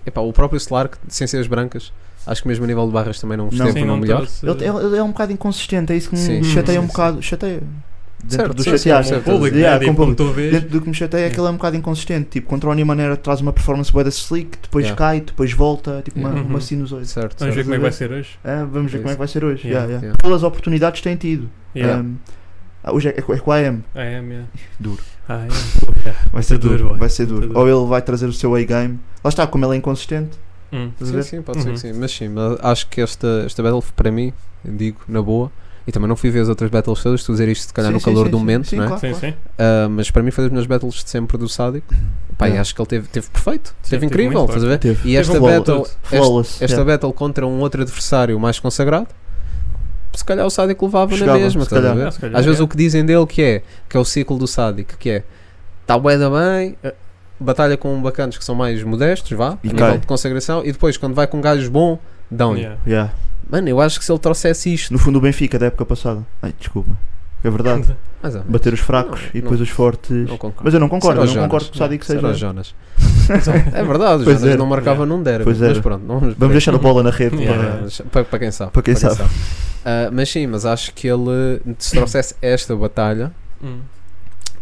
Speaker 7: epá, o próprio Solar, que- sem ser as brancas, acho que mesmo a nível de barras também não
Speaker 5: Não.
Speaker 7: esteve
Speaker 6: Sim,
Speaker 7: no
Speaker 6: não
Speaker 7: melhor.
Speaker 6: trouxe-
Speaker 5: Ele, ele- ele é um bocado inconsistente, é isso que
Speaker 7: Sim,
Speaker 5: me chateia
Speaker 6: sim,
Speaker 5: um
Speaker 7: sim.
Speaker 5: bocado. Chateia. Dentro
Speaker 7: Certo,
Speaker 5: do
Speaker 7: sim, sim,
Speaker 5: chatear.
Speaker 7: com o
Speaker 6: O público,
Speaker 5: Yeah,
Speaker 6: né?
Speaker 5: com
Speaker 6: Tipo,
Speaker 5: o
Speaker 6: como
Speaker 5: público.
Speaker 6: tu vês.
Speaker 5: Dentro do que me chateia é que ele é um bocado inconsistente. Tipo, contra o Oni Maneira traz uma performance bué da slick, depois
Speaker 7: Yeah.
Speaker 5: cai, depois volta, tipo uma,
Speaker 6: Uhum.
Speaker 5: uma sinusoide.
Speaker 7: Certo,
Speaker 6: Vamos ver
Speaker 7: certo.
Speaker 6: como é que vai ser hoje.
Speaker 5: Ah, vamos ver
Speaker 7: É
Speaker 5: como é que vai ser hoje. Yeah,
Speaker 6: Yeah,
Speaker 5: yeah.
Speaker 7: yeah.
Speaker 5: Pelas oportunidades que tem tido.
Speaker 6: Yeah.
Speaker 5: Um, ah, hoje é, é, com- é com a AM.
Speaker 6: I am, yeah.
Speaker 5: Duro.
Speaker 6: I am. pô, yeah.
Speaker 5: Vai ser
Speaker 6: duro,
Speaker 5: duro.
Speaker 6: boy.
Speaker 5: Vai ser duro.
Speaker 6: duro.
Speaker 5: Ou ele vai trazer o seu A-game. Lá está, como ele é inconsistente.
Speaker 6: Hum.
Speaker 5: Estás a
Speaker 7: Sim,
Speaker 5: ver?
Speaker 7: sim, pode ser
Speaker 6: Uhum.
Speaker 7: que sim. Mas sim, mas acho que esta, esta battle para mim, digo, na boa. E também não fui ver as outras battles todas, estou a dizer isto se calhar
Speaker 5: Sim,
Speaker 7: no
Speaker 5: sim,
Speaker 7: calor
Speaker 5: sim,
Speaker 7: do
Speaker 5: sim.
Speaker 7: momento,
Speaker 5: Sim,
Speaker 7: não é?
Speaker 5: claro,
Speaker 6: Sim,
Speaker 5: claro.
Speaker 6: sim.
Speaker 7: Ah, mas para mim foi das melhores battles de sempre do Sádico. Pá, e
Speaker 5: Yeah.
Speaker 7: acho que ele teve, teve perfeito,
Speaker 6: Sim,
Speaker 7: teve
Speaker 6: teve
Speaker 7: incrível,
Speaker 6: muito
Speaker 7: estás a ver?
Speaker 5: Teve.
Speaker 7: E esta
Speaker 6: um bom
Speaker 7: battle,
Speaker 6: todo.
Speaker 7: esta,
Speaker 5: Flawless.
Speaker 7: esta
Speaker 5: yeah.
Speaker 7: battle contra um outro adversário mais consagrado, se calhar o Sádico levava na
Speaker 5: Chegava,
Speaker 7: mesma,
Speaker 5: se
Speaker 7: estás a
Speaker 5: calhar.
Speaker 7: ver?
Speaker 6: Ah, se calhar,
Speaker 7: Às vezes
Speaker 6: yeah.
Speaker 7: o que dizem dele que é, que é o ciclo do Sádico, que é está bué da bem, eh, batalha com bacanas que são mais modestos, vá,
Speaker 5: E
Speaker 7: a
Speaker 5: cai.
Speaker 7: nível de consagração, e depois quando vai com um gajo bom, dão-lhe.
Speaker 6: Yeah.
Speaker 5: Yeah.
Speaker 7: Mano, eu acho que se ele trouxesse isto,
Speaker 5: No fundo, o Benfica da época passada. Ai, desculpa. É verdade.
Speaker 7: mas ah,
Speaker 5: Bater os fracos
Speaker 7: Não,
Speaker 5: e depois
Speaker 7: não.
Speaker 5: os fortes.
Speaker 7: não concordo.
Speaker 5: Mas eu não concordo,
Speaker 7: Será
Speaker 5: eu
Speaker 7: o
Speaker 5: não
Speaker 7: Jonas,
Speaker 5: concordo que o Sádico
Speaker 7: será o
Speaker 5: seja.
Speaker 7: Jonas. é verdade, o
Speaker 5: Pois
Speaker 7: Jonas
Speaker 5: era.
Speaker 7: não marcava num derby,
Speaker 5: Pois
Speaker 7: mas
Speaker 5: era.
Speaker 7: pronto, não vamos,
Speaker 5: Vamos deixar a bola na rede
Speaker 6: Yeah.
Speaker 5: para.
Speaker 7: Mas, para, para quem sabe.
Speaker 5: Para quem sabe.
Speaker 7: Ah, mas sim, mas acho que ele se trouxesse esta batalha
Speaker 6: Hum.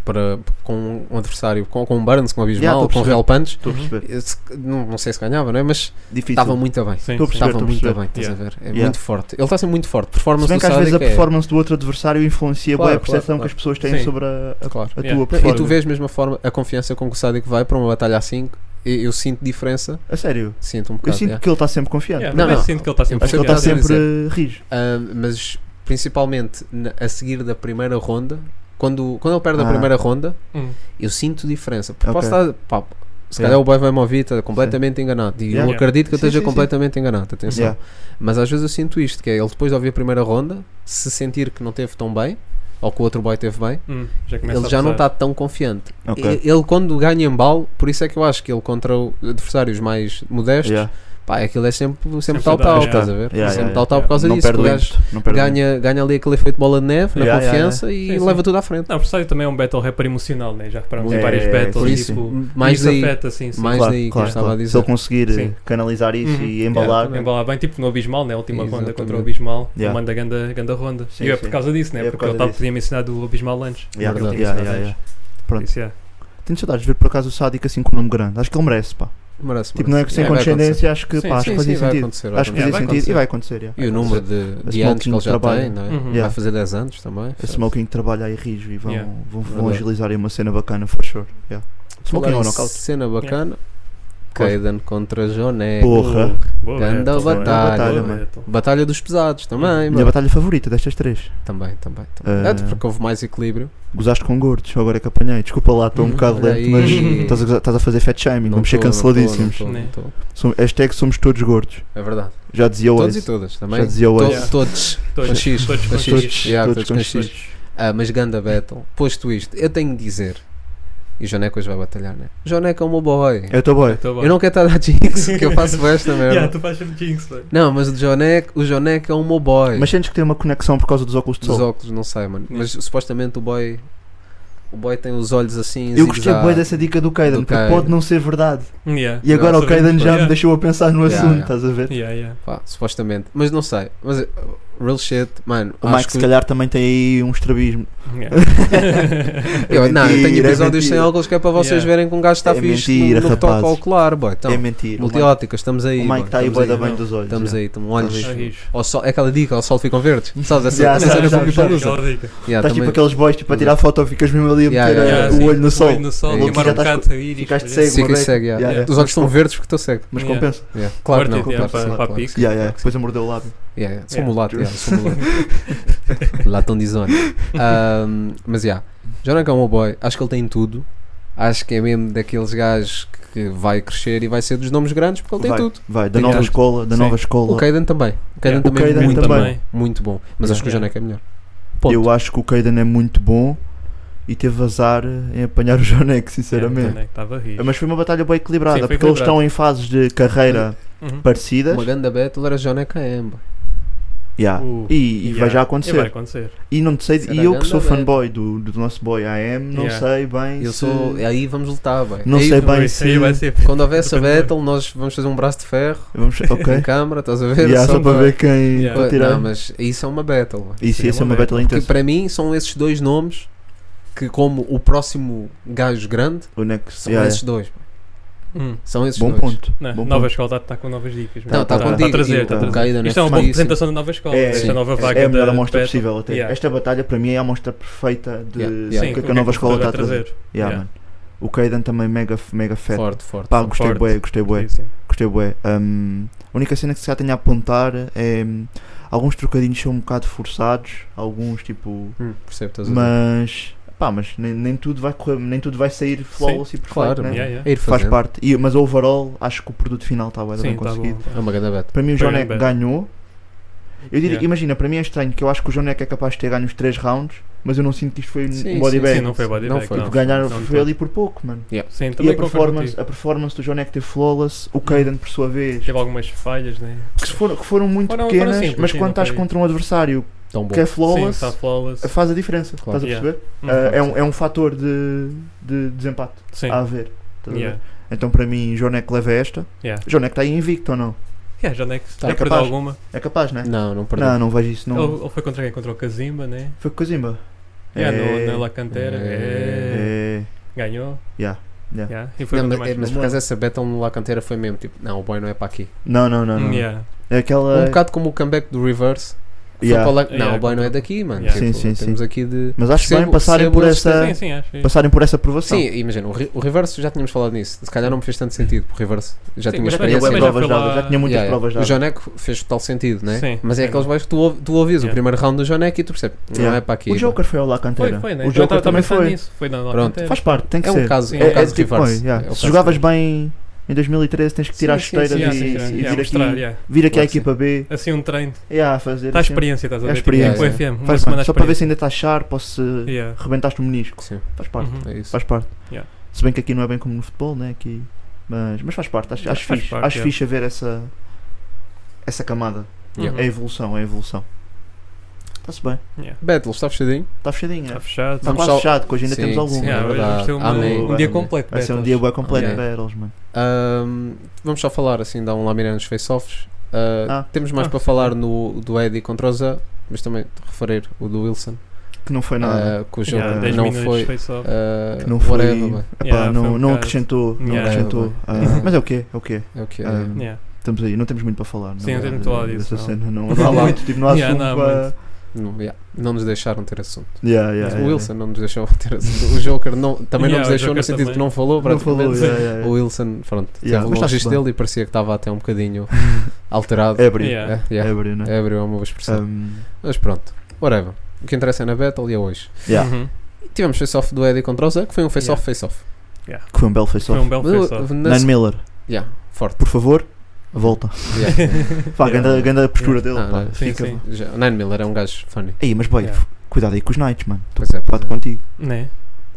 Speaker 7: para, com um adversário, com, com um Burns, com o Abismal,
Speaker 5: Yeah, estou a
Speaker 7: com o
Speaker 5: perceber.
Speaker 7: Real Punch,
Speaker 5: Estou a perceber.
Speaker 7: eu se- não, não sei se ganhava, não é? mas
Speaker 5: Difícil.
Speaker 7: estava muito bem.
Speaker 6: Sim,
Speaker 5: Estou a
Speaker 6: sim.
Speaker 5: perceber.
Speaker 7: Estava muito
Speaker 5: estou a
Speaker 7: bem, estás
Speaker 6: Yeah.
Speaker 7: a ver? É
Speaker 5: Yeah.
Speaker 7: muito forte. Ele está a ser muito forte. Performance
Speaker 5: Se bem
Speaker 7: do
Speaker 5: que às vezes a
Speaker 7: Sádico é-
Speaker 5: performance do outro adversário influencia bué
Speaker 7: Claro,
Speaker 5: a percepção
Speaker 7: claro,
Speaker 5: que as pessoas têm
Speaker 6: Sim.
Speaker 5: sobre a, a-
Speaker 7: é Claro.
Speaker 5: a tua
Speaker 6: Yeah. E
Speaker 7: E
Speaker 5: performance.
Speaker 7: tu vês mesmo a, forma, a confiança com que o Sádico vai para uma batalha assim, e- eu sinto diferença,
Speaker 5: A sério.
Speaker 7: sinto um
Speaker 5: Eu
Speaker 7: bocado.
Speaker 5: sinto
Speaker 7: yeah. tá
Speaker 5: que ele está sempre confiante.
Speaker 6: Yeah,
Speaker 7: Não,
Speaker 6: mas
Speaker 7: não.
Speaker 6: sinto que ele está sempre
Speaker 5: Acho que ele
Speaker 7: Eu
Speaker 5: está
Speaker 7: sei o que
Speaker 5: sempre eh, rijo.
Speaker 7: Ah, mas principalmente na- a seguir da primeira ronda, quando, quando ele perde a
Speaker 5: Ah.
Speaker 7: primeira ronda,
Speaker 6: Hum.
Speaker 7: eu sinto diferença. Porque
Speaker 5: Ok.
Speaker 7: Posso estar, pá, se
Speaker 5: Yeah.
Speaker 7: calhar o boy vai-me ouvir, está completamente enganado. E eu
Speaker 5: Yeah.
Speaker 7: acredito que eu
Speaker 5: Sim,
Speaker 7: esteja
Speaker 5: sim, sim.
Speaker 7: completamente enganado, atenção.
Speaker 5: Yeah.
Speaker 7: Mas às vezes eu sinto isto, que é ele depois de ouvir a primeira ronda, se sentir que não teve tão bem, ou que o outro boy teve bem,
Speaker 6: Hum, já começa
Speaker 7: ele
Speaker 6: a
Speaker 7: já não
Speaker 6: pesar.
Speaker 7: está tão confiante.
Speaker 5: Ok.
Speaker 7: E- Ele quando ganha em balo, por isso é que eu acho que ele contra o- adversários mais modestos,
Speaker 5: Yeah.
Speaker 7: pá, aquilo é sempre, sempre
Speaker 6: Sempre
Speaker 7: tal
Speaker 6: dá,
Speaker 7: tal,
Speaker 6: yeah.
Speaker 7: estás a ver?
Speaker 5: Yeah,
Speaker 7: sempre
Speaker 5: yeah,
Speaker 7: tal
Speaker 5: yeah.
Speaker 7: tal por causa
Speaker 5: Não
Speaker 7: disso.
Speaker 5: perde
Speaker 7: O
Speaker 5: o
Speaker 7: gajo
Speaker 5: ímpeto, não perde o ímpeto.
Speaker 7: ganha, ganha ali aquele efeito bola de neve na
Speaker 5: Yeah, yeah,
Speaker 7: confiança e
Speaker 6: Sim, sim.
Speaker 7: leva tudo à frente.
Speaker 6: Não, o Sádico também é um battle rapper emocional, né? já reparamos em
Speaker 5: É,
Speaker 6: várias
Speaker 5: é, por
Speaker 6: battles,
Speaker 5: isso.
Speaker 6: tipo,
Speaker 7: Mais
Speaker 6: isso
Speaker 7: daí,
Speaker 6: afeta, sim, sim.
Speaker 7: mais
Speaker 5: Claro,
Speaker 7: daí que eu
Speaker 5: claro,
Speaker 7: estava a
Speaker 5: claro. Se
Speaker 7: dizer.
Speaker 5: ele conseguir eh,
Speaker 6: Sim.
Speaker 5: canalizar isso
Speaker 6: Uhum.
Speaker 5: e embalar,
Speaker 7: Yeah.
Speaker 6: Embalar bem, tipo no Abismal, né? A última ronda
Speaker 7: Exatamente.
Speaker 6: contra o Abismal,
Speaker 5: Yeah.
Speaker 6: manda ganda, ganda ronda.
Speaker 5: Sim,
Speaker 6: e é
Speaker 5: sim.
Speaker 6: por causa disso,
Speaker 5: É
Speaker 6: né?
Speaker 5: por
Speaker 6: Porque
Speaker 5: causa
Speaker 6: eu estava
Speaker 5: disso.
Speaker 6: podia mencionado o Abismal antes.
Speaker 5: Yeah,
Speaker 6: Porque eu
Speaker 7: verdade.
Speaker 6: tinha
Speaker 5: yeah,
Speaker 6: mencionado
Speaker 5: yeah,
Speaker 6: antes.
Speaker 5: Pronto.
Speaker 6: Isso, yeah.
Speaker 5: tenho saudades de ver por acaso o Sádico assim com um nome grande. Acho que ele merece, pá.
Speaker 7: Merece, merece.
Speaker 5: Tipo, não é que sem
Speaker 7: Yeah, vai acontecer.
Speaker 5: condescendência, acho que,
Speaker 6: Sim,
Speaker 5: pá, acho
Speaker 7: Sim,
Speaker 5: que
Speaker 7: sim,
Speaker 5: fazia
Speaker 7: vai
Speaker 5: sentido.
Speaker 7: acontecer, vai
Speaker 5: Acho que
Speaker 7: acontecer.
Speaker 5: fazia
Speaker 6: acontecer.
Speaker 5: sentido e vai acontecer. yeah.
Speaker 7: E o número de, de
Speaker 5: Smoking
Speaker 7: anos que ele já
Speaker 5: trabalha.
Speaker 7: tem, não é?
Speaker 6: Uhum.
Speaker 5: Yeah. É
Speaker 7: Vai fazer 10 anos também.
Speaker 5: A Smoking trabalha aí rijo e vão,
Speaker 6: Yeah.
Speaker 5: vão, vão
Speaker 7: Verdade.
Speaker 5: agilizar aí uma cena bacana, for sure. Yeah. Smoking
Speaker 7: Falar
Speaker 5: ou
Speaker 7: em
Speaker 5: knockout?
Speaker 7: Cena bacana. Caden contra Joné.
Speaker 5: Porra.
Speaker 6: Boa
Speaker 7: Ganda
Speaker 6: battle,
Speaker 7: batalha.
Speaker 6: boa
Speaker 5: Batalha, mano.
Speaker 6: battle.
Speaker 7: Batalha dos pesados também.
Speaker 5: Minha
Speaker 7: mano.
Speaker 5: batalha favorita destas três.
Speaker 7: Também, também.
Speaker 5: Ah.
Speaker 7: também. É porque houve mais equilíbrio.
Speaker 5: Gozaste com gordos, só agora é que apanhei. Desculpa lá, estou um
Speaker 6: Hum,
Speaker 5: bocado
Speaker 7: Uhum. olha
Speaker 5: lento,
Speaker 7: aí.
Speaker 5: mas estás a, gozar- estás a fazer fat shaming. Vamos ser
Speaker 7: tô, tô,
Speaker 5: canceladíssimos.
Speaker 7: não tô, não tô.
Speaker 5: Som- Hashtag somos todos gordos.
Speaker 7: É verdade.
Speaker 5: Já dizia o
Speaker 7: Todos e
Speaker 5: Ace.
Speaker 7: todas também.
Speaker 5: Já dizia o
Speaker 7: To-
Speaker 5: Ace.
Speaker 7: Todos.
Speaker 6: Todos,
Speaker 7: Com X.
Speaker 6: todos com
Speaker 7: Com
Speaker 6: X.
Speaker 7: X. Yeah,
Speaker 5: Todos
Speaker 7: Todos com
Speaker 5: com
Speaker 7: X. Ah, mas Ganda Battle. Posto isto, eu tenho de dizer. E Joneco hoje vai batalhar, né? Joneco é o meu boy.
Speaker 5: É o teu boy.
Speaker 6: Tô bom.
Speaker 7: Eu não quero estar a dar jinx, que eu faço esta merda.
Speaker 6: Yeah, tu fazes sempre jinx, mano.
Speaker 7: Não, mas o Jonek, o Jonek é um meu boy.
Speaker 5: Mas sentes que tem uma conexão por causa dos óculos de
Speaker 7: dos
Speaker 5: sol.
Speaker 7: óculos, não sei, mano.
Speaker 6: Yeah.
Speaker 7: Mas supostamente o boy. O boy tem os olhos assim.
Speaker 5: Eu gostei
Speaker 7: zigue-zague.
Speaker 5: bem dessa dica do Kaiden,
Speaker 7: Do
Speaker 5: porque
Speaker 7: Kaiden.
Speaker 5: pode não ser verdade.
Speaker 6: Yeah.
Speaker 5: E agora o
Speaker 6: sabemos,
Speaker 5: Kaiden
Speaker 6: pá.
Speaker 5: já me
Speaker 6: Yeah.
Speaker 5: deixou a pensar no
Speaker 7: Yeah,
Speaker 5: assunto,
Speaker 7: yeah.
Speaker 5: estás a ver?
Speaker 6: Yeah, yeah.
Speaker 7: Pá, supostamente. Mas não sei. Mas uh, real shit, mano.
Speaker 5: O
Speaker 7: acho
Speaker 5: Mike, se
Speaker 7: que-
Speaker 5: calhar, também tem aí um estrabismo.
Speaker 6: Yeah.
Speaker 7: Eu, não, eu tenho
Speaker 5: mentira, é
Speaker 7: episódios sem
Speaker 5: mentira.
Speaker 7: óculos que é para vocês
Speaker 6: Yeah.
Speaker 7: verem que um gajo está
Speaker 5: É
Speaker 7: fixe
Speaker 5: mentira,
Speaker 7: no, no que
Speaker 5: rapazes.
Speaker 7: toca ao colar, boy. Então,
Speaker 5: É mentira. O Mike-
Speaker 7: multióticas, estamos aí.
Speaker 5: o Mike
Speaker 7: boy,
Speaker 5: está aí,
Speaker 7: estamos
Speaker 5: boy, da
Speaker 7: aí.
Speaker 5: bem
Speaker 6: não.
Speaker 5: dos olhos.
Speaker 7: Estamos
Speaker 5: yeah.
Speaker 7: aí, estamos olhos.
Speaker 5: Tá
Speaker 6: Ah, isso. Tá,
Speaker 7: Ao sol, é aquela dica, ao sol ficam verdes. Sabes? Essa,
Speaker 5: Yeah,
Speaker 7: essa
Speaker 5: sabes,
Speaker 7: cena é
Speaker 5: sabes,
Speaker 7: com o
Speaker 5: sabes.
Speaker 7: Palusa.
Speaker 6: Aquela dica.
Speaker 5: Estás tipo aqueles boys, tipo, a tirar a foto, ficas mesmo ali a
Speaker 7: Yeah,
Speaker 5: meter
Speaker 7: yeah,
Speaker 5: eh,
Speaker 6: Yeah,
Speaker 5: o
Speaker 6: sim,
Speaker 5: olho no sol.
Speaker 6: olho no sol.
Speaker 7: Louco,
Speaker 6: Queimar
Speaker 5: já
Speaker 6: um
Speaker 5: estás-
Speaker 6: bocado a íris.
Speaker 5: Ficaste
Speaker 6: olha.
Speaker 5: cego.
Speaker 7: Siga e
Speaker 5: Moleque.
Speaker 7: segue, yeah.
Speaker 5: Yeah, yeah.
Speaker 7: Os olhos estão verdes porque estou cego.
Speaker 5: Mas
Speaker 6: Yeah.
Speaker 5: compensa.
Speaker 7: Yeah. Claro que não,
Speaker 6: Partido, yeah,
Speaker 7: claro que sim, claro
Speaker 6: para- para
Speaker 7: que
Speaker 6: pique.
Speaker 7: sim.
Speaker 5: Yeah, yeah. Depois a morder o lábio.
Speaker 7: Yeah, yeah. É, Sou
Speaker 6: Yeah.
Speaker 7: mulato, yeah, sou mulato. Latão de zona. Ahm, mas já, yeah. John é um boy, acho que ele tem tudo. Acho que é mesmo daqueles gajos que vai crescer e vai ser dos nomes grandes porque ele tem
Speaker 5: vai,
Speaker 7: tudo.
Speaker 5: Vai, da
Speaker 6: Tem
Speaker 5: nova
Speaker 6: tudo.
Speaker 5: escola, da
Speaker 6: Sim.
Speaker 5: nova
Speaker 7: O
Speaker 5: escola.
Speaker 7: Caden também. O Caden
Speaker 6: Yeah.
Speaker 7: também
Speaker 5: O
Speaker 7: é
Speaker 5: Caden
Speaker 7: muito
Speaker 5: também.
Speaker 7: bom. Muito bom. Mas
Speaker 5: Yeah.
Speaker 7: acho que o John é que é melhor. Ponto.
Speaker 5: Eu acho que o Caden é muito bom e teve azar em apanhar o Jonek, sinceramente.
Speaker 6: Estava rijo.
Speaker 5: Mas foi uma batalha bem equilibrada,
Speaker 6: É, Sim, foi
Speaker 5: porque eles
Speaker 6: equilibrada.
Speaker 5: estão em fases de carreira
Speaker 6: Uhum.
Speaker 5: parecidas.
Speaker 7: Uma grande battle era John KM. boy.
Speaker 5: Yeah.
Speaker 6: Uh,
Speaker 5: E, e vai
Speaker 6: yeah.
Speaker 5: já
Speaker 6: E vai
Speaker 5: acontecer.
Speaker 6: acontecer.
Speaker 5: E, não sei,
Speaker 7: Será
Speaker 5: e eu que sou
Speaker 7: grande,
Speaker 5: fanboy do, do nosso boy AM, não
Speaker 6: Yeah.
Speaker 5: sei bem
Speaker 7: Eu
Speaker 5: se-
Speaker 7: sou. Aí vamos lutar, boy.
Speaker 5: é- Não
Speaker 7: Aí
Speaker 5: sei
Speaker 7: vamos-
Speaker 5: bem
Speaker 6: Isso aí
Speaker 5: se-
Speaker 6: vai ser.
Speaker 7: Quando houver essa
Speaker 6: Depende.
Speaker 7: battle, nós vamos fazer um braço de ferro
Speaker 5: Vamos,
Speaker 7: em
Speaker 5: ok.
Speaker 7: câmara, estás a ver? É.
Speaker 5: yeah, só para ver quem
Speaker 6: Yeah.
Speaker 5: para tirar.
Speaker 7: Não, mas isso é uma battle. boy.
Speaker 5: Isso ia
Speaker 6: seria
Speaker 5: ser
Speaker 6: uma
Speaker 5: uma battle
Speaker 7: Que
Speaker 5: intensa.
Speaker 7: para mim são esses dois nomes que, como o próximo gajo grande,
Speaker 5: O Nex.
Speaker 7: são
Speaker 5: yeah,
Speaker 7: esses dois.
Speaker 6: Hum.
Speaker 7: São esses
Speaker 5: Bom
Speaker 7: dois.
Speaker 5: ponto.
Speaker 6: Não,
Speaker 5: bom
Speaker 6: nova
Speaker 5: ponto.
Speaker 6: escola está com novas dicas.
Speaker 7: Não, está
Speaker 5: Tá-
Speaker 7: contigo.
Speaker 6: Está a trazer,
Speaker 7: e
Speaker 6: está a
Speaker 5: tá.
Speaker 7: o
Speaker 6: trazer.
Speaker 7: Caída na
Speaker 6: Isto é uma boa
Speaker 7: Face.
Speaker 6: representação da nova escola.
Speaker 5: É,
Speaker 6: esta
Speaker 5: sim.
Speaker 6: nova vaga.
Speaker 5: É a melhor
Speaker 6: da-
Speaker 5: amostra
Speaker 6: da-
Speaker 5: possível até.
Speaker 6: Yeah.
Speaker 5: Esta batalha para mim é a amostra perfeita
Speaker 7: Yeah,
Speaker 5: de o
Speaker 7: yeah.
Speaker 5: que
Speaker 6: Sim,
Speaker 5: é que a nova escola está
Speaker 6: vai
Speaker 5: a trazer. Yeah,
Speaker 6: Yeah.
Speaker 5: mano. O Caden também mega, mega fat.
Speaker 7: Forte, forte.
Speaker 5: Pá, gostei
Speaker 6: Forte.
Speaker 5: bué, gostei bué,
Speaker 6: Sim, sim.
Speaker 5: gostei bué. Hum, a única cena que se calhar tenho a apontar é hum, alguns trocadinhos são um bocado forçados, alguns tipo,
Speaker 7: Hum, percebo, estás a dizer.
Speaker 5: mas pá, mas nem, nem tudo vai correr, nem tudo vai sair flawless e perfeito,
Speaker 7: Claro,
Speaker 5: né?
Speaker 7: mano.
Speaker 6: Yeah, yeah.
Speaker 7: é ir
Speaker 5: faz
Speaker 7: fazendo.
Speaker 5: parte. E, mas overall acho que o produto final está bué da
Speaker 6: Sim,
Speaker 5: bem
Speaker 6: está
Speaker 5: conseguido.
Speaker 6: bom.
Speaker 7: É uma grande beta.
Speaker 5: Para mim o
Speaker 6: Foi
Speaker 5: Jonek
Speaker 6: bem.
Speaker 5: ganhou. Eu diria,
Speaker 6: Yeah.
Speaker 5: imagina, para mim é estranho que eu acho que o Jonek é capaz de ter ganho os 3 rounds, mas eu não sinto que isto foi
Speaker 7: Sim,
Speaker 5: um body
Speaker 7: sim,
Speaker 5: bag.
Speaker 6: Sim, não foi body
Speaker 7: Não
Speaker 6: bag,
Speaker 7: foi.
Speaker 6: não.
Speaker 5: Ganharam
Speaker 6: Não,
Speaker 5: foi
Speaker 6: não.
Speaker 5: ali por pouco, mano.
Speaker 6: Sim,
Speaker 5: E a
Speaker 6: também concordo
Speaker 5: performance,
Speaker 6: contigo.
Speaker 5: a performance do Jonek teve flawless, o Caden por sua vez,
Speaker 6: Teve algumas falhas, né?
Speaker 5: Hum. que, se foram, que foram muito
Speaker 6: Foram- foram
Speaker 5: pequenas,
Speaker 6: simples,
Speaker 5: mas
Speaker 6: sim,
Speaker 5: quando
Speaker 6: não
Speaker 5: estás
Speaker 6: foi-
Speaker 5: contra um adversário
Speaker 7: Tão bom.
Speaker 5: que é
Speaker 6: Sim,
Speaker 5: flawless,
Speaker 6: está flawless.
Speaker 5: faz a diferença,
Speaker 7: Claro.
Speaker 5: estás a
Speaker 6: Yeah.
Speaker 5: perceber?
Speaker 6: Hum,
Speaker 5: Ah, é, um, é um fator de, de desempate
Speaker 6: Sim.
Speaker 5: a haver. estás a ver?
Speaker 6: Yeah.
Speaker 5: Então para mim Jonek leva esta.
Speaker 6: Yeah.
Speaker 5: Jonek está aí invicto ou não?
Speaker 6: Yeah, já não é que
Speaker 7: Tá.
Speaker 6: já perdeu
Speaker 5: Capaz.
Speaker 6: alguma.
Speaker 5: É capaz, né?
Speaker 7: Não, não perdeu.
Speaker 5: Não, não vejo isso. Não.
Speaker 6: Ele, ele foi contra quem? Contra o Kazimba, né?
Speaker 5: Foi com o Zimba.
Speaker 6: Yeah,
Speaker 5: É,
Speaker 6: no, na La Cantera.
Speaker 5: é,
Speaker 6: É. Ganhou.
Speaker 5: Yeah, yeah.
Speaker 6: E foi
Speaker 7: Não,
Speaker 6: contra
Speaker 7: mas, é,
Speaker 6: mais.
Speaker 7: mas por acaso essa beta no La Cantera foi mesmo tipo, não, o boy não é para aqui.
Speaker 5: Não, não, não. não.
Speaker 6: Hum, yeah.
Speaker 5: É aquela.
Speaker 7: Um bocado como o comeback do Reverse. Foi
Speaker 5: yeah.
Speaker 7: para o La-
Speaker 6: Yeah,
Speaker 7: Não, o boy não é
Speaker 6: concordo.
Speaker 7: daqui, mano.
Speaker 6: Yeah.
Speaker 7: Tipo,
Speaker 5: Sim, sim, sim.
Speaker 7: Temos aqui de.
Speaker 5: Mas acho
Speaker 7: Percebo-
Speaker 5: bem passarem
Speaker 7: percebo
Speaker 5: por
Speaker 7: a
Speaker 5: essa.
Speaker 6: Sim, sim, acho.
Speaker 5: Passarem por essa aprovação.
Speaker 7: Sim, imagina, o, re- o Reverse já tínhamos falado nisso. Se calhar não me fez tanto sentido, porque o Reverse já
Speaker 6: Sim,
Speaker 7: tinha
Speaker 6: mas
Speaker 5: Já tinha
Speaker 7: experiência.
Speaker 5: bué
Speaker 6: Também já
Speaker 5: provas
Speaker 6: foi lá-
Speaker 5: dadas, já tinha muitas
Speaker 7: Yeah, yeah.
Speaker 5: provas
Speaker 7: O
Speaker 5: dadas.
Speaker 7: Joneco fez total sentido, né?
Speaker 6: Sim,
Speaker 7: Mas é
Speaker 6: sim.
Speaker 7: aqueles boys que tu, ouve- tu ouvis o
Speaker 6: Yeah.
Speaker 7: primeiro round do Joneco e tu percebes, não
Speaker 5: Yeah.
Speaker 7: é para aqui.
Speaker 5: o Joker foi ao La
Speaker 6: Foi,
Speaker 5: Cantera.
Speaker 6: foi, né?
Speaker 5: O
Speaker 6: Eu
Speaker 5: Joker
Speaker 6: tava
Speaker 5: também
Speaker 6: pensando
Speaker 5: foi.
Speaker 6: nisso. Foi na La
Speaker 7: Pronto.
Speaker 6: Cantera.
Speaker 5: Faz parte, tem que
Speaker 7: É um
Speaker 5: ser.
Speaker 7: caso,
Speaker 6: Sim,
Speaker 7: é um
Speaker 5: É,
Speaker 7: caso
Speaker 5: tipo,
Speaker 7: reverse.
Speaker 5: põe, yeah.
Speaker 7: É o
Speaker 5: Se
Speaker 7: caso
Speaker 5: jogavas
Speaker 7: reverse.
Speaker 5: bem em 2013, tens que tirar
Speaker 7: Sim,
Speaker 5: as
Speaker 7: sim,
Speaker 5: esteiras
Speaker 7: sim,
Speaker 5: e,
Speaker 7: sim,
Speaker 5: e
Speaker 7: sim,
Speaker 5: vir,
Speaker 6: Yeah,
Speaker 5: aqui,
Speaker 6: É mostrar, yeah.
Speaker 5: vir aqui à
Speaker 7: Claro que
Speaker 5: equipa B
Speaker 6: Assim um treino.
Speaker 5: yeah, a fazer.
Speaker 6: Está a
Speaker 5: assim.
Speaker 6: experiência, estás a
Speaker 5: É a
Speaker 6: ver? Tipo,
Speaker 5: experiência.
Speaker 6: com o FM. Uma
Speaker 5: Faz
Speaker 6: semana
Speaker 5: parte,
Speaker 6: à
Speaker 5: só para ver se
Speaker 6: experiência.
Speaker 5: ainda está sharp ou se
Speaker 6: Yeah.
Speaker 5: rebentaste o menisco.
Speaker 7: Sim,
Speaker 5: Faz parte,
Speaker 6: Uhum.
Speaker 7: é isso.
Speaker 5: faz parte.
Speaker 6: Yeah.
Speaker 5: Se bem que aqui não é bem como no futebol, né? Aqui, mas, mas faz parte, acho, acho
Speaker 6: Faz
Speaker 5: fixe.
Speaker 6: parte,
Speaker 5: acho
Speaker 6: yeah. Uhum.
Speaker 5: fixe haver essa, essa camada.
Speaker 7: Yeah.
Speaker 5: É a evolução, é a evolução. Está-se bem.
Speaker 6: Yeah.
Speaker 7: Battle, está fechadinho?
Speaker 5: Está fechadinho,
Speaker 6: Está
Speaker 5: é?
Speaker 6: Tá fechado.
Speaker 5: Está
Speaker 7: Vamos
Speaker 5: quase
Speaker 7: só-
Speaker 5: fechado, que hoje ainda
Speaker 7: Sim,
Speaker 5: temos algum.
Speaker 7: sim,
Speaker 5: né?
Speaker 6: Yeah,
Speaker 7: é
Speaker 6: hoje
Speaker 7: verdade.
Speaker 6: vamos ter uma-
Speaker 7: Amém.
Speaker 6: um dia completo.
Speaker 5: Vai ser um
Speaker 6: Betas.
Speaker 5: dia bem completo
Speaker 7: Yeah.
Speaker 5: para Battles, mano.
Speaker 7: Ahm, vamos só falar assim, dar um laminar nos face-offs. Ah,
Speaker 5: Ah.
Speaker 7: Temos mais
Speaker 6: Ah,
Speaker 7: para falar no, do Eddie contra o Zé, mas também referir o do Wilson,
Speaker 5: Que não foi nada.
Speaker 7: ah, que o jogo
Speaker 6: Yeah,
Speaker 5: Yeah,
Speaker 6: 10
Speaker 7: não
Speaker 6: minutos,
Speaker 7: foi.
Speaker 6: face-off.
Speaker 7: ah,
Speaker 5: que não foi.
Speaker 7: whatever, mano.
Speaker 5: Epá,
Speaker 6: Yeah,
Speaker 5: não,
Speaker 6: foi um
Speaker 5: não
Speaker 6: bocado-
Speaker 5: acrescentou. Não
Speaker 6: Yeah.
Speaker 5: acrescentou.
Speaker 7: Yeah.
Speaker 5: ah, mas é o quê? É o quê?
Speaker 7: É o que é.
Speaker 5: Ah,
Speaker 6: Yeah.
Speaker 5: Estamos aí, não temos muito para falar.
Speaker 6: Sim,
Speaker 5: não
Speaker 6: não temos muito a falar disso,
Speaker 5: Essa
Speaker 6: não.
Speaker 5: cena, não. Não há
Speaker 7: Yeah.
Speaker 5: muito, tipo, não há
Speaker 6: Yeah,
Speaker 5: assunto
Speaker 6: não há
Speaker 5: para.
Speaker 7: Não, yeah, não nos deixaram ter assunto.
Speaker 5: Yeah, yeah,
Speaker 7: o
Speaker 5: yeah,
Speaker 7: Wilson não nos deixou ter assunto. O Joker não, também
Speaker 6: Yeah,
Speaker 7: não nos
Speaker 6: o
Speaker 7: deixou no
Speaker 6: Joker
Speaker 7: sentido
Speaker 6: também.
Speaker 7: que não falou,
Speaker 5: yeah. Não
Speaker 7: praticamente.
Speaker 5: falou, yeah, yeah,
Speaker 7: O
Speaker 5: yeah.
Speaker 7: Wilson, pronto,
Speaker 5: Yeah,
Speaker 7: teve
Speaker 5: mas
Speaker 7: o
Speaker 5: está-se
Speaker 7: registro
Speaker 5: bem.
Speaker 7: dele e parecia que estava até um bocadinho alterado.
Speaker 5: É brilho.
Speaker 6: Yeah.
Speaker 7: É, yeah.
Speaker 5: Ébrio, né?
Speaker 7: Ébrio é uma boa expressão.
Speaker 5: Um,
Speaker 7: Mas pronto, whatever. O que interessa é na Battle e é hoje.
Speaker 5: yeah.
Speaker 6: Uhum.
Speaker 7: E tivemos face-off do Eddie contra o Zé, que foi um face-off, face-off.
Speaker 5: Que foi um belo
Speaker 6: Foi um
Speaker 5: face-off.
Speaker 6: belo
Speaker 7: Mas eu-
Speaker 6: face-off.
Speaker 7: na
Speaker 5: Nan
Speaker 7: se-
Speaker 5: Miller,
Speaker 7: yeah, forte.
Speaker 5: por favor, volta.
Speaker 7: Yeah.
Speaker 5: Pá, grande, grande a postura dele,
Speaker 7: Ah,
Speaker 5: pá.
Speaker 7: não.
Speaker 6: Sim,
Speaker 5: Fica.
Speaker 6: sim.
Speaker 7: Já- o Nan Miller é um gajo funny.
Speaker 5: Aí, mas boy,
Speaker 6: Yeah.
Speaker 5: cuidado aí com os Knights, mano.
Speaker 7: Pois é, pois
Speaker 5: Pato
Speaker 7: é.
Speaker 5: contigo.
Speaker 6: Né?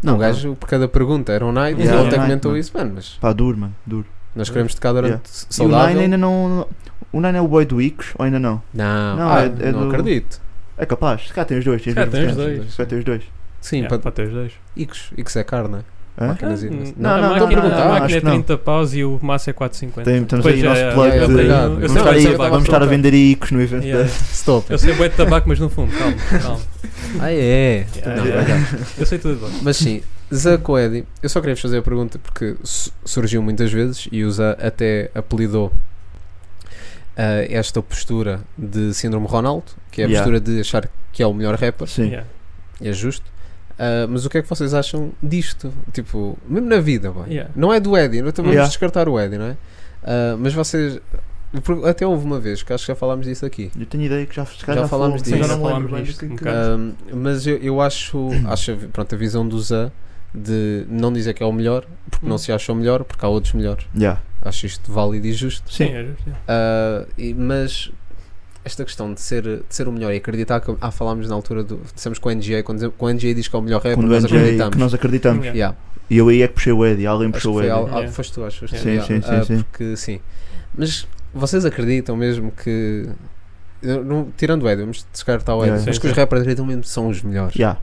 Speaker 7: Não, o
Speaker 5: pá.
Speaker 7: gajo, por cada pergunta, era um Nine, e
Speaker 5: Yeah,
Speaker 7: ele
Speaker 5: era
Speaker 7: até
Speaker 5: um Nine,
Speaker 7: comentou
Speaker 5: mano.
Speaker 7: isso, mano, mas
Speaker 5: Pá, duro, mano, duro.
Speaker 7: nós queremos tocar durante
Speaker 5: Yeah. E o Nine
Speaker 7: saudável.
Speaker 5: ainda não. O Nine é o boy do Icos ou ainda não?
Speaker 7: Não,
Speaker 5: Não,
Speaker 7: ah,
Speaker 5: é- é
Speaker 7: não
Speaker 5: do-
Speaker 7: acredito.
Speaker 5: É capaz. Se cá tem os dois, tem os
Speaker 6: Se calhar
Speaker 5: dois.
Speaker 6: tem os
Speaker 5: vertentes.
Speaker 6: dois.
Speaker 5: Se calhar tem os dois.
Speaker 7: Sim,
Speaker 6: Yeah,
Speaker 7: para
Speaker 6: para ter os dois.
Speaker 7: Icos, Icos é carne.
Speaker 5: Hã?
Speaker 7: Máquinas e-
Speaker 6: Não,
Speaker 5: Não,
Speaker 6: a
Speaker 5: não,
Speaker 6: máquina,
Speaker 5: não, não, não,
Speaker 6: a máquina
Speaker 5: acho
Speaker 6: é
Speaker 5: que não.
Speaker 6: 30 paus e o massa é 4,50.
Speaker 5: Tem- temos
Speaker 6: Pois
Speaker 5: aí o
Speaker 6: é,
Speaker 5: nosso
Speaker 6: é,
Speaker 5: plug
Speaker 6: é,
Speaker 5: de-
Speaker 6: obrigado.
Speaker 7: Vamos
Speaker 5: Vamos
Speaker 6: Eu sei,
Speaker 5: estar,
Speaker 6: eu
Speaker 5: aí-
Speaker 6: sei,
Speaker 5: vamos estar a
Speaker 6: tabaco.
Speaker 5: vender Icos no evento.
Speaker 6: Yeah.
Speaker 7: Stop.
Speaker 6: Eu sei bué de tabaco, mas no fundo, calma, calma.
Speaker 7: Ah, é.
Speaker 6: Yeah.
Speaker 7: Não,
Speaker 5: Yeah.
Speaker 7: não.
Speaker 6: Eu sei tudo bem.
Speaker 7: Mas sim, Zé com Eddie, eu só queria vos fazer a pergunta porque su- surgiu muitas vezes e o Zé até apelidou ah, esta postura de Síndrome Ronaldo, que é a
Speaker 5: Yeah.
Speaker 7: postura de achar que é o melhor rapper,
Speaker 5: Sim.
Speaker 6: Yeah.
Speaker 7: e é justo. Ah, mas o que é que vocês acham disto? Tipo, mesmo na vida, boy.
Speaker 6: Yeah.
Speaker 7: não é do Eddie, não também
Speaker 5: Yeah.
Speaker 7: vamos descartar o Eddie, não é? Ah, mas vocês. por- Até houve uma vez que acho que já falámos disso aqui.
Speaker 5: Eu tenho ideia que já, se
Speaker 7: Já
Speaker 5: calhar já
Speaker 7: falámos
Speaker 5: falou,
Speaker 7: disso.
Speaker 5: já não
Speaker 6: Sim, já
Speaker 5: me lembro
Speaker 6: falámos
Speaker 5: bem do
Speaker 6: disto,
Speaker 5: que-
Speaker 6: um
Speaker 5: que-
Speaker 6: bocado.
Speaker 7: Ahm, mas eu, eu acho, acho a vi- pronto, a visão do Zé de não dizer que é o melhor, porque
Speaker 6: Hum.
Speaker 7: não se acha o melhor, porque há outros melhores.
Speaker 5: Yeah.
Speaker 7: Acho isto válido e justo.
Speaker 6: Sim,
Speaker 5: Sim.
Speaker 6: é justo. yeah.
Speaker 7: Ah, e- mas esta questão de ser, de ser o melhor e acreditar que. Ah, falámos na altura do. Dissemos com o NGA, quando, dizemos- quando o NGA diz que é o melhor rapper,
Speaker 5: Quando o
Speaker 7: nós
Speaker 5: NJ,
Speaker 7: acreditamos.
Speaker 5: que nós acreditamos.
Speaker 6: Yeah.
Speaker 7: Yeah.
Speaker 5: E eu aí é que puxei o Eddie, alguém
Speaker 7: Acho que
Speaker 5: puxou o
Speaker 7: foi, al-
Speaker 5: Eddie.
Speaker 7: al-
Speaker 6: Yeah.
Speaker 7: foste tu, acho que foste tu.
Speaker 5: Sim,
Speaker 7: yeah.
Speaker 5: sim, sim,
Speaker 7: Ah,
Speaker 5: sim.
Speaker 7: Porque sim. Mas vocês acreditam mesmo que. eu não- tirando o Eddie, vamos descartar o Eddie,
Speaker 5: Yeah.
Speaker 7: mas
Speaker 6: Sim,
Speaker 7: que os
Speaker 6: sim.
Speaker 7: rappers acreditam mesmo que são os melhores.
Speaker 5: Yeah.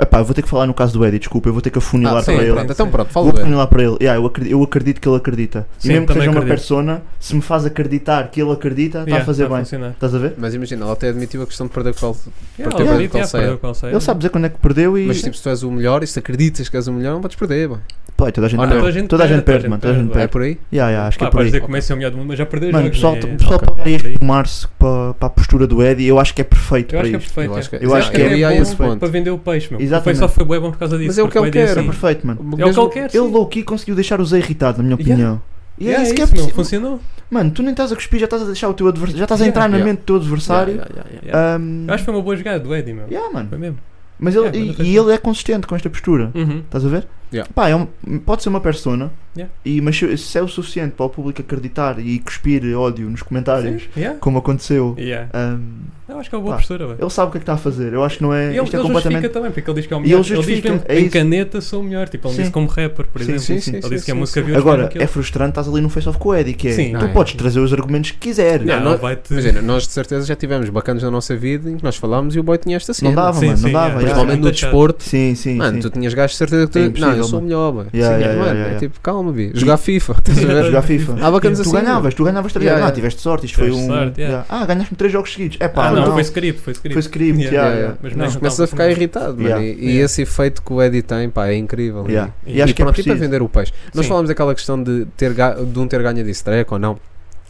Speaker 5: Epá, eu vou ter que falar no caso do Eddie, desculpa, eu vou ter que afunilar
Speaker 7: Ah, sim,
Speaker 5: para ele.
Speaker 7: pronto, então pronto, fala
Speaker 5: Vou
Speaker 7: do Ed.
Speaker 5: afunilar para ele. Yeah, eu, acredito, eu acredito que ele acredita.
Speaker 6: Sim,
Speaker 5: e mesmo que
Speaker 6: também
Speaker 5: seja uma
Speaker 6: acredito. tá
Speaker 5: persona, se me faz acreditar que ele acredita, está a fazer bem.
Speaker 6: Funcionar.
Speaker 5: Estás a ver?
Speaker 7: Mas imagina, ela até admitiu a questão de perder o qual.
Speaker 6: Yeah,
Speaker 7: Perdeu,
Speaker 6: ele
Speaker 7: perdeu,
Speaker 6: yeah,
Speaker 7: qual
Speaker 6: perdeu qual saia.
Speaker 5: Ele sabe dizer quando é que perdeu e.
Speaker 7: Mas tipo, se tu és o melhor e se acreditas que és o melhor, não podes perder, bom.
Speaker 5: Pá, toda a gente
Speaker 7: Ou não.
Speaker 5: perde. Toda a gente perde, mano. Toda a gente
Speaker 7: é
Speaker 5: perde.
Speaker 7: por aí?
Speaker 5: Yeah, yeah, acho que é
Speaker 6: Pá,
Speaker 5: por
Speaker 6: podes
Speaker 5: aí.
Speaker 6: dizer que o Messi é o melhor do mundo, mas já perdeu
Speaker 5: Mano, o
Speaker 6: jogos.
Speaker 5: pessoal,
Speaker 6: né?
Speaker 5: o pessoal
Speaker 7: Ok.
Speaker 5: para
Speaker 6: Por aí.
Speaker 5: ir tomar-se para, para a postura do Eddie, eu acho que é perfeito
Speaker 6: Eu
Speaker 5: para
Speaker 6: acho que é
Speaker 5: isto.
Speaker 6: perfeito.
Speaker 7: Eu
Speaker 6: é.
Speaker 7: acho que-
Speaker 5: Eu acho que é
Speaker 7: e há
Speaker 6: bom
Speaker 7: esse ponto.
Speaker 6: para vender o peixe, meu.
Speaker 5: Exatamente.
Speaker 6: O peixe só foi bué bom por causa disso.
Speaker 7: Mas é o que
Speaker 6: porque
Speaker 7: eu
Speaker 6: Eddie é
Speaker 7: quero,
Speaker 5: Era
Speaker 6: assim.
Speaker 5: perfeito, mano.
Speaker 6: É o que ele quer.
Speaker 5: Ele
Speaker 6: sim.
Speaker 5: low-key conseguiu deixar o Zé irritado, na minha
Speaker 6: Yeah.
Speaker 5: opinião. E
Speaker 6: Yeah,
Speaker 5: é isso que é
Speaker 6: meu,
Speaker 5: preciso.
Speaker 6: Funcionou.
Speaker 5: Mano, tu nem estás a cuspir, já estás a deixar o teu adversário, já estás a entrar
Speaker 7: Yeah.
Speaker 5: na mente do teu adversário.
Speaker 7: Yeah, yeah, yeah, yeah.
Speaker 5: Um,
Speaker 6: Eu acho que foi uma boa jogada do Eddie, meu.
Speaker 5: yeah, mano.
Speaker 6: Foi mesmo.
Speaker 5: Mas ele,
Speaker 6: Yeah, mas não
Speaker 5: e,
Speaker 6: fez
Speaker 5: e ele é consistente com esta postura.
Speaker 6: Uhum.
Speaker 5: Estás a ver?
Speaker 7: Yeah.
Speaker 5: Pá, é um- pode ser uma persona,
Speaker 6: Yeah.
Speaker 5: e, mas se se é o suficiente para o público acreditar e cuspir ódio nos comentários,
Speaker 6: Yeah.
Speaker 5: como aconteceu,
Speaker 6: Yeah.
Speaker 5: um,
Speaker 6: Eu acho que é uma boa
Speaker 5: Pá,
Speaker 6: postura, velho.
Speaker 5: ele sabe o que é que está a fazer. Eu acho que não é.
Speaker 6: Ele, ele
Speaker 5: isto é
Speaker 6: justifica
Speaker 5: completamente.
Speaker 6: também, porque ele diz que é o
Speaker 5: E
Speaker 6: melhor.
Speaker 5: ele justifica,
Speaker 6: diz mesmo,
Speaker 5: é
Speaker 6: em
Speaker 5: isso.
Speaker 6: caneta sou o melhor. Tipo, ele
Speaker 5: Sim.
Speaker 6: disse como rapper, por
Speaker 5: Sim,
Speaker 6: exemplo.
Speaker 5: sim, sim,
Speaker 6: ele
Speaker 7: sim,
Speaker 6: disse que a
Speaker 7: sim,
Speaker 6: música
Speaker 7: sim.
Speaker 6: viu
Speaker 5: Agora, é frustrante, estás ali no Face of com o Eddie, que é.
Speaker 6: Sim.
Speaker 5: tu
Speaker 7: Não, é.
Speaker 5: podes trazer os argumentos que quiseres.
Speaker 6: Não,
Speaker 7: Não,
Speaker 6: não vai te.
Speaker 7: Imagina, nós de certeza já tivemos bacanas na nossa vida em que nós falámos e o boy tinha esta cena.
Speaker 5: Não dava,
Speaker 6: Sim,
Speaker 5: mano,
Speaker 6: sim, é,
Speaker 5: não dava.
Speaker 6: yeah.
Speaker 5: yeah.
Speaker 7: Principalmente no
Speaker 6: Muito chato.
Speaker 7: desporto.
Speaker 5: Sim, sim.
Speaker 7: Mano,
Speaker 5: sim.
Speaker 7: tu tinhas gajos de certeza que tu.
Speaker 5: É
Speaker 7: não, eu
Speaker 5: impossível,
Speaker 7: sou o melhor, boy.
Speaker 5: Yeah,
Speaker 7: Sim,
Speaker 5: yeah,
Speaker 7: mano,
Speaker 5: yeah,
Speaker 7: é
Speaker 5: yeah.
Speaker 7: tipo, calma, bi. Jogar FIFA, estás a ver?
Speaker 5: jogar FIFA.
Speaker 7: Há bacanas
Speaker 5: Tu
Speaker 7: assim.
Speaker 5: ganhavas, tu ganhavas três
Speaker 7: Yeah,
Speaker 5: jogos. Ah,
Speaker 7: yeah.
Speaker 5: tiveste sorte, isto foi
Speaker 6: Tiveste
Speaker 5: um.
Speaker 6: sorte, yeah.
Speaker 5: yeah. Ah, ganhaste-me três jogos seguidos. É pá,
Speaker 6: Ah,
Speaker 5: não.
Speaker 6: não, foi script, foi script.
Speaker 5: Foi script,
Speaker 6: Yeah.
Speaker 5: yeah,
Speaker 7: Yeah,
Speaker 5: yeah.
Speaker 6: Mas
Speaker 7: Mas
Speaker 6: não,
Speaker 7: começas a
Speaker 6: não,
Speaker 7: ficar
Speaker 6: não.
Speaker 7: irritado, mano.
Speaker 5: Yeah.
Speaker 7: E, e
Speaker 6: Yeah.
Speaker 7: esse efeito que o Eddie tem, pá, é incrível. mano.
Speaker 5: Yeah.
Speaker 6: E
Speaker 5: E acho que é
Speaker 7: pronto, e para
Speaker 5: preciso.
Speaker 7: vender o peixe. Nós
Speaker 6: Sim.
Speaker 7: falámos daquela questão de, ter ga- de um ter ganho de streak ou não.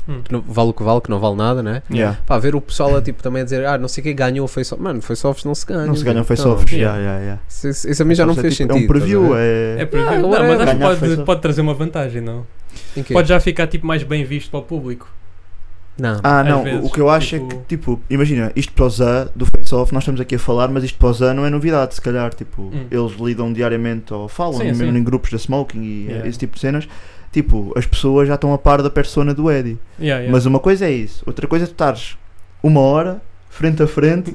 Speaker 6: Hum.
Speaker 7: Que não- Vale o que vale, que não vale nada, né?
Speaker 5: Yeah.
Speaker 7: Pá, ver o pessoal a, tipo, também a dizer, ah, não sei quem ganhou o face off. Mano, face offs não se ganha.
Speaker 5: Não se ganham
Speaker 7: mano.
Speaker 5: face
Speaker 7: Então,
Speaker 5: offs.
Speaker 6: Yeah.
Speaker 5: Yeah, yeah, yeah.
Speaker 7: Isso, isso- isso a mim já não
Speaker 5: Ou seja,
Speaker 7: fez
Speaker 5: tipo,
Speaker 7: sentido. tá
Speaker 5: É um preview,
Speaker 7: estás a ver?
Speaker 5: é.
Speaker 6: É preview.
Speaker 7: Ah,
Speaker 6: Não,
Speaker 7: whatever.
Speaker 6: mas acho que
Speaker 5: Ganhar face-off.
Speaker 6: pode, pode trazer uma vantagem, não?
Speaker 5: é.
Speaker 7: Em quê?
Speaker 6: Pode já ficar tipo mais bem visto para o público.
Speaker 7: Não.
Speaker 5: Ah,
Speaker 6: Às
Speaker 5: não,
Speaker 6: vezes,
Speaker 5: o que eu acho é
Speaker 6: tipo-
Speaker 5: que, tipo, imagina, isto para o Zé do Face Off, nós estamos aqui a falar, mas isto para o Zé não é novidade, se calhar, tipo,
Speaker 6: Hum.
Speaker 5: eles lidam diariamente ou falam,
Speaker 6: Sim,
Speaker 5: mesmo
Speaker 6: sim.
Speaker 5: em grupos de smoking e
Speaker 6: Yeah.
Speaker 5: esse tipo de cenas, tipo, as pessoas já estão a par da persona do Eddie.
Speaker 6: Yeah, yeah.
Speaker 5: Mas uma coisa é isso, outra coisa é tu estares uma hora, frente a frente,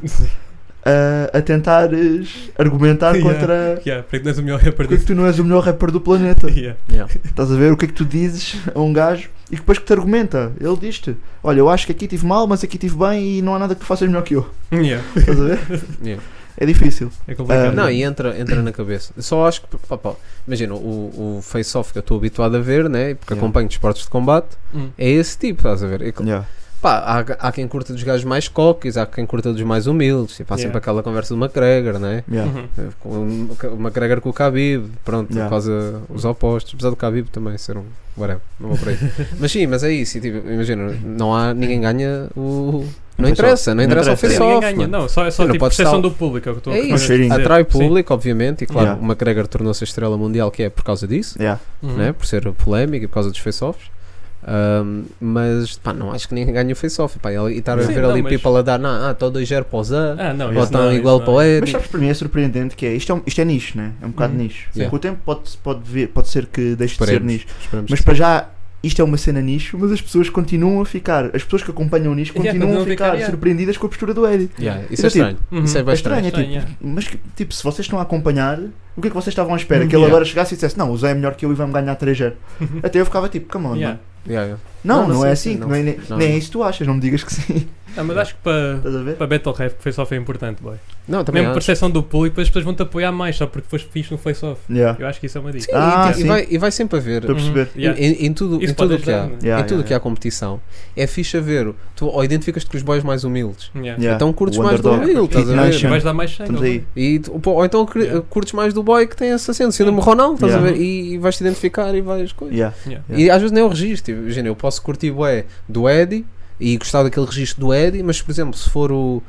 Speaker 5: a, a tentares argumentar
Speaker 6: Yeah.
Speaker 5: contra
Speaker 6: Yeah, porque não és o melhor rapper
Speaker 5: porque é que
Speaker 6: desse.
Speaker 5: tu não és o melhor rapper do planeta.
Speaker 6: Yeah.
Speaker 5: Estás a ver o que é que tu dizes a um gajo e depois que te argumenta. Ele diz-te: Olha, eu acho que aqui tive mal, mas aqui tive bem e não há nada que tu faças melhor que eu.
Speaker 6: Yeah.
Speaker 5: Estás a ver?
Speaker 7: Yeah.
Speaker 5: É difícil.
Speaker 6: É complicado.
Speaker 7: Ah, Não, e entra, entra na cabeça. Só acho que, pá, pá, imagina, o, o face-off que eu estou habituado a ver, né? Porque
Speaker 5: Yeah.
Speaker 7: acompanho desportos de combate,
Speaker 6: Hum.
Speaker 7: é esse tipo, estás a ver? É que,
Speaker 5: Yeah.
Speaker 7: pá, há, há quem curta dos gajos mais coques, há quem curta dos mais humildes. Tipo, há sempre
Speaker 6: Yeah.
Speaker 7: aquela conversa do McGregor, né?
Speaker 5: Yeah.
Speaker 6: Uhum.
Speaker 7: Com O McGregor com o Khabib, pronto,
Speaker 5: Yeah.
Speaker 7: quase os opostos. Apesar do Khabib também ser um. Whatever, não vou por aí. mas sim, mas é isso. e tipo, imagina, não há. Ninguém ganha o. Não
Speaker 5: Face-off.
Speaker 7: interessa, não
Speaker 5: Não
Speaker 7: interessa o
Speaker 5: interessa.
Speaker 7: face
Speaker 6: Ninguém
Speaker 7: off.
Speaker 6: ganha, não, só, é só
Speaker 7: Sim, não
Speaker 6: tipo,
Speaker 7: podes
Speaker 6: percepção
Speaker 7: estar-
Speaker 6: do público. É, o que eu
Speaker 7: É
Speaker 6: estou a
Speaker 5: isso.
Speaker 6: dizer.
Speaker 7: Atrai
Speaker 6: Sim.
Speaker 7: público, obviamente, e claro,
Speaker 5: Yeah.
Speaker 7: o McGregor tornou-se a estrela mundial que é por causa disso,
Speaker 5: Yeah.
Speaker 6: Uhum.
Speaker 7: né? por ser polémico e por causa dos face-offs. Ahm, mas pá, não acho que ninguém ganha o face-off. pá, E estar a
Speaker 6: Sim,
Speaker 7: ver
Speaker 6: não,
Speaker 7: ali
Speaker 6: mas-
Speaker 7: people a dar, não, ah, estou 2-0 para o Zé,
Speaker 6: Ah, não,
Speaker 7: ou
Speaker 6: isso não,
Speaker 7: estão
Speaker 6: isso
Speaker 7: um igual
Speaker 6: não.
Speaker 7: para o
Speaker 5: Mas
Speaker 7: Ed.
Speaker 5: sabes, para mim é surpreendente que é. Isto é, um- isto é nicho, né? É um bocado
Speaker 6: Uhum.
Speaker 5: nicho.
Speaker 7: Yeah.
Speaker 5: Com o tempo pode, pode, vir- pode ser que deixe de ser
Speaker 7: Esperemos,
Speaker 5: nicho.
Speaker 7: esperemos
Speaker 5: Mas
Speaker 7: que
Speaker 5: para já. Isto é uma cena nicho, mas as pessoas continuam a ficar, as pessoas que acompanham o nicho
Speaker 6: Yeah,
Speaker 5: continuam
Speaker 6: continuam
Speaker 5: a
Speaker 6: a
Speaker 5: ficar
Speaker 6: ficar, yeah.
Speaker 5: surpreendidas com a postura do Eddie.
Speaker 7: Yeah, isso
Speaker 5: Então,
Speaker 7: é estranho.
Speaker 6: Uhum.
Speaker 7: Isso é bem
Speaker 5: É
Speaker 7: estranho.
Speaker 5: estranho,
Speaker 6: Estranho,
Speaker 5: é
Speaker 6: yeah.
Speaker 5: tipo, mas que- tipo, se vocês estão a acompanhar, o que é que vocês estavam à espera?
Speaker 7: Hum,
Speaker 5: Que ele
Speaker 6: Yeah.
Speaker 5: agora chegasse e dissesse, não, o Zé é melhor que eu e vamos ganhar 3 Até eu ficava tipo, come on,
Speaker 6: Yeah.
Speaker 5: mano.
Speaker 7: Yeah, yeah.
Speaker 5: Não,
Speaker 7: Não,
Speaker 5: não,
Speaker 7: não, sim,
Speaker 5: é
Speaker 7: sim,
Speaker 5: assim,
Speaker 7: não.
Speaker 5: não é- nem,
Speaker 7: Não,
Speaker 5: nem é
Speaker 7: não.
Speaker 5: isso que tu achas, não me digas que sim.
Speaker 6: Ah, mas acho que para,
Speaker 5: Estás a ver?
Speaker 6: para Battle Rap foi só foi importante, boy.
Speaker 7: Não, também
Speaker 6: Mesmo
Speaker 7: acho.
Speaker 6: percepção do público, depois as pessoas vão-te apoiar mais só porque foste fixe no face-off.
Speaker 5: Yeah.
Speaker 6: Eu acho que isso é uma dica.
Speaker 7: Sim,
Speaker 5: Ah,
Speaker 7: e,
Speaker 5: sim.
Speaker 7: e vai, e vai sempre haver.
Speaker 5: Estou a perceber.
Speaker 6: Uhum. Yeah.
Speaker 7: Em, em- em tudo,
Speaker 6: Isso
Speaker 7: em tudo
Speaker 6: pode
Speaker 7: que há,
Speaker 6: ajudar, né?
Speaker 5: Yeah,
Speaker 7: em tudo
Speaker 5: yeah,
Speaker 7: que há competição, é fixe a ver. Tu ou identificas-te com os boys mais humildes,
Speaker 6: Yeah.
Speaker 5: Yeah.
Speaker 7: então curtes
Speaker 5: O
Speaker 7: mais do
Speaker 5: underdog.
Speaker 7: humilde, estás a ver?
Speaker 5: Nation.
Speaker 6: Vais dar mais sangue.
Speaker 5: Estamos aí.
Speaker 7: E tu- pô, ou então cre-
Speaker 6: Yeah.
Speaker 7: curtes mais do boy que tem essa cena, síndrome Ronaldo, estás a
Speaker 5: Yeah.
Speaker 7: ver? E, e vais te identificar e vais
Speaker 6: um
Speaker 7: coisas.
Speaker 5: Yeah.
Speaker 7: E às vezes nem é o registro, tipo, imagina, eu posso curtir bué do Eddie e gostar daquele registro do Eddie, mas por exemplo, se for o,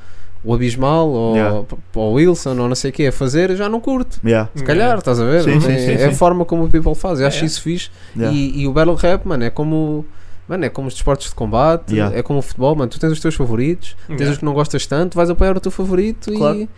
Speaker 7: o Abismal ou,
Speaker 5: Yeah.
Speaker 7: p- ou o Wilson ou não sei o que a fazer, eu já não curto.
Speaker 5: Yeah.
Speaker 7: Se calhar, estás a ver?
Speaker 5: Sim, sim,
Speaker 7: é,
Speaker 5: sim,
Speaker 7: é a
Speaker 5: sim.
Speaker 7: forma como o people faz. Eu acho
Speaker 6: É, é.
Speaker 7: isso fixe.
Speaker 5: Yeah.
Speaker 7: E, e o Battle Rap, mano, é como. Mano, é como os desportos de combate,
Speaker 5: Yeah.
Speaker 7: é como o futebol, mano. Tu tens os teus favoritos, tens
Speaker 6: Yeah.
Speaker 7: os que não gostas tanto, vais apoiar o teu favorito
Speaker 5: Claro.
Speaker 7: e.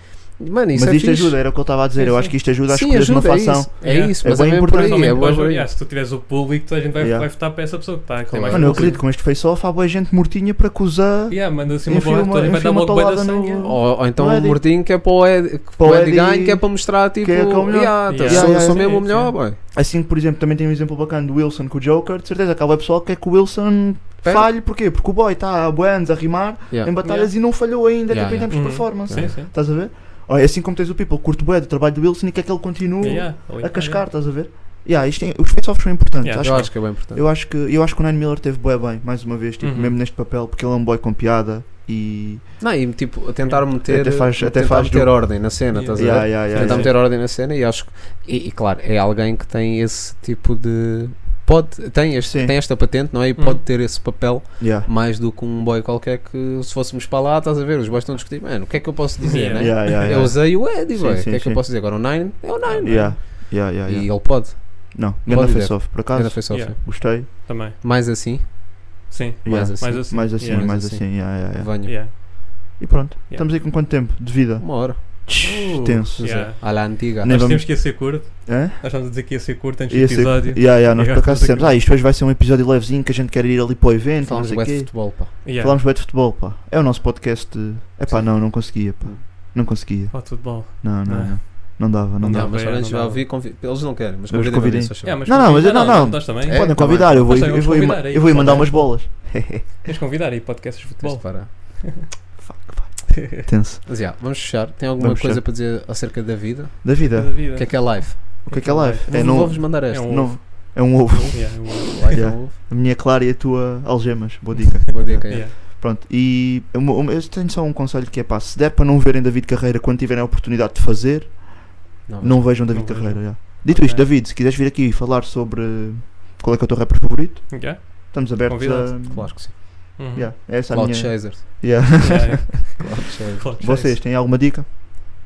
Speaker 7: Mano, isso
Speaker 5: Mas
Speaker 7: é
Speaker 5: isto
Speaker 7: fixe.
Speaker 5: ajuda, era o que eu estava a dizer.
Speaker 6: Sim,
Speaker 5: Eu
Speaker 6: sim.
Speaker 5: acho que isto ajuda a
Speaker 7: Sim,
Speaker 5: escolheres uma
Speaker 7: ajuda, é
Speaker 5: facção.
Speaker 7: isso. É
Speaker 6: Yeah.
Speaker 7: isso,
Speaker 5: É
Speaker 7: mas é
Speaker 5: bem
Speaker 7: mesmo por aí.
Speaker 5: importante,
Speaker 7: É
Speaker 6: Principalmente
Speaker 7: bem
Speaker 6: para os
Speaker 7: por
Speaker 6: jogos.
Speaker 7: aí.
Speaker 6: Yeah, se tu tiveres o público, toda a gente vai,
Speaker 5: Yeah.
Speaker 6: vai votar para essa pessoa que está. Que tem
Speaker 7: Claro.
Speaker 6: mais
Speaker 5: Mano, eu
Speaker 6: público.
Speaker 5: acredito que com este face-off há boa gente mortinha para acusar.
Speaker 6: Yeah, manda assim uma
Speaker 5: Enfia
Speaker 6: bola
Speaker 5: uma-
Speaker 6: toda e vai
Speaker 5: enfia
Speaker 6: dar uma
Speaker 5: uma
Speaker 6: boa
Speaker 5: paulada no-
Speaker 6: sangue.
Speaker 7: Ou, ou então
Speaker 5: No
Speaker 7: um
Speaker 5: Eddie.
Speaker 7: mortinho que é para o Ed, que
Speaker 5: Para o
Speaker 7: o Ed
Speaker 5: Eddie
Speaker 7: ganha, que é para mostrar tipo,
Speaker 5: que é que é o melhor.
Speaker 7: "Yeah, tá,
Speaker 6: Yeah.
Speaker 7: sou,
Speaker 5: Yeah,
Speaker 7: sou
Speaker 5: yeah,
Speaker 7: mesmo o
Speaker 6: sim,
Speaker 7: melhor,
Speaker 6: sim.
Speaker 7: boy.
Speaker 5: Assim, por exemplo, também tem um exemplo bacana do Wilson com o Joker. De certeza que há o pessoal que é que o Wilson
Speaker 7: Pera.
Speaker 5: falhe. Porquê? Porque o boy está há bué anos a rimar
Speaker 7: Yeah.
Speaker 5: em batalhas e não falhou ainda
Speaker 7: Yeah,
Speaker 5: tipo, em
Speaker 7: yeah.
Speaker 5: termos de
Speaker 6: Uhum.
Speaker 5: performance.
Speaker 6: Sim, sim.
Speaker 5: Estás a ver? Olha, assim como tens o People, curto bué do trabalho do Wilson e quer que ele continue
Speaker 6: Yeah, ou
Speaker 5: Uhum. a
Speaker 6: então,
Speaker 5: cascar,
Speaker 6: yeah.
Speaker 5: estás a ver? Yeah, isto tem- os face-offs são importantes.
Speaker 6: Yeah,
Speaker 5: acho
Speaker 7: eu
Speaker 5: que-
Speaker 7: acho que é bem importante.
Speaker 5: eu acho que eu acho que o Nine Miller teve bué bem, mais uma vez, tipo,
Speaker 6: Uhum.
Speaker 5: mesmo neste papel, porque ele é um boy com piada e
Speaker 7: Não, e tipo, a tentar meter,
Speaker 5: Até faz- até
Speaker 7: tentar
Speaker 5: faz
Speaker 7: meter
Speaker 5: do-
Speaker 7: ordem na cena, estás a
Speaker 5: yeah,
Speaker 7: ver?
Speaker 5: yeah, yeah,
Speaker 7: é. tentar
Speaker 5: yeah.
Speaker 7: meter ordem na cena e acho que, e, e claro, é alguém que tem esse tipo de. Pode, tem, este,
Speaker 5: Sim.
Speaker 7: tem esta patente, não é? E
Speaker 6: Uhum.
Speaker 7: pode ter esse papel
Speaker 5: Yeah.
Speaker 7: mais do que um boy qualquer que se fôssemos para lá, estás a ver? Os boys estão a discutir, mano, o que é que eu posso dizer,
Speaker 6: Yeah.
Speaker 7: né?
Speaker 5: Yeah, yeah, yeah.
Speaker 7: Eu usei o Eddie,
Speaker 5: Sim,
Speaker 7: boy, o
Speaker 5: sim,
Speaker 7: que é que eu
Speaker 5: sim.
Speaker 7: posso dizer? Agora o Nine é o Nine,
Speaker 5: Yeah, yeah, yeah,
Speaker 7: né?
Speaker 5: yeah.
Speaker 7: e ele pode,
Speaker 5: Não, grande
Speaker 7: Pode ver.
Speaker 5: face-off, por
Speaker 7: ainda
Speaker 5: acaso,
Speaker 7: foi só
Speaker 6: Yeah.
Speaker 5: gostei.
Speaker 6: Também.
Speaker 7: Mais assim,
Speaker 6: Sim.
Speaker 5: Yeah.
Speaker 7: assim.
Speaker 6: Mais assim.
Speaker 5: Mais assim,
Speaker 6: Yeah.
Speaker 5: mais
Speaker 7: Mais assim.
Speaker 5: assim, yeah, yeah, yeah.
Speaker 7: venho.
Speaker 6: Yeah.
Speaker 5: E pronto,
Speaker 6: Yeah.
Speaker 5: estamos aí com quanto tempo de vida?
Speaker 7: Uma hora.
Speaker 5: Tch, Tenso.
Speaker 6: Yeah.
Speaker 7: À la antiga.
Speaker 5: Nem
Speaker 6: Nós
Speaker 5: vamos-
Speaker 6: temos que ia ser curto.
Speaker 5: Hã?
Speaker 6: Nós estamos a dizer que ia ser curto antes do
Speaker 5: Ia ser-
Speaker 6: episódio.
Speaker 5: Yeah, yeah, nós por
Speaker 6: Eu acho
Speaker 5: acaso
Speaker 6: que-
Speaker 5: dissemos, ah, isto hoje vai ser um episódio levezinho que a gente quer ir ali para o evento,
Speaker 7: Falamos
Speaker 5: não
Speaker 7: bué
Speaker 5: sei
Speaker 7: de
Speaker 5: o quê.
Speaker 7: futebol, pá.
Speaker 6: Yeah.
Speaker 5: Falámos bem de futebol, pá. É o nosso podcast. De... Epá, não, não conseguia, pá. Não conseguia.
Speaker 6: Pá, de futebol.
Speaker 5: Não, não,
Speaker 6: Não.
Speaker 5: não. Não dava, não
Speaker 6: Não
Speaker 5: dava.
Speaker 7: Não, mas
Speaker 6: bem,
Speaker 7: olha,
Speaker 6: É, não
Speaker 7: já
Speaker 6: dá.
Speaker 7: ouvi, convi- eles não querem, mas
Speaker 5: Mas
Speaker 7: convidem-me
Speaker 5: convidem-
Speaker 7: nisso, acho eu.
Speaker 6: Yeah, mas
Speaker 5: Não, não, mas
Speaker 6: convida-
Speaker 5: eu- não, não.
Speaker 6: Nós também.
Speaker 7: É? tá
Speaker 5: Podem convidar, eu vou,
Speaker 6: Nós também
Speaker 5: eu vou,
Speaker 6: vamos
Speaker 5: eu
Speaker 6: convidar aí,
Speaker 5: vou ir mandar
Speaker 6: pessoal.
Speaker 5: umas bolas.
Speaker 6: Tens de convidar aí podcasts de
Speaker 7: Tens
Speaker 6: futebol.
Speaker 7: de parar.
Speaker 5: Tenso.
Speaker 7: Mas já, vamos fechar. Tem alguma
Speaker 5: Vamos
Speaker 7: coisa
Speaker 5: fechar.
Speaker 7: para dizer acerca da vida?
Speaker 5: Da vida.
Speaker 6: Da vida.
Speaker 7: O que é que é live?
Speaker 5: O que é que é live? É
Speaker 7: Vou-
Speaker 5: não.
Speaker 7: Vou-vos mandar
Speaker 6: É
Speaker 7: esta.
Speaker 6: um
Speaker 5: não- É um ovo.
Speaker 6: Yeah, é um-
Speaker 7: Live
Speaker 5: Yeah.
Speaker 7: é um ovo.
Speaker 5: A minha clara e a tua algemas. Boa dica.
Speaker 7: Boa dica.
Speaker 6: yeah.
Speaker 5: Pronto. E eu, eu tenho só um conselho que é pá, se der para não verem David Carreira quando tiverem a oportunidade de fazer, Não vejam David
Speaker 6: Não vejam.
Speaker 5: Carreira. já. Dito isto,
Speaker 6: Ok.
Speaker 5: David, se quiseres vir aqui falar sobre qual é que é o teu rapper favorito,
Speaker 6: Yeah.
Speaker 5: estamos abertos
Speaker 6: Convidado,
Speaker 5: a.
Speaker 7: Claro que sim.
Speaker 6: Uhum.
Speaker 5: Yeah, é essa a
Speaker 7: Cloud
Speaker 5: minha.
Speaker 7: Chasers.
Speaker 5: Yeah.
Speaker 6: Yeah, yeah.
Speaker 7: Cloud Chasers.
Speaker 6: Cloud
Speaker 5: Vocês
Speaker 6: Chase.
Speaker 5: têm alguma dica?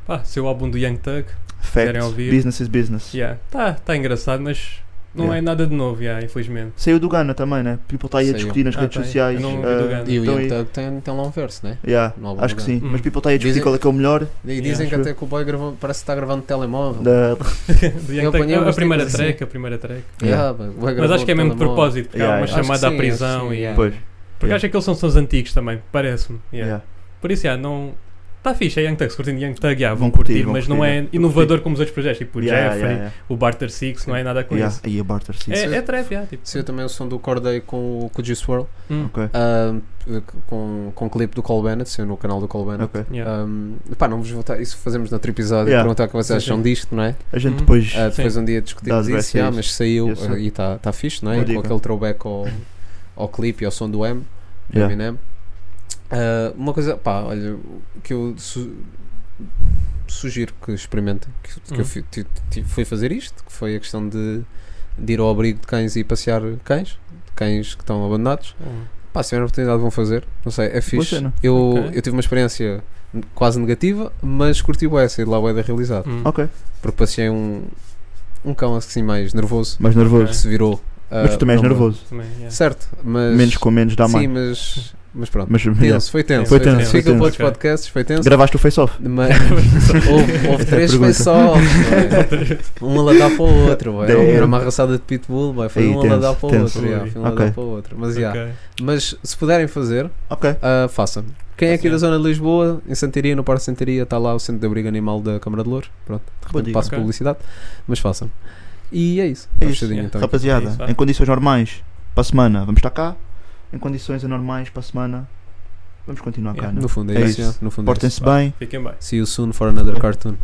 Speaker 6: Pá, seu álbum do Young Thug.
Speaker 5: Fact.
Speaker 6: Querem ouvir?
Speaker 5: Business is business.
Speaker 6: Yeah. Tá, tá engraçado, mas não
Speaker 5: Yeah.
Speaker 6: é nada de novo, yeah, infelizmente.
Speaker 5: Saiu do Gana também, né? People está aí a
Speaker 7: Saiu.
Speaker 5: discutir nas
Speaker 6: Ah,
Speaker 5: redes
Speaker 6: tá aí.
Speaker 5: sociais.
Speaker 6: Eu não ouvi do
Speaker 5: ah,
Speaker 6: Gana.
Speaker 7: E o
Speaker 5: então
Speaker 7: Young
Speaker 5: aí-
Speaker 7: Thug tem, tem lá um verso, né?
Speaker 5: yeah,
Speaker 7: No álbum
Speaker 5: acho
Speaker 7: do
Speaker 5: que
Speaker 7: Gana.
Speaker 5: sim.
Speaker 6: Hum.
Speaker 5: Mas People está aí a discutir
Speaker 7: Dizem-
Speaker 5: qual é que é o melhor.
Speaker 7: E
Speaker 6: Yeah.
Speaker 7: dizem que
Speaker 5: Acho
Speaker 7: até que o boy gravou, parece que está gravando de telemóvel.
Speaker 5: da-
Speaker 6: Do Young Thug,
Speaker 7: apanhei
Speaker 6: a
Speaker 7: umas
Speaker 6: primeira
Speaker 7: dicas
Speaker 6: track, a primeira track.
Speaker 7: Yeah, boy, o boy
Speaker 6: Mas
Speaker 7: gravou
Speaker 6: acho que é
Speaker 7: de
Speaker 6: mesmo de
Speaker 7: telemóvel.
Speaker 6: propósito, porque
Speaker 5: Yeah,
Speaker 6: há uma
Speaker 5: yeah.
Speaker 7: Acho
Speaker 6: chamada à
Speaker 7: que sim,
Speaker 6: prisão
Speaker 7: acho que
Speaker 6: e.
Speaker 7: sim, yeah.
Speaker 5: Pois.
Speaker 6: Porque
Speaker 5: Yeah.
Speaker 6: acho que aqueles são sons antigos também, parece-me. Yeah.
Speaker 5: Yeah.
Speaker 6: Por isso, yeah, não. Está fixe, é Young Thug, se curtindo Young Thug, yeah, vão,
Speaker 5: Vão
Speaker 6: curtir,
Speaker 5: curtir, vão
Speaker 6: mas
Speaker 5: curtir,
Speaker 6: não é
Speaker 5: yeah.
Speaker 6: inovador como os outros projetos, tipo o
Speaker 5: Yeah,
Speaker 6: Jeffrey,
Speaker 5: yeah, yeah.
Speaker 6: o Barter Six, não é nada com
Speaker 5: Yeah.
Speaker 6: isso.
Speaker 5: Aí a Barter sim.
Speaker 6: É,
Speaker 7: Sim.
Speaker 6: é trap, yeah, tipo.
Speaker 7: Saiu também o som do Corday com o com o Juice WRLD,
Speaker 6: Hum,
Speaker 5: Ok.
Speaker 7: ahm, com, com o clipe do Cole Bennett, saiu no canal do Cole Bennett.
Speaker 5: Ok.
Speaker 6: yeah.
Speaker 7: Ahm, pá, não vos vou estar- Isso fazemos noutro episódio.
Speaker 5: Yeah.
Speaker 7: Perguntar o que vocês
Speaker 6: Sim, sim.
Speaker 7: acham disto, não é?
Speaker 5: A gente
Speaker 6: Uhum.
Speaker 5: depois.
Speaker 7: Ah, depois
Speaker 6: Sim.
Speaker 7: um dia discutimos
Speaker 5: Dás vai
Speaker 7: isso,
Speaker 5: ser
Speaker 7: ah,
Speaker 5: isso.
Speaker 7: mas saiu
Speaker 5: Yes, sir.
Speaker 7: ah, e está tá fixe, não é?
Speaker 5: Boa
Speaker 7: Com
Speaker 5: dica.
Speaker 7: aquele throwback ao, ao clipe e ao som do M, do
Speaker 5: Yeah.
Speaker 7: Eminem. Ah, uma coisa, pá, olha, que eu su- sugiro que experimentem, que, que eu
Speaker 6: Uhum.
Speaker 7: fui, ti- ti- fui fazer isto, que foi a questão de, de ir ao abrigo de cães e passear cães, cães que estão abandonados.
Speaker 6: Hum.
Speaker 7: Pá, se tiver oportunidade vão fazer, não sei, é fixe.
Speaker 5: cena.
Speaker 7: Eu,
Speaker 6: Ok.
Speaker 7: eu tive uma experiência n- quase negativa, mas curti o essa e lá o da realizado
Speaker 6: Hum.
Speaker 5: Ok.
Speaker 7: porque passei um, um cão assim mais nervoso
Speaker 5: Mais nervoso.
Speaker 7: que se virou. ah,
Speaker 5: Mas tu também és
Speaker 7: não-
Speaker 5: nervoso.
Speaker 6: Também, yeah.
Speaker 7: Certo, mas.
Speaker 5: Menos com menos dá
Speaker 7: Sim,
Speaker 5: mais.
Speaker 7: mas. Mas pronto.
Speaker 5: Mas yeah.
Speaker 7: Tenso, foi tenso.
Speaker 6: Foi
Speaker 5: tenso, foi
Speaker 7: Fica
Speaker 5: tenso.
Speaker 7: para outros
Speaker 6: Ok.
Speaker 7: podcasts, foi tenso.
Speaker 5: gravaste o face-off. é
Speaker 7: Mas houve, houve três foi
Speaker 5: pergunta.
Speaker 7: só. Um a ladar para o outro. boy.
Speaker 5: Damn.
Speaker 7: Era uma arraçada de pitbull. boy. Foi
Speaker 5: Aí,
Speaker 7: um a ladar
Speaker 5: tenso,
Speaker 7: para o
Speaker 5: tenso.
Speaker 7: outro. yeah,
Speaker 6: Ui.
Speaker 7: Foi um a
Speaker 5: Ok.
Speaker 7: ladar para o outro. Mas, yeah.
Speaker 6: Ok.
Speaker 7: mas se puderem fazer,
Speaker 5: Ok.
Speaker 7: ah, façam. Quem é aqui
Speaker 6: Sim.
Speaker 7: da zona de Lisboa, em Santiria, no Parque de Santiria, está lá o Centro de Abrigo Animal da Câmara de Louro. Pronto,
Speaker 5: Boa dica.
Speaker 7: passo
Speaker 6: Ok.
Speaker 7: publicidade, mas façam. E é isso. Tá
Speaker 5: É isso,
Speaker 7: fechadinho,
Speaker 6: yeah.
Speaker 7: então.
Speaker 5: Rapaziada,
Speaker 6: É isso, vá.
Speaker 5: em condições normais, para a semana vamos estar cá. Em condições anormais, para a semana vamos continuar
Speaker 6: Yeah.
Speaker 5: cá. né?
Speaker 7: No fundo é,
Speaker 5: É
Speaker 7: isso.
Speaker 5: isso.
Speaker 7: yeah, No fundo é isso.
Speaker 5: Portem-se bem.
Speaker 6: Fiquem bem.
Speaker 7: See you soon for another cartoon.